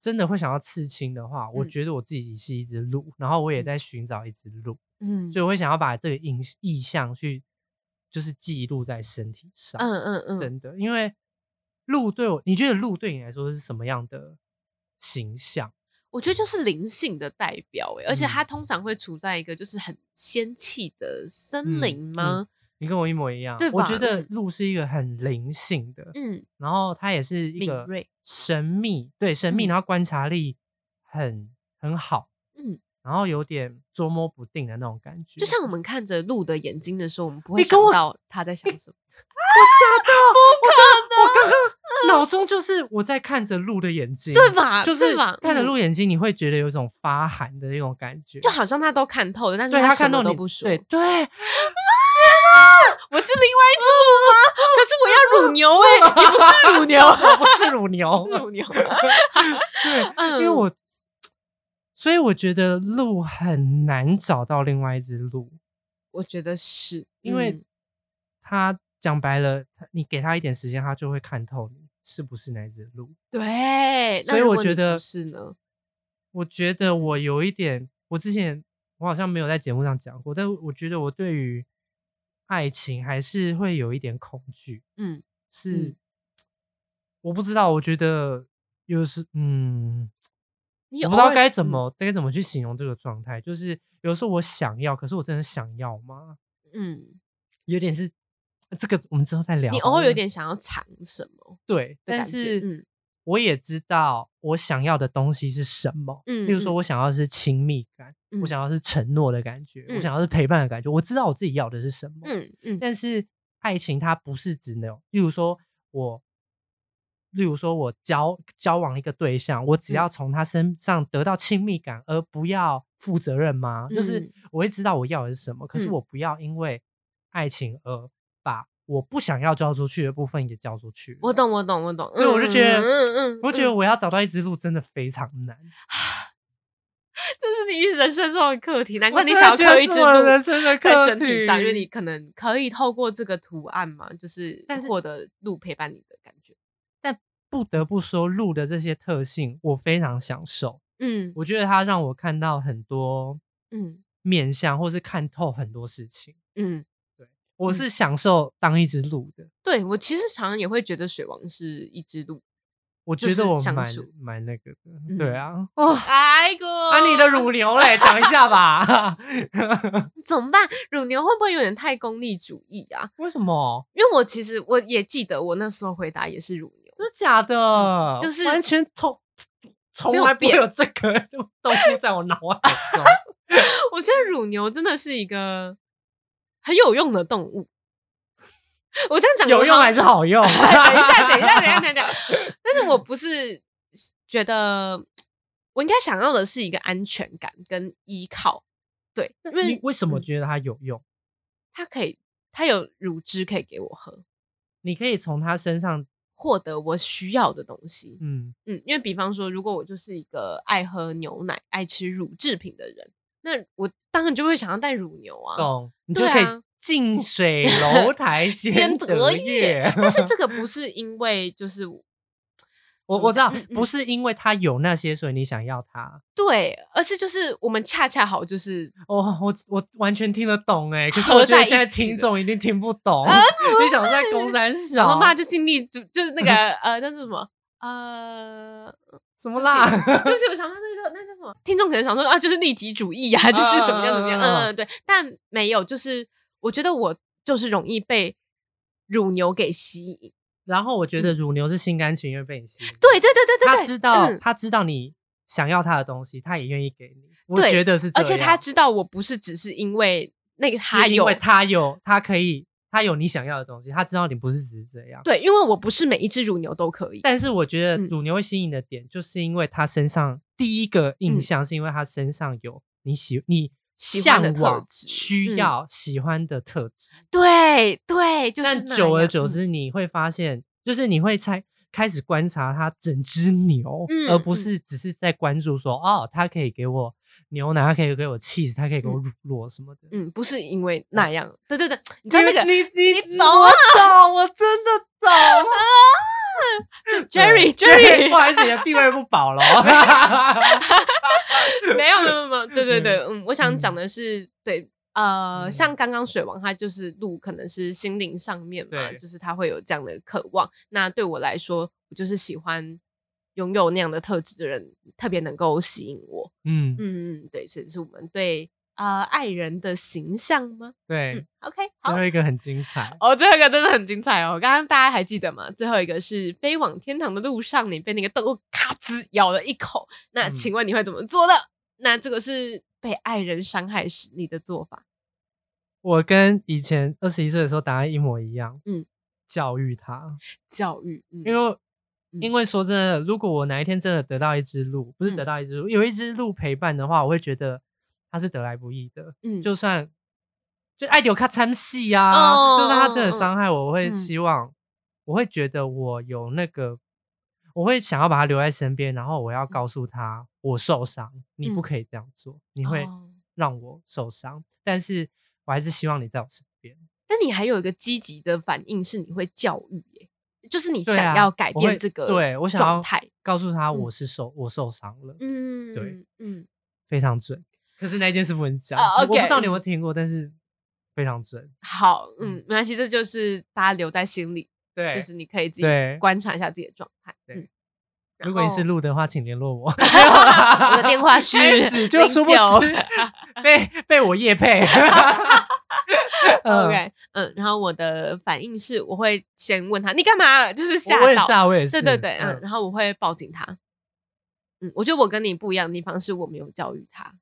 [SPEAKER 1] 真的会想要刺青的话，我
[SPEAKER 2] 嗯
[SPEAKER 1] 觉得我自己是一只鹿，然后我也
[SPEAKER 2] 嗯
[SPEAKER 1] 在寻找一只鹿，
[SPEAKER 2] 嗯
[SPEAKER 1] 所以我会想要把这个印意象去就是记录在身体上。
[SPEAKER 2] 嗯嗯嗯，
[SPEAKER 1] 真的，因为鹿对我，你觉得鹿对你来说是什么样的形象？
[SPEAKER 2] 我觉得就是灵性的代表哎，而且
[SPEAKER 1] 嗯
[SPEAKER 2] 它通常会处在一个就是很仙气的森
[SPEAKER 1] 嗯
[SPEAKER 2] 林
[SPEAKER 1] 嗯
[SPEAKER 2] 吗？
[SPEAKER 1] 你跟我一模一样，
[SPEAKER 2] 对
[SPEAKER 1] 我
[SPEAKER 2] 吧
[SPEAKER 1] 觉得
[SPEAKER 2] 嗯
[SPEAKER 1] 鹿是一个很灵性的，
[SPEAKER 2] 嗯
[SPEAKER 1] 然后它也是一
[SPEAKER 2] 敏
[SPEAKER 1] 个
[SPEAKER 2] 锐
[SPEAKER 1] 神秘，对神秘，
[SPEAKER 2] 嗯
[SPEAKER 1] 然后观察力很很好，
[SPEAKER 2] 嗯，
[SPEAKER 1] 然后有点捉摸不定的那种感觉。
[SPEAKER 2] 就像我们看着鹿的眼睛的时候，我们不会
[SPEAKER 1] 你跟
[SPEAKER 2] 想
[SPEAKER 1] 我
[SPEAKER 2] 到它在想什么。
[SPEAKER 1] 脑中就是我在看着鹿的眼睛，
[SPEAKER 2] 对吧
[SPEAKER 1] 就
[SPEAKER 2] 对
[SPEAKER 1] 是
[SPEAKER 2] 吧
[SPEAKER 1] 看着
[SPEAKER 2] 嗯
[SPEAKER 1] 鹿眼睛，你会觉得有一种发寒的那种感觉，
[SPEAKER 2] 就好像他都看透了，但是
[SPEAKER 1] 对他
[SPEAKER 2] 什
[SPEAKER 1] 看
[SPEAKER 2] 么
[SPEAKER 1] 到
[SPEAKER 2] 都
[SPEAKER 1] 你
[SPEAKER 2] 不说。
[SPEAKER 1] 对对，
[SPEAKER 2] 我是 另外一只鹿吗？可是我要乳牛哎、
[SPEAKER 1] 哦
[SPEAKER 2] 欸，你不是乳牛，
[SPEAKER 1] 我不是乳牛，
[SPEAKER 2] 是乳牛。
[SPEAKER 1] 对，因为
[SPEAKER 2] 嗯
[SPEAKER 1] 我，所以我觉得鹿很难找到另外一只鹿，
[SPEAKER 2] 我觉得是嗯
[SPEAKER 1] 因为它讲白了，它你给它一点时间，它就会看透你是不是那一只鹿。
[SPEAKER 2] 对，那
[SPEAKER 1] 所以
[SPEAKER 2] 如
[SPEAKER 1] 我
[SPEAKER 2] 果
[SPEAKER 1] 觉
[SPEAKER 2] 你
[SPEAKER 1] 得
[SPEAKER 2] 不是呢，
[SPEAKER 1] 我觉得我有一点，我之前我好像没有在节目上讲过，但我觉得我对于爱情还是会有一点恐惧，
[SPEAKER 2] 嗯
[SPEAKER 1] 是、
[SPEAKER 2] 嗯
[SPEAKER 1] 我不知道，我觉得有时嗯。
[SPEAKER 2] 你
[SPEAKER 1] 我
[SPEAKER 2] 偶
[SPEAKER 1] 不知道
[SPEAKER 2] 尔
[SPEAKER 1] 该
[SPEAKER 2] 是
[SPEAKER 1] 怎，么该怎么去形容这个状态，就是有时候我想要，可是我真的想要吗？
[SPEAKER 2] 嗯，
[SPEAKER 1] 有点是这个，我们之后再聊好了。
[SPEAKER 2] 你偶尔有点想要藏什么
[SPEAKER 1] 对，
[SPEAKER 2] 的
[SPEAKER 1] 但
[SPEAKER 2] 感觉
[SPEAKER 1] 是
[SPEAKER 2] 嗯
[SPEAKER 1] 我也知道我想要的东西是什么。
[SPEAKER 2] 嗯
[SPEAKER 1] 例如说，
[SPEAKER 2] 嗯
[SPEAKER 1] 我想要的是亲密感，
[SPEAKER 2] 嗯
[SPEAKER 1] 我想要的是承诺的感觉，
[SPEAKER 2] 嗯
[SPEAKER 1] 我想要的是陪伴的感觉。我知道我自己要的是什么。
[SPEAKER 2] 嗯嗯
[SPEAKER 1] 但是爱情它不是只能，例如说我，例如说我交交往一个对象，我只
[SPEAKER 2] 嗯
[SPEAKER 1] 要从他身上得到亲密感，而不要负责任吗？就是
[SPEAKER 2] 嗯
[SPEAKER 1] 我会知道我要的是什么，可是
[SPEAKER 2] 嗯
[SPEAKER 1] 我不要因为爱情而把我不想要交出去的部分也交出去。
[SPEAKER 2] 我，懂我懂我懂，
[SPEAKER 1] 所以我就觉得
[SPEAKER 2] 嗯嗯
[SPEAKER 1] 我觉得我要找到一只鹿真的非常难。
[SPEAKER 2] 这是你人生中的课题，难怪
[SPEAKER 1] 我
[SPEAKER 2] 你
[SPEAKER 1] 真的
[SPEAKER 2] 想要
[SPEAKER 1] 觉得
[SPEAKER 2] 刻一
[SPEAKER 1] 是
[SPEAKER 2] 只
[SPEAKER 1] 我
[SPEAKER 2] 鹿
[SPEAKER 1] 人生的
[SPEAKER 2] 在
[SPEAKER 1] 课
[SPEAKER 2] 身体上，因为
[SPEAKER 1] 题
[SPEAKER 2] 你可能可以透过这个图案嘛，就是
[SPEAKER 1] 但是
[SPEAKER 2] 获得鹿陪伴你的感觉。
[SPEAKER 1] 不得不说，鹿的这些特性我非常享受，
[SPEAKER 2] 嗯
[SPEAKER 1] 我觉得它让我看到很多
[SPEAKER 2] 嗯
[SPEAKER 1] 面向，或是看透很多事情。
[SPEAKER 2] 嗯，
[SPEAKER 1] 我
[SPEAKER 2] 嗯
[SPEAKER 1] 是享受当一只鹿的，
[SPEAKER 2] 对我其实常常也会觉得水王是一只鹿。
[SPEAKER 1] 我
[SPEAKER 2] 就
[SPEAKER 1] 觉得
[SPEAKER 2] 是
[SPEAKER 1] 我
[SPEAKER 2] 相
[SPEAKER 1] 蛮
[SPEAKER 2] 处
[SPEAKER 1] 蛮那个的。
[SPEAKER 2] 嗯
[SPEAKER 1] 对啊，哦，
[SPEAKER 2] 哎哥，
[SPEAKER 1] 啊，你的乳牛嘞，讲一下吧。
[SPEAKER 2] 怎么办？乳牛会不会有点太功利主义啊？
[SPEAKER 1] 为什么？
[SPEAKER 2] 因为我其实我也记得我那时候回答也是乳牛，
[SPEAKER 1] 真的假的？
[SPEAKER 2] 就是
[SPEAKER 1] 完全从从
[SPEAKER 2] 没有
[SPEAKER 1] 来不会
[SPEAKER 2] 变
[SPEAKER 1] 有这个动物在我脑海中。
[SPEAKER 2] 我觉得乳牛真的是一个很有用的动物。 我这样讲
[SPEAKER 1] 有用还
[SPEAKER 2] 是？
[SPEAKER 1] 是好 用？
[SPEAKER 2] 等一下，等一下，等一下，等一下。但是我不是觉得，我应该想要的是一个安全感跟依靠，对，因
[SPEAKER 1] 你
[SPEAKER 2] 为
[SPEAKER 1] 为什么
[SPEAKER 2] 嗯
[SPEAKER 1] 觉得它有用？
[SPEAKER 2] 他可以，他有乳汁可以给我喝，
[SPEAKER 1] 你可以从它身上，
[SPEAKER 2] 获得我需要的东西。
[SPEAKER 1] 嗯
[SPEAKER 2] 嗯，因为比方说，如果我就是一个爱喝牛奶、爱吃乳制品的人，那我当然就会想要带乳牛啊。
[SPEAKER 1] 懂，你就
[SPEAKER 2] 对
[SPEAKER 1] 可以
[SPEAKER 2] 啊
[SPEAKER 1] 近水楼台
[SPEAKER 2] 先
[SPEAKER 1] 得
[SPEAKER 2] 得月，但是这个不是因为就是
[SPEAKER 1] 我
[SPEAKER 2] 怎么
[SPEAKER 1] 我知道
[SPEAKER 2] 讲嗯，嗯
[SPEAKER 1] 不是因为他有那些，所以你想要他。
[SPEAKER 2] 对，而是就是我们恰恰好就是
[SPEAKER 1] 哦，我我完全听得懂哎，可是
[SPEAKER 2] 合
[SPEAKER 1] 我觉得
[SPEAKER 2] 在一
[SPEAKER 1] 现在
[SPEAKER 2] 起
[SPEAKER 1] 听
[SPEAKER 2] 的
[SPEAKER 1] 众一定听不懂。
[SPEAKER 2] 啊
[SPEAKER 1] 你想在公 山
[SPEAKER 2] 然后
[SPEAKER 1] 小
[SPEAKER 2] 妈就尽力就就是 那个呃，那是什么？呃，
[SPEAKER 1] 什么
[SPEAKER 2] 对
[SPEAKER 1] 啦？
[SPEAKER 2] 不起对不起，我想到那个那叫什么？听众可能想说啊，就是利己主义呀、啊，就是怎么样怎么样，
[SPEAKER 1] 嗯嗯嗯嗯
[SPEAKER 2] 嗯，嗯对。但没有，就是我觉得我就是容易被乳牛给吸引。
[SPEAKER 1] 然后我觉得乳牛是心甘情愿被你吸引，
[SPEAKER 2] 嗯对对对对对对，
[SPEAKER 1] 他知道
[SPEAKER 2] 嗯
[SPEAKER 1] 他知道你想要他的东西，他也愿意给你。我
[SPEAKER 2] 对
[SPEAKER 1] 觉得是这
[SPEAKER 2] 而
[SPEAKER 1] 样，
[SPEAKER 2] 且他知道我不是只是因为那个
[SPEAKER 1] 是
[SPEAKER 2] 他
[SPEAKER 1] 因
[SPEAKER 2] 有
[SPEAKER 1] 为他有他可以他有你想要的东西，他知道你不是只是这样。
[SPEAKER 2] 对，因为我不是每一只乳牛都可以。
[SPEAKER 1] 但是我觉得
[SPEAKER 2] 嗯
[SPEAKER 1] 乳牛会吸引的点，就是因为它身上第一个印
[SPEAKER 2] 嗯
[SPEAKER 1] 象是因为它身上有你喜你
[SPEAKER 2] 喜欢
[SPEAKER 1] 向
[SPEAKER 2] 的特
[SPEAKER 1] 往、
[SPEAKER 2] 质
[SPEAKER 1] 需
[SPEAKER 2] 嗯
[SPEAKER 1] 要、喜欢的特质。
[SPEAKER 2] 对对，就是
[SPEAKER 1] 但
[SPEAKER 2] 那
[SPEAKER 1] 久而
[SPEAKER 2] 样嗯
[SPEAKER 1] 久，之，你会发现，就是你会猜，开始观察它整只牛，
[SPEAKER 2] 嗯
[SPEAKER 1] 而不
[SPEAKER 2] 嗯
[SPEAKER 1] 是只是在关注说哦，它可以给我牛奶，它可以给我 cheese，它可以给我乳酪什么的。
[SPEAKER 2] 嗯，不是因为那样，对对对，你知道那个
[SPEAKER 1] 你你
[SPEAKER 2] 你懂啊
[SPEAKER 1] 我懂，我真的懂。 对
[SPEAKER 2] Jerry Jerry，
[SPEAKER 1] 不好意思，你的地位不保 了。
[SPEAKER 2] 没有没有没有，对对对，嗯，我想
[SPEAKER 1] 嗯
[SPEAKER 2] 讲的是，对，呃，
[SPEAKER 1] 嗯
[SPEAKER 2] 像刚刚水王他就是路可能是心灵上面嘛，
[SPEAKER 1] 对
[SPEAKER 2] 就是他会有这样的渴望。那对我来说，我就是喜欢拥有那样的特质的人，特别能够吸引我。
[SPEAKER 1] 嗯，
[SPEAKER 2] 嗯嗯，对，所以是我们对呃爱人的形象吗？
[SPEAKER 1] 对
[SPEAKER 2] 嗯，，OK，
[SPEAKER 1] 最
[SPEAKER 2] 好
[SPEAKER 1] 后。一个很精彩。
[SPEAKER 2] 哦，最后一个真的很精彩哦！刚刚大家还记得吗？最后一个是飞往天堂的路上，你被那个动物咔吱咬了一口，那
[SPEAKER 1] 嗯
[SPEAKER 2] 请问你会怎么做呢？那这个是被爱人伤害时你的做法。
[SPEAKER 1] 我跟以前二十一岁的时候答案一模一样。
[SPEAKER 2] 嗯，
[SPEAKER 1] 教育他，
[SPEAKER 2] 教育，嗯
[SPEAKER 1] 因为
[SPEAKER 2] 嗯
[SPEAKER 1] 因为说真的，如果我哪一天真的得到一只鹿，不是
[SPEAKER 2] 嗯
[SPEAKER 1] 得到一只鹿，有一只鹿陪伴的话，我会觉得它是得来不易的。
[SPEAKER 2] 嗯
[SPEAKER 1] 就算就爱丢卡参戏啊，
[SPEAKER 2] 哦
[SPEAKER 1] 就算他真的
[SPEAKER 2] 哦哦
[SPEAKER 1] 伤害我，我会
[SPEAKER 2] 嗯
[SPEAKER 1] 希望，我会觉得我有那个，我会想要把他留在身边，然后我要告诉他我受伤，你不
[SPEAKER 2] 嗯
[SPEAKER 1] 可以这样做，你会
[SPEAKER 2] 哦
[SPEAKER 1] 让我受伤，但是我还是希望你在我身边。
[SPEAKER 2] 但你还有一个积极的反应是你会教育耶，就是你
[SPEAKER 1] 对
[SPEAKER 2] 想
[SPEAKER 1] 啊
[SPEAKER 2] 要改
[SPEAKER 1] 我
[SPEAKER 2] 变
[SPEAKER 1] 会
[SPEAKER 2] 这个
[SPEAKER 1] 对我想要
[SPEAKER 2] 状态。
[SPEAKER 1] 告诉他
[SPEAKER 2] 嗯
[SPEAKER 1] 我是受、我受伤了，
[SPEAKER 2] 嗯，
[SPEAKER 1] 对，
[SPEAKER 2] 嗯，
[SPEAKER 1] 非常准。可是那件事不能讲，
[SPEAKER 2] 啊
[SPEAKER 1] 我不知
[SPEAKER 2] OK，
[SPEAKER 1] 道你有没有
[SPEAKER 2] 嗯
[SPEAKER 1] 听过，但是非常准。
[SPEAKER 2] 好，嗯
[SPEAKER 1] 嗯，
[SPEAKER 2] 没关系，这就是大家留在心里，
[SPEAKER 1] 对，
[SPEAKER 2] 就是你可以自己
[SPEAKER 1] 对
[SPEAKER 2] 观察一下自己的状态。
[SPEAKER 1] 对
[SPEAKER 2] 嗯，然
[SPEAKER 1] 如果你是
[SPEAKER 2] 后
[SPEAKER 1] 鹿的话，请联络我。
[SPEAKER 2] 哦 我
[SPEAKER 1] 我
[SPEAKER 2] 的电话是
[SPEAKER 1] 就殊不 知
[SPEAKER 2] 09
[SPEAKER 1] 被被我夜 配。嗯
[SPEAKER 2] OK，嗯，然后我的反应是，我会先问他你干嘛，就是吓
[SPEAKER 1] 我也是
[SPEAKER 2] 到，
[SPEAKER 1] 啊，我也是。
[SPEAKER 2] 对对对，嗯，
[SPEAKER 1] 嗯
[SPEAKER 2] 然后我会报警他。嗯，我觉得我跟你不一样的地方是我没有教育他，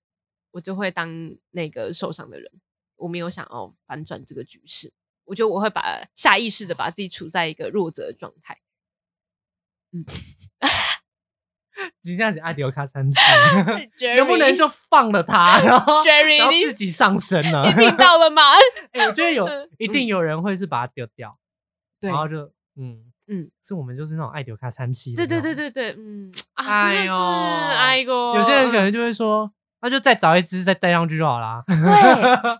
[SPEAKER 2] 我就会当那个受伤的人，我没有想要反转这个局势，我觉得我会把下意识的把自己处在一个弱者的状 态。
[SPEAKER 1] 你这样子爱迪欧卡三次，
[SPEAKER 2] 能
[SPEAKER 1] 能不能就放了他，然后然
[SPEAKER 2] Jerry，
[SPEAKER 1] 后
[SPEAKER 2] 你
[SPEAKER 1] 自己上身了
[SPEAKER 2] 你？听到了吗？
[SPEAKER 1] 哎，我觉得有
[SPEAKER 2] 嗯
[SPEAKER 1] 一定有人会是把它丢掉，
[SPEAKER 2] 对
[SPEAKER 1] 然后就嗯
[SPEAKER 2] 嗯
[SPEAKER 1] 嗯，是我们就是那种爱迪欧卡三七。
[SPEAKER 2] 对对对。对对，嗯啊，真
[SPEAKER 1] 哎
[SPEAKER 2] 的是
[SPEAKER 1] 呦
[SPEAKER 2] 哎呦，
[SPEAKER 1] 有些人
[SPEAKER 2] 嗯
[SPEAKER 1] 可能就会说，那就再找一只再戴上去就好啦。
[SPEAKER 2] 对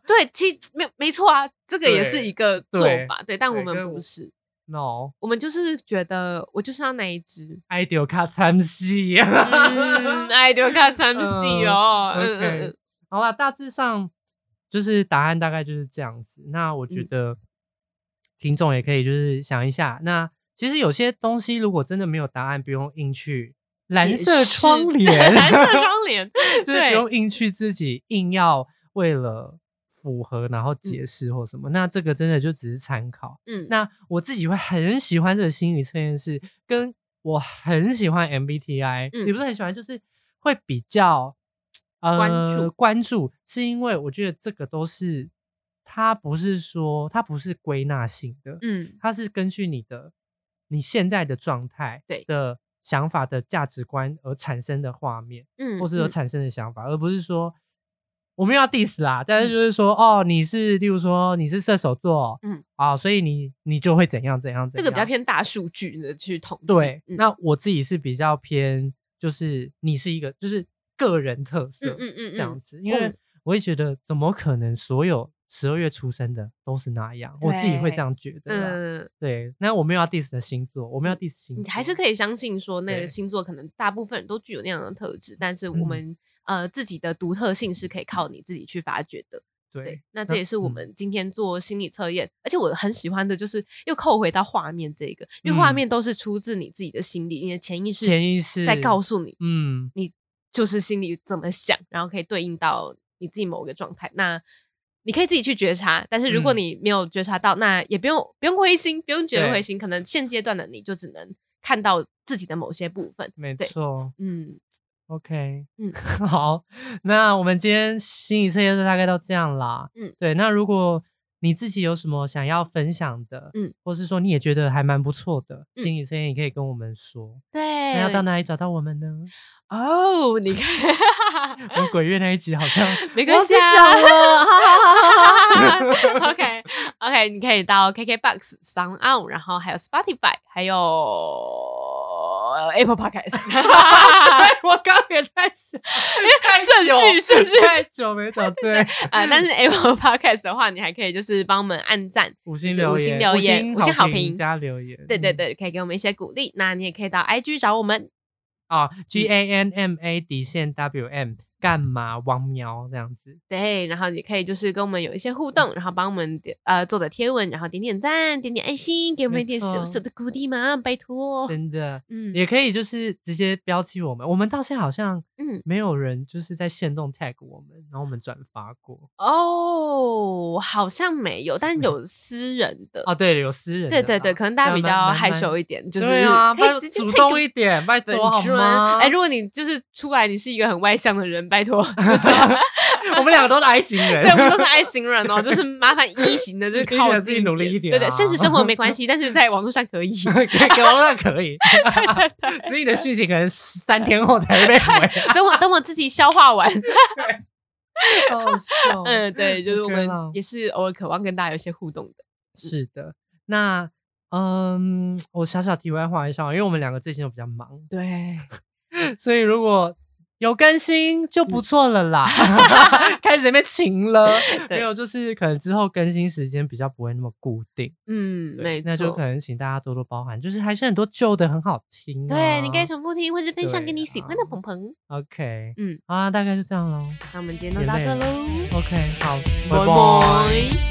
[SPEAKER 2] 对，其实没有没错啊，这个也是
[SPEAKER 1] 对
[SPEAKER 2] 一个做
[SPEAKER 1] 对
[SPEAKER 2] 法，对，但我
[SPEAKER 1] 对
[SPEAKER 2] 们
[SPEAKER 1] 跟
[SPEAKER 2] 不
[SPEAKER 1] 我
[SPEAKER 2] 是，
[SPEAKER 1] No，，
[SPEAKER 2] 我们就是觉得我就是要那一只
[SPEAKER 1] 爱迪欧卡三七。
[SPEAKER 2] 嗯，哎，就看三 C 哦，嗯嗯
[SPEAKER 1] OK，
[SPEAKER 2] 嗯，
[SPEAKER 1] 好啦，大致上就是答案大概就是这样子。那我觉
[SPEAKER 2] 嗯
[SPEAKER 1] 得听众也可以就是想一下，那其实有些东西如果真的没有答案，不用硬去蓝
[SPEAKER 2] 解
[SPEAKER 1] 色
[SPEAKER 2] 释
[SPEAKER 1] 窗帘，
[SPEAKER 2] 蓝色窗 帘，
[SPEAKER 1] 就是不
[SPEAKER 2] 对
[SPEAKER 1] 用硬去自己硬要为了符合然后解释或什么。那这个真的就只是参考。
[SPEAKER 2] 嗯，
[SPEAKER 1] 那我自己会很喜欢这个心理测验是跟我很喜欢 MBTI，、
[SPEAKER 2] 嗯
[SPEAKER 1] 你不是很喜欢，就是会比较呃
[SPEAKER 2] 关注
[SPEAKER 1] 关注，是因为我觉得这个都是它不是说它不是归纳性的，
[SPEAKER 2] 嗯
[SPEAKER 1] 它是根据你的你现在的状态
[SPEAKER 2] 对
[SPEAKER 1] 的想法的价值观而产生的画面。
[SPEAKER 2] 嗯，
[SPEAKER 1] 或是有
[SPEAKER 2] 嗯
[SPEAKER 1] 产生的想法，而不是说我们要 diss 啦，但是就是说、哦，你是例如说你是射手座，
[SPEAKER 2] 嗯
[SPEAKER 1] 嗯啊，所以你你就会怎样怎样怎样，
[SPEAKER 2] 这个比较偏大数据的去统计，
[SPEAKER 1] 对。
[SPEAKER 2] 嗯
[SPEAKER 1] 那我自己是比较偏，就是你是一个就是个人特色、
[SPEAKER 2] 嗯嗯嗯
[SPEAKER 1] 这样
[SPEAKER 2] 嗯，
[SPEAKER 1] 子，因为
[SPEAKER 2] 嗯
[SPEAKER 1] 我会觉得怎么可能所有十二月出生的都是那样，我自己会这样觉得啦。
[SPEAKER 2] 嗯，
[SPEAKER 1] 对，那我没有要 diss 的星座，我没有要 diss 星座，
[SPEAKER 2] 你还是可以相信说那个
[SPEAKER 1] 对
[SPEAKER 2] 星座可能大部分人都具有那样的特质，但是我
[SPEAKER 1] 嗯
[SPEAKER 2] 们呃自己的独特性是可以靠你自己去发掘的。对
[SPEAKER 1] 对，，
[SPEAKER 2] 那这也是我
[SPEAKER 1] 嗯
[SPEAKER 2] 们今天做心理测验，而且我很喜欢的就是又扣回到画面这个，因为画
[SPEAKER 1] 嗯
[SPEAKER 2] 面都是出自你自己的心理，你的潜意识
[SPEAKER 1] 潜意识
[SPEAKER 2] 在告诉你，
[SPEAKER 1] 嗯。
[SPEAKER 2] 就是心里怎么想，然后可以对应到你自己某个状态。那你可以自己去觉察，但是如果
[SPEAKER 1] 嗯
[SPEAKER 2] 你没有觉察到，那也不用不用灰心，不用觉得
[SPEAKER 1] 对
[SPEAKER 2] 灰心，可能现阶段的你就只能看到自己的某些部分。
[SPEAKER 1] 没
[SPEAKER 2] 对
[SPEAKER 1] 错，
[SPEAKER 2] 嗯，
[SPEAKER 1] OK，
[SPEAKER 2] 嗯
[SPEAKER 1] 嗯， 好，那我们今天心理测验就大概到这样啦。
[SPEAKER 2] 嗯
[SPEAKER 1] 嗯，对，那如果你自己有什么想要分享的，
[SPEAKER 2] 嗯
[SPEAKER 1] 嗯，或是说你也觉得还蛮不错的、
[SPEAKER 2] 嗯
[SPEAKER 1] 心理测验，也可以跟我们说。
[SPEAKER 2] 对
[SPEAKER 1] 那要到哪里找到我们呢？
[SPEAKER 2] 哦，你看， 哎
[SPEAKER 1] 我们鬼月那一集好像
[SPEAKER 2] 没关系
[SPEAKER 1] 忘记
[SPEAKER 2] 啊，，
[SPEAKER 1] 讲了
[SPEAKER 2] OK OK，你可以到 KKBox、s o u n d On，然后还有 Spotify，还有 Apple Podcast。我刚也在 想，因为顺序顺序
[SPEAKER 1] 太久没找对，
[SPEAKER 2] 啊、但是 Apple Podcast 的话，你还可以就是帮我们按赞，
[SPEAKER 1] 五星
[SPEAKER 2] 就是
[SPEAKER 1] 留
[SPEAKER 2] 五
[SPEAKER 1] 言，
[SPEAKER 2] 星留言五星好评
[SPEAKER 1] 加留言，
[SPEAKER 2] 对对
[SPEAKER 1] 嗯
[SPEAKER 2] 对，可以给我们一些鼓励。那你也可以到 IG 找我们，
[SPEAKER 1] 哦，G
[SPEAKER 2] 嗯
[SPEAKER 1] A N M A 底线 W M 干嘛王苗这样子，
[SPEAKER 2] 对，然后也可以就是跟我们有一些互动，然后帮我们点呃做的贴文，然后点点赞，点点爱心，给我们一点
[SPEAKER 1] 没错
[SPEAKER 2] 小小的鼓励嘛，拜托。
[SPEAKER 1] 真的
[SPEAKER 2] 嗯
[SPEAKER 1] 也可以就是直接标记我们，我们到现在好像
[SPEAKER 2] 嗯，
[SPEAKER 1] 没有人就是在线动 tag 我们，然后我们转发过
[SPEAKER 2] 哦，好像没有，但
[SPEAKER 1] 没有
[SPEAKER 2] 有私人的。
[SPEAKER 1] 哦，对，有私人的
[SPEAKER 2] 对
[SPEAKER 1] 啦，
[SPEAKER 2] 对对，可能大家
[SPEAKER 1] 对
[SPEAKER 2] 比
[SPEAKER 1] 啊
[SPEAKER 2] 较
[SPEAKER 1] 蛮
[SPEAKER 2] 害
[SPEAKER 1] 蛮
[SPEAKER 2] 羞一点，就是
[SPEAKER 1] 对啊，
[SPEAKER 2] 可
[SPEAKER 1] 拜
[SPEAKER 2] 以直接
[SPEAKER 1] 主
[SPEAKER 2] take
[SPEAKER 1] 动一点，拜
[SPEAKER 2] 本
[SPEAKER 1] 托好
[SPEAKER 2] 尊
[SPEAKER 1] 吗？
[SPEAKER 2] 哎、如果你就是出来你是一个很外向的人，拜托，就是
[SPEAKER 1] 我们两个都是 I 型人，
[SPEAKER 2] 对我们都是 I 型人哦，就是麻烦一型的，就是
[SPEAKER 1] E 型
[SPEAKER 2] 靠
[SPEAKER 1] 的
[SPEAKER 2] 近
[SPEAKER 1] 自己努力一点啊
[SPEAKER 2] 对对，现实生活没关系，但是在网络上 可以。
[SPEAKER 1] 给给我那可 以，所以你的讯息可能三天后才会被回，
[SPEAKER 2] 等我等我自己消 化完，
[SPEAKER 1] 哦好 笑。
[SPEAKER 2] 嗯，对，就是我
[SPEAKER 1] OK
[SPEAKER 2] 们
[SPEAKER 1] 啦
[SPEAKER 2] 也是偶尔渴望跟大家有一些互动的。
[SPEAKER 1] 是的，那嗯，我小小题外话一下，因为我们两个最近都比较忙，
[SPEAKER 2] 对，
[SPEAKER 1] 所以如果有更新就
[SPEAKER 2] 嗯
[SPEAKER 1] 不错了 啦。开始在那边勤了，
[SPEAKER 2] 对
[SPEAKER 1] 没有就是可能之后更新时间比较不会那么固定，
[SPEAKER 2] 嗯，
[SPEAKER 1] 对
[SPEAKER 2] 没错，
[SPEAKER 1] 那就可能请大家多多包涵，就是还是很多旧的很好听啊、
[SPEAKER 2] 对，你可以重复听，或是分享给
[SPEAKER 1] 对
[SPEAKER 2] 你喜欢的
[SPEAKER 1] 啊
[SPEAKER 2] 鹏鹏。
[SPEAKER 1] OK，啊
[SPEAKER 2] 嗯，
[SPEAKER 1] 好啦，大概就这样喽。
[SPEAKER 2] 那我们今天就
[SPEAKER 1] 也
[SPEAKER 2] 到
[SPEAKER 1] 累
[SPEAKER 2] 这
[SPEAKER 1] 了
[SPEAKER 2] 喽，
[SPEAKER 1] OK，好，
[SPEAKER 2] 拜
[SPEAKER 1] 拜拜
[SPEAKER 2] 拜。